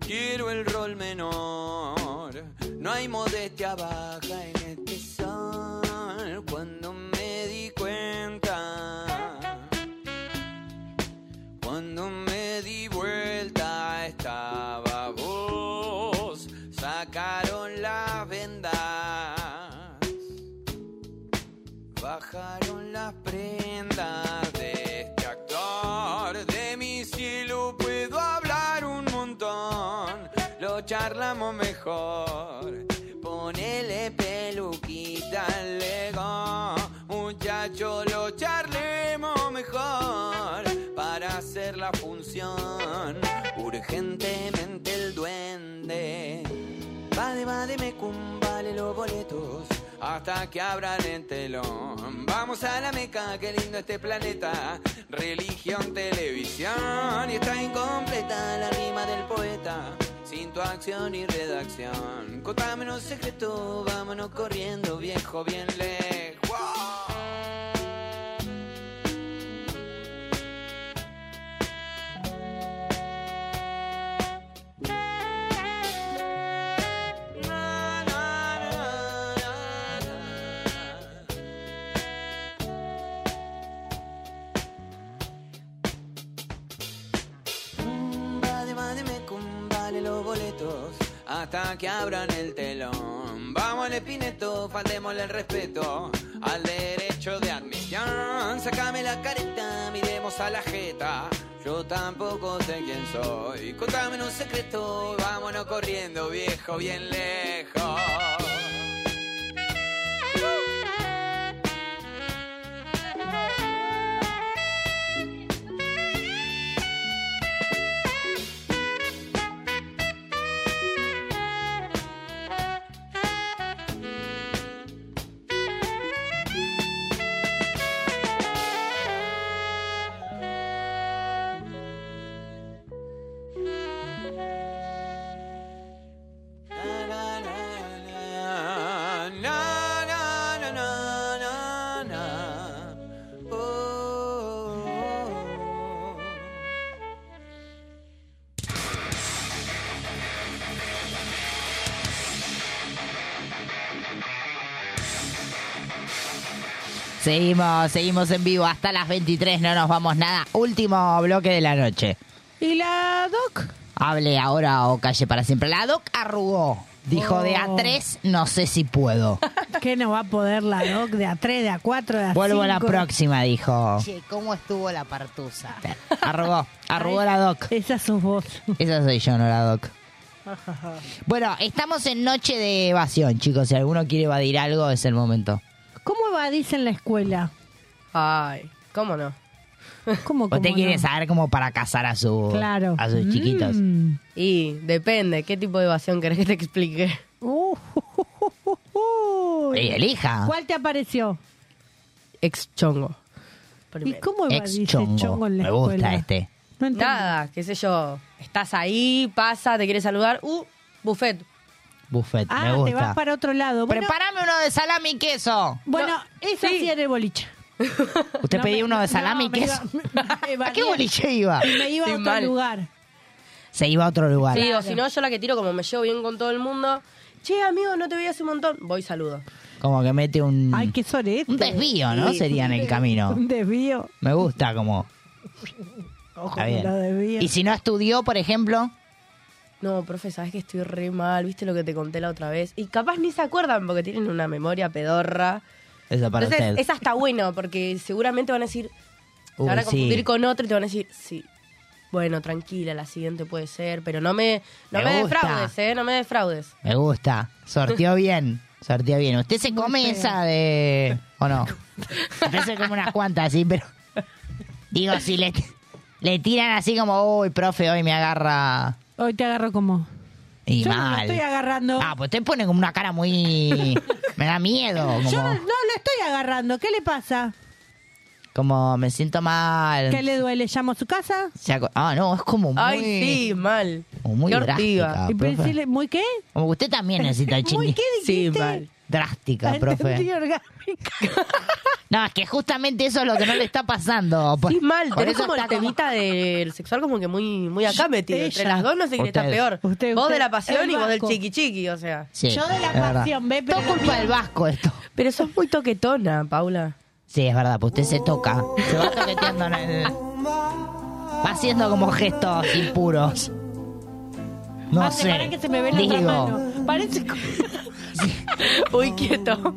Speaker 20: Quiero el rol menor. No hay modestia baja en este sol. Cuando me di cuenta, cuando me di vuelta, estaba vos. Sacaron las vendas, bajaron las prendas de este actor. De mi cielo puedo hablar un montón. Lo charlamos mejor. Ponele peluquita al ego, muchacho, lo charlemos mejor para hacer la función. Urgentemente el duende. Vade, vade, me vale los boletos hasta que abran el telón. Vamos a la meca, qué lindo este planeta. Religión, televisión, y está incompleta la rima del poeta. Sin tu acción y redacción. Contame un secreto, vámonos corriendo, viejo, bien lejos. quietos hasta que abran el telón. Vamos al espineto, faltémosle el respeto al derecho de admisión. Sácame la careta, miremos a la jeta. Yo tampoco sé quién soy. Contame un secreto, y vámonos corriendo, viejo, bien lejos. Na, na, na, na, na, na. Oh, oh, oh.
Speaker 4: Seguimos, seguimos en vivo hasta las 23, no nos vamos nada. Último bloque de la noche.
Speaker 3: ¿Y la doc?
Speaker 4: Hable ahora o calle para siempre. La doc arrugó. Dijo
Speaker 3: Oh.
Speaker 4: de A3, no sé si puedo.
Speaker 3: ¿Qué no va a poder la doc de A3, de A4, de A5?
Speaker 4: Vuelvo a la próxima, dijo.
Speaker 18: Che, ¿cómo estuvo la partusa?
Speaker 4: Arrugó, arrugó la doc.
Speaker 3: Esa sos vos.
Speaker 4: Esa soy yo, no la doc. Bueno, estamos en noche de evasión, chicos. Si alguno quiere evadir algo, es el momento.
Speaker 3: ¿Cómo evadís en la escuela?
Speaker 14: Ay, ¿cómo no?
Speaker 3: Oh, ¿Cómo, Mm.
Speaker 4: Usted quiere saber cómo Mm. para casar a, su,
Speaker 14: Claro.
Speaker 4: a sus chiquitos.
Speaker 14: Y depende, ¿qué tipo de evasión querés que te explique?
Speaker 4: Y elija.
Speaker 3: ¿Cuál te apareció?
Speaker 14: Ex chongo.
Speaker 3: ¿Y cómo evadís
Speaker 4: Ex
Speaker 3: el
Speaker 4: chongo.
Speaker 3: en la
Speaker 4: Me gusta
Speaker 3: escuela?
Speaker 4: este.
Speaker 14: Nada, qué sé yo. Estás ahí, pasa, te quiere saludar. Uh, buffet.
Speaker 4: Buffet,
Speaker 14: Ah,
Speaker 4: me
Speaker 14: te
Speaker 4: gusta.
Speaker 14: vas
Speaker 3: Para otro lado. Bueno,
Speaker 4: Prepárame uno de salami y queso.
Speaker 3: Bueno, eso sí era el boliche.
Speaker 4: Usted
Speaker 3: No,
Speaker 4: pedía
Speaker 3: me-
Speaker 4: uno de
Speaker 3: no,
Speaker 4: salami y
Speaker 3: me
Speaker 4: queso.
Speaker 3: iba-
Speaker 4: ¿A qué boliche iba?
Speaker 3: Y me iba a
Speaker 14: Estoy
Speaker 3: otro
Speaker 14: mal.
Speaker 3: lugar.
Speaker 4: Se iba a otro lugar.
Speaker 14: Sí, o si no, yo la que tiro como me llevo bien con todo el mundo. Che, amigo, no te veía hace un montón. Voy, saludo.
Speaker 4: Como que mete un.
Speaker 14: Ay,
Speaker 3: qué sorete.
Speaker 4: Un desvío, ¿no?
Speaker 14: Sí.
Speaker 4: Sería en el camino.
Speaker 3: Un desvío.
Speaker 4: Me gusta como.
Speaker 3: Ojo,
Speaker 4: Está
Speaker 3: con
Speaker 4: bien.
Speaker 3: lo desvío.
Speaker 4: Y si no estudió, por ejemplo.
Speaker 14: No, profe, sabes que estoy re mal. ¿Viste lo que te conté la otra vez? Y capaz ni se acuerdan porque tienen una memoria pedorra.
Speaker 4: Eso para
Speaker 14: Entonces,
Speaker 4: usted.
Speaker 14: es hasta bueno porque seguramente van a decir. Te
Speaker 4: Uy,
Speaker 14: van a
Speaker 4: sí.
Speaker 14: confundir con otro y te van a decir, sí. Bueno, tranquila, la siguiente puede ser, pero no me, no
Speaker 4: Me
Speaker 14: me,
Speaker 4: gusta.
Speaker 14: defraudes, ¿eh? No me defraudes.
Speaker 4: Me gusta. Sortió bien. Sortió bien. Usted se come esa de. ¿O no? Usted se come unas cuantas, sí, pero. Digo, si le, le tiran así como, uy, profe, hoy me agarra.
Speaker 3: Hoy te agarro como.
Speaker 4: Y
Speaker 3: Yo no lo
Speaker 4: mal.
Speaker 3: estoy agarrando.
Speaker 4: Ah, pues usted pone como una cara muy. Me da miedo. Como,
Speaker 3: Yo no, no lo estoy agarrando. ¿Qué le pasa?
Speaker 4: como me siento mal.
Speaker 3: ¿Qué le duele? ¿Llamo a su casa?
Speaker 4: Se aco- Ah, no, es como muy.
Speaker 14: Ay, sí, mal.
Speaker 4: como muy
Speaker 14: Qué ortiga.
Speaker 4: drástica,
Speaker 14: Y
Speaker 4: profe.
Speaker 14: pensile-
Speaker 3: ¿Muy qué?
Speaker 4: Como que usted también necesita
Speaker 14: ¿Muy
Speaker 4: chingar.
Speaker 14: qué dijiste? Sí, mal.
Speaker 4: Drástica, profe. No, es que justamente eso es lo que no le está pasando. Por,
Speaker 14: Sí, mal.
Speaker 4: por
Speaker 14: Tenés
Speaker 4: eso
Speaker 14: como la
Speaker 4: está
Speaker 14: temita del sexual como que muy, muy acá metido. Entre
Speaker 4: ella.
Speaker 14: las dos no sé quién está
Speaker 4: Usted.
Speaker 14: peor.
Speaker 4: Usted,
Speaker 14: vos
Speaker 4: usted.
Speaker 14: de la pasión
Speaker 4: El
Speaker 14: y vos del
Speaker 4: vasco.
Speaker 14: chiqui chiqui, o sea.
Speaker 4: Sí, Yo de la es verdad. pasión,
Speaker 3: ve,
Speaker 14: Todo culpa
Speaker 4: del vasco esto.
Speaker 14: Pero sos muy toquetona, Paula.
Speaker 4: Sí, es verdad, pues usted se toca. Se va toqueteando en el... Va haciendo como gestos impuros. No
Speaker 3: Ah, se
Speaker 4: sé.
Speaker 3: pará que se me ve la otra
Speaker 4: Digo,
Speaker 3: mano. Parece como-
Speaker 14: Uy, quieto.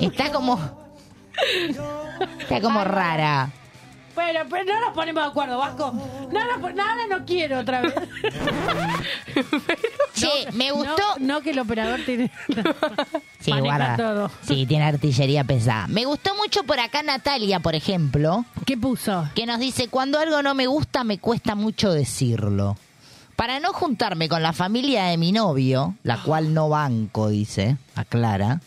Speaker 4: Está como... Está como rara.
Speaker 3: Bueno, pero no nos ponemos de acuerdo, Vasco. No, nos pon- no, ahora no quiero otra vez.
Speaker 4: che, me gustó.
Speaker 3: No, que el operador tiene.
Speaker 4: Sí,
Speaker 3: Maneja
Speaker 4: guarda.
Speaker 3: todo.
Speaker 4: Sí, tiene artillería pesada. Me gustó mucho por acá Natalia, por ejemplo.
Speaker 3: ¿Qué puso?
Speaker 4: Que nos dice, cuando algo no me gusta, me cuesta mucho decirlo. Para no juntarme con la familia de mi novio, la cual no banco, dice, aclara,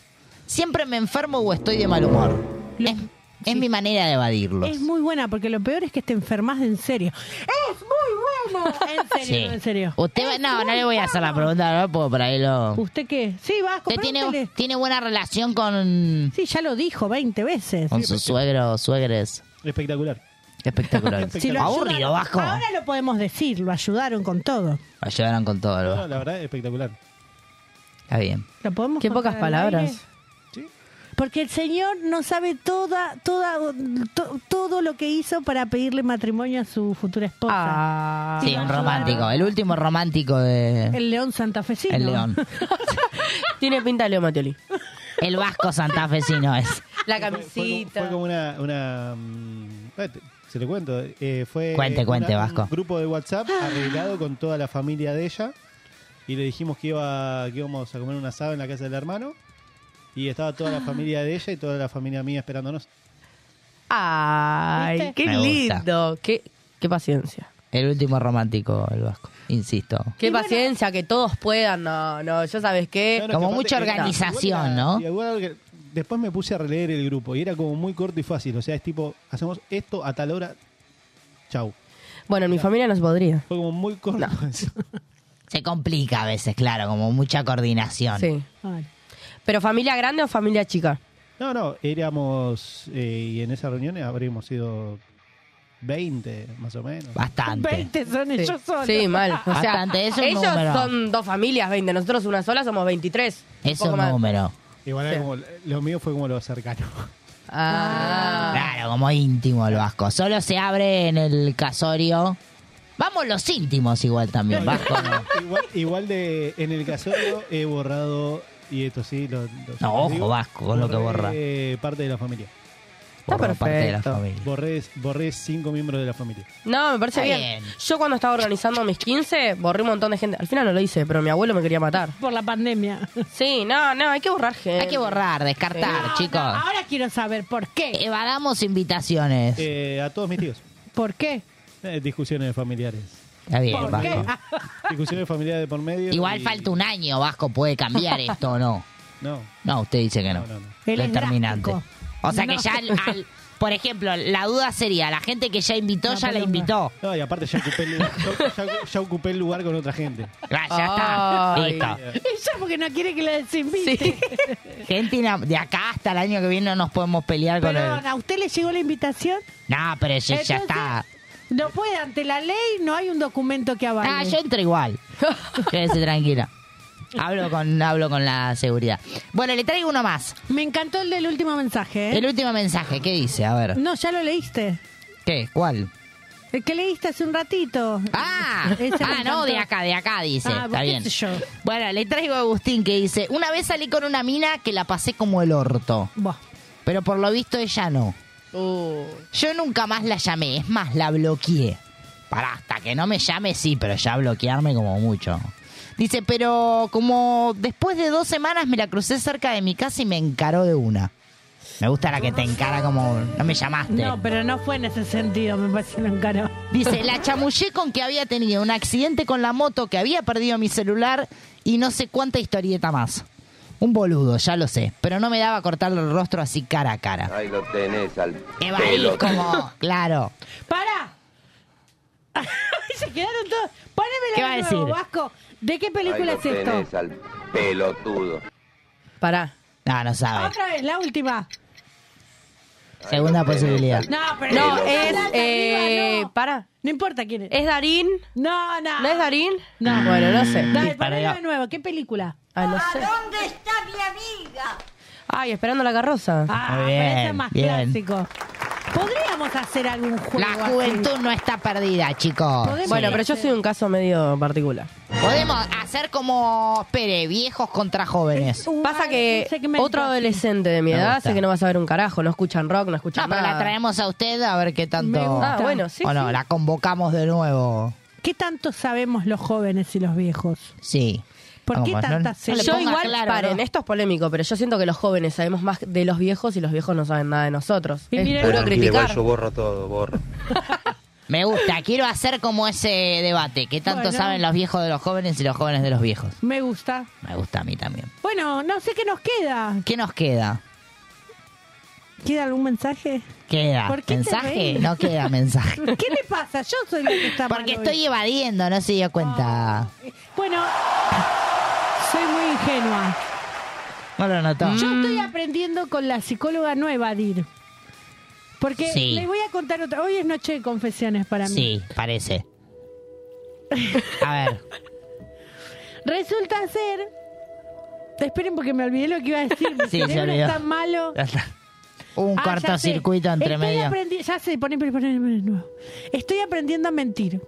Speaker 4: siempre me enfermo o estoy de mal humor. es es mi manera de evadirlo.
Speaker 3: Es muy buena, porque lo peor es que te enfermas de en serio. ¡Es muy buena! En serio,
Speaker 4: Sí.
Speaker 3: en serio.
Speaker 4: Usted, va- no, no le voy a hacer la pregunta, no, porque por ahí lo...
Speaker 3: ¿Usted qué? Sí, Vasco,
Speaker 4: Usted tiene, tiene buena relación con,
Speaker 3: Sí, ya lo dijo 20 veces.
Speaker 4: con sus suegros, suegres.
Speaker 5: Espectacular.
Speaker 4: Espectacular.
Speaker 3: Si lo
Speaker 4: Aburrido,
Speaker 3: ayudaron-
Speaker 4: Vasco.
Speaker 3: Ahora lo podemos decir, lo ayudaron con todo.
Speaker 4: Ayudaron con todo, el Vasco.
Speaker 5: No, la verdad, espectacular.
Speaker 4: Está bien.
Speaker 3: ¿Lo podemos
Speaker 14: Qué
Speaker 3: contar
Speaker 14: pocas
Speaker 3: al
Speaker 14: palabras.
Speaker 3: aire? Porque el Señor no sabe toda, toda, to- todo lo que hizo para pedirle matrimonio a su futura esposa.
Speaker 4: Ah, Sí, un romántico. El último romántico de.
Speaker 3: El león santafesino.
Speaker 4: eh. El león.
Speaker 14: Tiene pinta de Leo Matioli.
Speaker 4: El vasco santafesino es.
Speaker 14: La
Speaker 5: Fue,
Speaker 14: camisita.
Speaker 5: como una. una, mm, eh, te- se lo cuento. eh, fue
Speaker 4: Cuente,
Speaker 5: una-
Speaker 4: cuente,
Speaker 5: un
Speaker 4: Vasco. Ah.
Speaker 5: grupo de WhatsApp arreglado con toda la familia de ella. Y le dijimos que, iba, que íbamos a comer un asado en la casa del hermano. Y estaba toda
Speaker 4: Ah.
Speaker 5: la familia de ella y toda la familia mía esperándonos.
Speaker 14: Ay,
Speaker 5: ¿Viste?
Speaker 14: qué
Speaker 4: Me gusta.
Speaker 14: lindo. Qué, qué paciencia.
Speaker 4: El último romántico, el vasco. Insisto.
Speaker 14: Qué paciencia, que todos puedan. No, no, ya sabes qué.
Speaker 5: No, no, que aparte era- igual era- y igual que- después me puse a releer el grupo y era como muy corto y fácil. O sea, es tipo, hacemos esto a tal hora. Chau.
Speaker 14: Bueno, en mi familia no se podría.
Speaker 5: Fue como muy corto.
Speaker 4: Se complica a veces, claro, como mucha coordinación.
Speaker 14: Sí. ¿Pero familia grande o familia chica?
Speaker 5: No, no, éramos. eh, y en esa reunión habríamos sido 20, más o menos.
Speaker 4: Bastante.
Speaker 3: 20 son
Speaker 14: ellos solos. Sí, mal. O sea,
Speaker 4: Bastante, es un
Speaker 14: ellos
Speaker 4: número.
Speaker 14: son dos familias, 20. Nosotros una sola somos 23.
Speaker 4: Es
Speaker 14: poco
Speaker 4: un
Speaker 14: más.
Speaker 4: número.
Speaker 5: Igual era como- lo mío fue como lo cercano.
Speaker 14: Ah.
Speaker 4: Claro, como íntimo el vasco. Solo se abre en el casorio. Vamos los íntimos igual también, vasco.
Speaker 5: igual, igual de. En el casorio he borrado. Y esto sí, lo. lo-
Speaker 4: No,
Speaker 5: lo
Speaker 4: ojo, Vasco, con lo que
Speaker 5: borré,
Speaker 4: borra.
Speaker 5: eh, parte de la familia.
Speaker 4: Está Borró parte de la perfecto. familia.
Speaker 5: Borré, borré cinco miembros de la familia.
Speaker 14: No, me parece
Speaker 5: Está
Speaker 14: bien. Yo cuando estaba organizando mis 15, borré un montón de gente. Al final no lo hice, pero mi abuelo me quería matar.
Speaker 3: Por la pandemia.
Speaker 14: Sí, no, no, hay que borrar gente.
Speaker 4: Hay que borrar, descartar,
Speaker 14: Sí.
Speaker 4: chicos.
Speaker 3: Ahora quiero saber por qué.
Speaker 4: Evadamos invitaciones.
Speaker 5: Eh, a todos mis tíos.
Speaker 3: ¿Por qué?
Speaker 5: Eh, discusiones familiares.
Speaker 4: Está bien, ¿Por Vasco.
Speaker 5: Discusiones familiares de por medio.
Speaker 4: Igual
Speaker 5: y-
Speaker 4: falta un año, Vasco, puede cambiar esto o no.
Speaker 5: No.
Speaker 4: No, usted dice que no.
Speaker 5: No, no, no.
Speaker 3: Él es
Speaker 4: Determinante.
Speaker 3: drástico.
Speaker 4: O sea que
Speaker 3: No.
Speaker 4: ya, al- al- por ejemplo, la duda sería, la gente que ya invitó, ya la invitó.
Speaker 5: No, y aparte ya ocupé, el lugar, ya, ya ocupé el lugar con otra gente.
Speaker 4: Ah, ya está. Listo.
Speaker 3: Ella porque no quiere que la desinvite.
Speaker 4: Gente ina- de acá hasta el año que viene no nos podemos pelear con
Speaker 3: Pero
Speaker 4: él.
Speaker 3: a usted le llegó la invitación.
Speaker 4: No, pero ya, ya
Speaker 3: Entonces-
Speaker 4: está.
Speaker 3: No puede, ante la ley no hay un documento que avale.
Speaker 4: Ah, yo entro igual. Quédese tranquila. Hablo con, hablo con la seguridad. Bueno, le traigo uno más.
Speaker 3: Me encantó el del último mensaje. ¿eh?
Speaker 4: El último mensaje, ¿qué dice? A ver.
Speaker 3: No, ya lo leíste.
Speaker 4: ¿Qué? ¿Cuál?
Speaker 3: El que leíste hace un ratito.
Speaker 4: Ah, ah, no, de acá, de acá dice.
Speaker 3: Ah,
Speaker 4: Está
Speaker 3: ¿qué
Speaker 4: bien.
Speaker 3: sé yo?
Speaker 4: Bueno, le traigo a Agustín que dice, una vez salí con una mina que la pasé como el orto. Pero por lo visto ella no.
Speaker 3: Uh.
Speaker 4: Yo nunca más la llamé, es más, la bloqueé. Para hasta que no me llame, sí, pero ya bloquearme como mucho. Dice, pero como después de dos semanas me la crucé cerca de mi casa y me encaró de una. Me gusta la que te encara como, no me llamaste.
Speaker 3: No, pero no fue en ese sentido, me parece lo encaró.
Speaker 4: Dice, la chamullé con que había tenido un accidente con la moto, que había perdido mi celular y no sé cuánta historieta más. Un boludo, ya lo sé, pero no me daba cortar el rostro así cara a cara.
Speaker 21: Ahí lo tenés al
Speaker 4: Eva, ahí es como, claro.
Speaker 3: ¡Para! Se quedaron todos. Pónemela
Speaker 4: ¿Qué va
Speaker 3: de
Speaker 4: a
Speaker 3: nuevo,
Speaker 4: decir?
Speaker 3: Vasco. ¿De qué película es esto?
Speaker 21: al pelotudo.
Speaker 14: Pará.
Speaker 4: No, no sabe.
Speaker 3: Otra vez, la última.
Speaker 4: Segunda posibilidad.
Speaker 3: No, pero
Speaker 14: No,
Speaker 3: Pelotudo.
Speaker 14: es. Eh, Pará.
Speaker 3: No importa quién es.
Speaker 14: ¿Es Darín?
Speaker 3: No, no.
Speaker 14: ¿No es Darín? Mm.
Speaker 3: No.
Speaker 14: Bueno, no sé.
Speaker 3: Dale, ponelo de nuevo. ¿Qué película?
Speaker 14: Ah, no sé.
Speaker 3: dónde está mi amiga?
Speaker 14: Ay, esperando la carroza.
Speaker 3: Ah,
Speaker 4: Muy bien,
Speaker 3: parece más
Speaker 4: bien.
Speaker 3: clásico. Podríamos hacer algún juego.
Speaker 4: La juventud no está perdida, chicos.
Speaker 14: Bueno, pero yo soy un caso medio particular.
Speaker 4: Podemos hacer como, espere, viejos contra jóvenes.
Speaker 14: Pasa que otro adolescente de mi
Speaker 4: Me
Speaker 14: edad
Speaker 4: gusta.
Speaker 14: sé que no va a saber un carajo, no escuchan rock, no escuchan
Speaker 4: No, pero
Speaker 14: nada.
Speaker 4: la traemos a usted a ver qué tanto...
Speaker 14: Me gusta. Ah, bueno, sí,
Speaker 4: O no,
Speaker 14: sí.
Speaker 4: la convocamos de nuevo.
Speaker 3: ¿Qué tanto sabemos los jóvenes y los viejos?
Speaker 4: Sí.
Speaker 3: ¿Por qué
Speaker 4: Vamos, no-
Speaker 3: tanta se-
Speaker 14: yo igual,
Speaker 3: eh.
Speaker 14: paren, esto es polémico, pero yo siento que los jóvenes sabemos más de los viejos y los viejos no saben nada de nosotros.
Speaker 4: Y
Speaker 14: es
Speaker 4: mira-
Speaker 14: puro
Speaker 4: Tranquila, igual
Speaker 14: criticar.
Speaker 4: yo
Speaker 21: borro todo, borro.
Speaker 4: Me gusta, quiero hacer como ese debate, que tanto
Speaker 3: Bueno.
Speaker 4: saben los viejos de los jóvenes y los jóvenes de los viejos.
Speaker 3: Me gusta.
Speaker 4: Me gusta a mí también.
Speaker 3: Bueno, no sé qué nos queda.
Speaker 4: ¿Qué nos queda?
Speaker 3: ¿Queda algún mensaje?
Speaker 4: ¿Queda
Speaker 3: ¿Por qué te
Speaker 4: mensaje?
Speaker 3: reís?
Speaker 4: No queda mensaje.
Speaker 3: ¿Qué le pasa? Yo soy la que está
Speaker 4: Porque
Speaker 3: mal hoy.
Speaker 4: estoy evadiendo, no se dio cuenta.
Speaker 3: Bueno, soy muy ingenua.
Speaker 4: No lo notó.
Speaker 3: Yo estoy aprendiendo con la psicóloga no evadir. Porque
Speaker 4: Sí.
Speaker 3: les voy a contar otra. Hoy es noche de confesiones para mí.
Speaker 4: Sí, parece. A ver,
Speaker 3: Resulta ser Esperen porque me olvidé lo que iba a decir. Mi
Speaker 4: Sí, se
Speaker 3: cerebro
Speaker 4: olvidó.
Speaker 3: es tan malo.
Speaker 4: Ya está. Un
Speaker 3: Ah, ya
Speaker 4: cortocircuito
Speaker 3: sé.
Speaker 4: entre
Speaker 3: Estoy
Speaker 4: medio.
Speaker 3: aprendi- ya sé, poné, poné, poné, poné de nuevo. Estoy aprendiendo a mentir.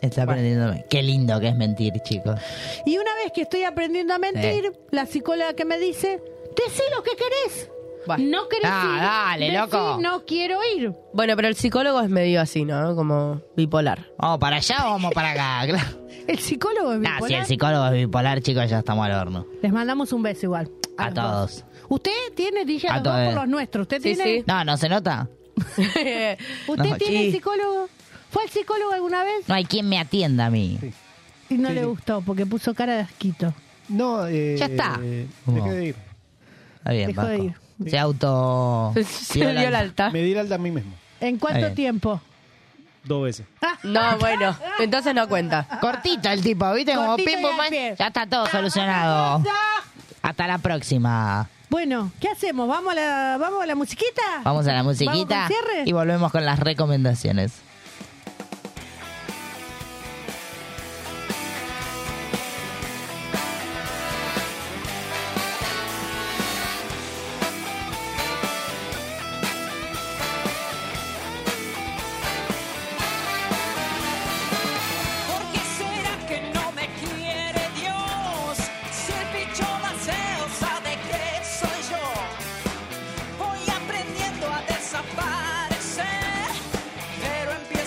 Speaker 4: Está aprendiendo. Qué lindo que es mentir, chicos.
Speaker 3: Y una vez que estoy aprendiendo a mentir, la psicóloga que me dice, decí lo que querés. No querés
Speaker 14: Ah,
Speaker 3: ir.
Speaker 14: dale,
Speaker 3: decí,
Speaker 14: loco.
Speaker 3: No quiero ir.
Speaker 14: Bueno, pero el psicólogo es medio así, ¿no? Como bipolar.
Speaker 4: Vamos para allá o vamos para acá, claro.
Speaker 3: El psicólogo es
Speaker 4: Nah, si
Speaker 3: bipolar.
Speaker 4: el psicólogo es bipolar, chicos, ya estamos al horno.
Speaker 3: Les mandamos un beso igual.
Speaker 4: A,
Speaker 3: los
Speaker 4: todos.
Speaker 3: dos. Usted tiene, dije, a
Speaker 4: A
Speaker 3: los dos
Speaker 4: todos.
Speaker 3: por los nuestros. Usted tiene...
Speaker 4: No, no se nota.
Speaker 3: ¿Usted
Speaker 4: No,
Speaker 3: tiene
Speaker 4: sí.
Speaker 3: psicólogo? ¿Fue al psicólogo alguna vez?
Speaker 4: No hay quien me atienda a mí.
Speaker 3: Y no le gustó porque puso cara de asquito.
Speaker 5: No, eh,
Speaker 3: Ya está.
Speaker 5: Dejé de ir.
Speaker 4: Está bien,
Speaker 3: Dejó de
Speaker 4: Vasco.
Speaker 3: ir.
Speaker 4: Se auto. dio el alta.
Speaker 5: Me di el alta a mí mismo.
Speaker 3: ¿En cuánto
Speaker 4: bien.
Speaker 3: tiempo?
Speaker 5: Dos veces.
Speaker 14: No, bueno, entonces no cuenta.
Speaker 4: Cortito el tipo, ¿viste? Como
Speaker 3: Cortito
Speaker 4: pim,
Speaker 3: y
Speaker 4: pum,
Speaker 3: al
Speaker 4: pam.
Speaker 3: pie.
Speaker 4: Ya está todo solucionado. Hasta la próxima.
Speaker 3: Bueno, ¿qué hacemos? ¿Vamos a la, vamos a la musiquita?
Speaker 4: Vamos a la
Speaker 3: ¿Vamos con
Speaker 4: musiquita
Speaker 3: cierre?
Speaker 4: y volvemos con las recomendaciones.
Speaker 22: ¿Por qué será que no me quiere Dios? Si el bicho la celsa de que soy yo, voy aprendiendo a desaparecer, pero en Pues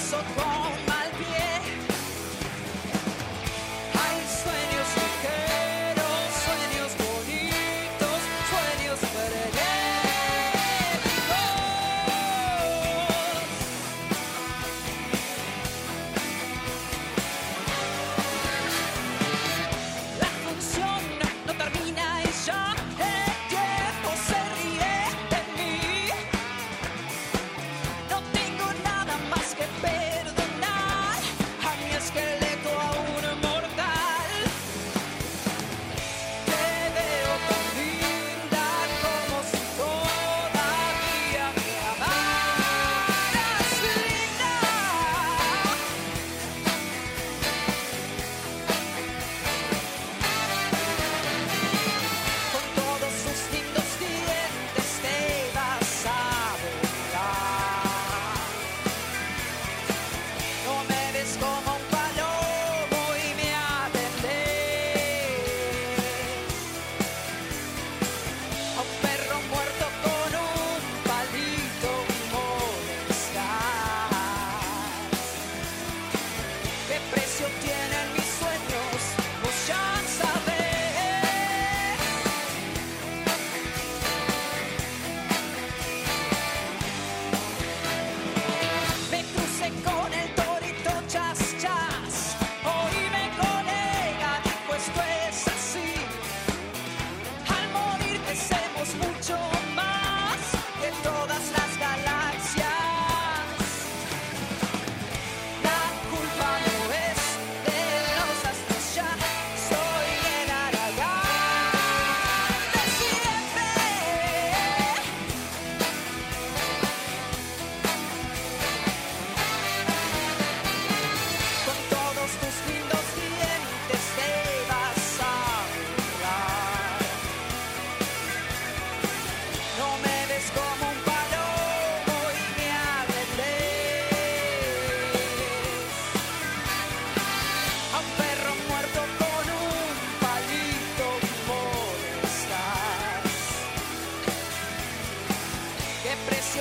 Speaker 22: Pues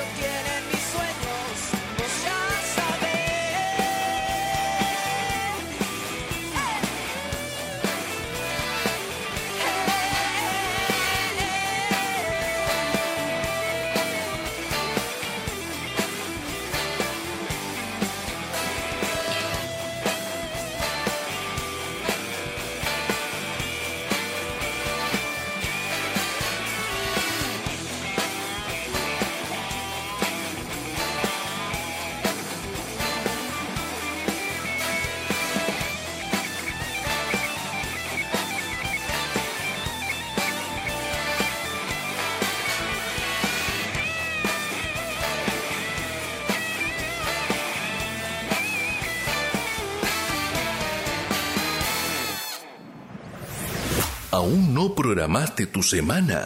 Speaker 1: ¿Aún no programaste tu semana?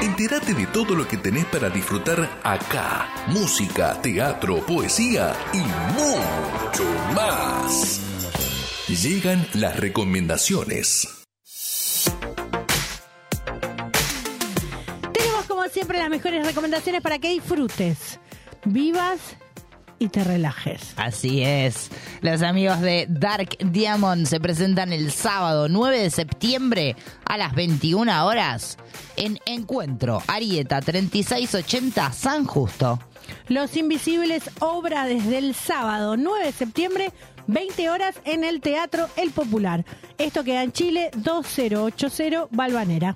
Speaker 1: Entérate de todo lo que tenés para disfrutar acá. Música, teatro, poesía y mucho más. Llegan las recomendaciones.
Speaker 3: Tenemos como siempre las mejores recomendaciones para que disfrutes, vivas y te relajes.
Speaker 4: Así es. Los amigos de Dark Diamond se presentan el sábado 9 de septiembre a las 21 horas en Encuentro Arieta 3680 San Justo.
Speaker 3: Los Invisibles obra desde el sábado 9 de septiembre, 20 horas en el Teatro El Popular. Esto queda en Chile 2080 Balvanera.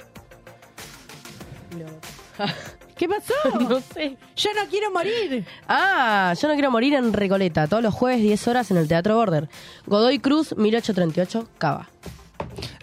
Speaker 3: ¿Qué pasó?
Speaker 14: No
Speaker 3: sé. Yo no quiero morir.
Speaker 14: Ah, yo no quiero morir en Recoleta. Todos los jueves, 10 horas en el Teatro Border. Godoy Cruz, 1838, Cava.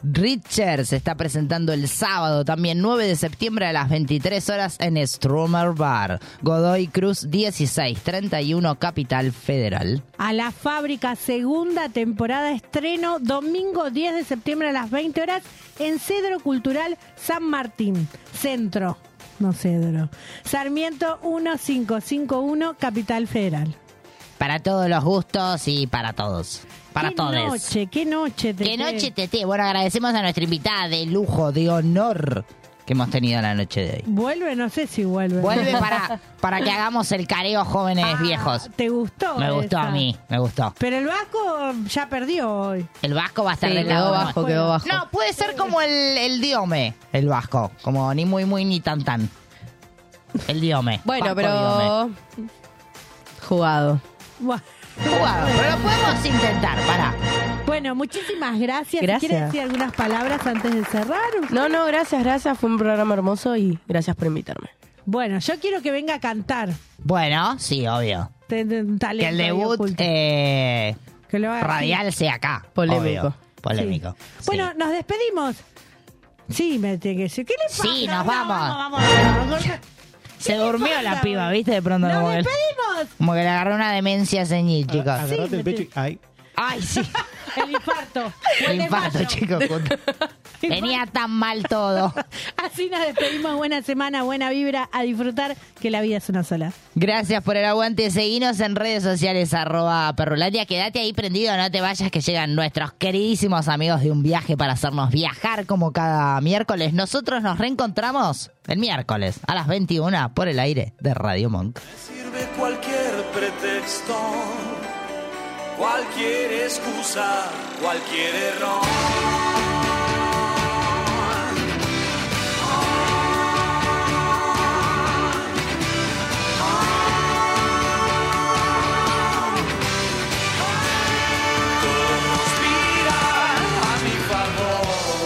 Speaker 4: Richard se está presentando el sábado, también 9 de septiembre a las 23 horas en Stromer Bar, Godoy Cruz 1631 Capital Federal.
Speaker 3: A la fábrica, segunda temporada, estreno domingo 10 de septiembre a las 20 horas en Cedro Cultural San Martín, centro, no Cedro, Sarmiento 1551, Capital Federal.
Speaker 4: Para todos los gustos y para todos. Para
Speaker 3: qué
Speaker 4: todos.
Speaker 3: noche, qué noche, Tete.
Speaker 4: Qué noche, Tete. Bueno, agradecemos a nuestra invitada de lujo, de honor que hemos tenido la noche de hoy.
Speaker 3: Vuelve, no sé si vuelve. Ah,
Speaker 4: Vuelve para, para que hagamos el careo jóvenes viejos.
Speaker 3: ¿Te gustó?
Speaker 4: Me gustó
Speaker 3: esa?
Speaker 4: a mí, me gustó.
Speaker 3: Pero el Vasco ya perdió hoy.
Speaker 4: El Vasco va a estar
Speaker 3: Sí,
Speaker 4: del
Speaker 3: quedó
Speaker 4: lado
Speaker 3: bajo,
Speaker 4: nuestro.
Speaker 3: quedó bajo.
Speaker 4: No, puede ser como el, el Diome, el Vasco. Como ni muy, muy, ni tan, tan. El Diome.
Speaker 14: Bueno,
Speaker 4: Vasco
Speaker 14: pero. Jugado.
Speaker 4: Jugado, pero lo podemos intentar, pará.
Speaker 3: Bueno, muchísimas gracias. Si
Speaker 14: Gracias.
Speaker 3: ¿Quieres decir algunas palabras antes de cerrar?
Speaker 14: No, no, gracias, gracias. Fue un programa hermoso y gracias por invitarme.
Speaker 3: Bueno, yo quiero que venga a cantar.
Speaker 4: Bueno, Ah, sí, obvio.
Speaker 3: Ten- ten- talento
Speaker 4: Que el
Speaker 3: ahí
Speaker 4: debut
Speaker 3: oculto.
Speaker 4: eh,
Speaker 3: Que lo haga así.
Speaker 4: radial sea acá.
Speaker 3: Polémico.
Speaker 4: obvio. Polémico.
Speaker 3: Bueno, nos despedimos. Sí, me tiene que decir. ¿Qué le pasa?
Speaker 4: Sí, nos
Speaker 3: No,
Speaker 4: vamos.
Speaker 3: vamos, vamos.
Speaker 4: Se durmió la
Speaker 3: pasa,
Speaker 4: piba, ¿viste? De pronto
Speaker 3: ¡Nos
Speaker 4: como que,
Speaker 3: despedimos!
Speaker 4: como que le agarró una demencia senil, chicos.
Speaker 23: Agarrate el pecho y. Ay.
Speaker 4: Ay, sí.
Speaker 3: El infarto.
Speaker 4: El infarto,
Speaker 3: desmayo.
Speaker 4: chicos. Venía tan mal todo.
Speaker 3: Así nos despedimos. Buena semana, buena vibra. A disfrutar que la vida es una sola.
Speaker 4: Gracias por el aguante. Seguinos en redes sociales arroba perrulatia. Quédate ahí prendido, no te vayas que llegan nuestros queridísimos amigos de un viaje para hacernos viajar como cada miércoles. Nosotros nos reencontramos el miércoles a las 21 por el aire de Radio Monk.
Speaker 2: sirve cualquier pretexto, cualquier excusa, cualquier error. Todo conspira a mi favor.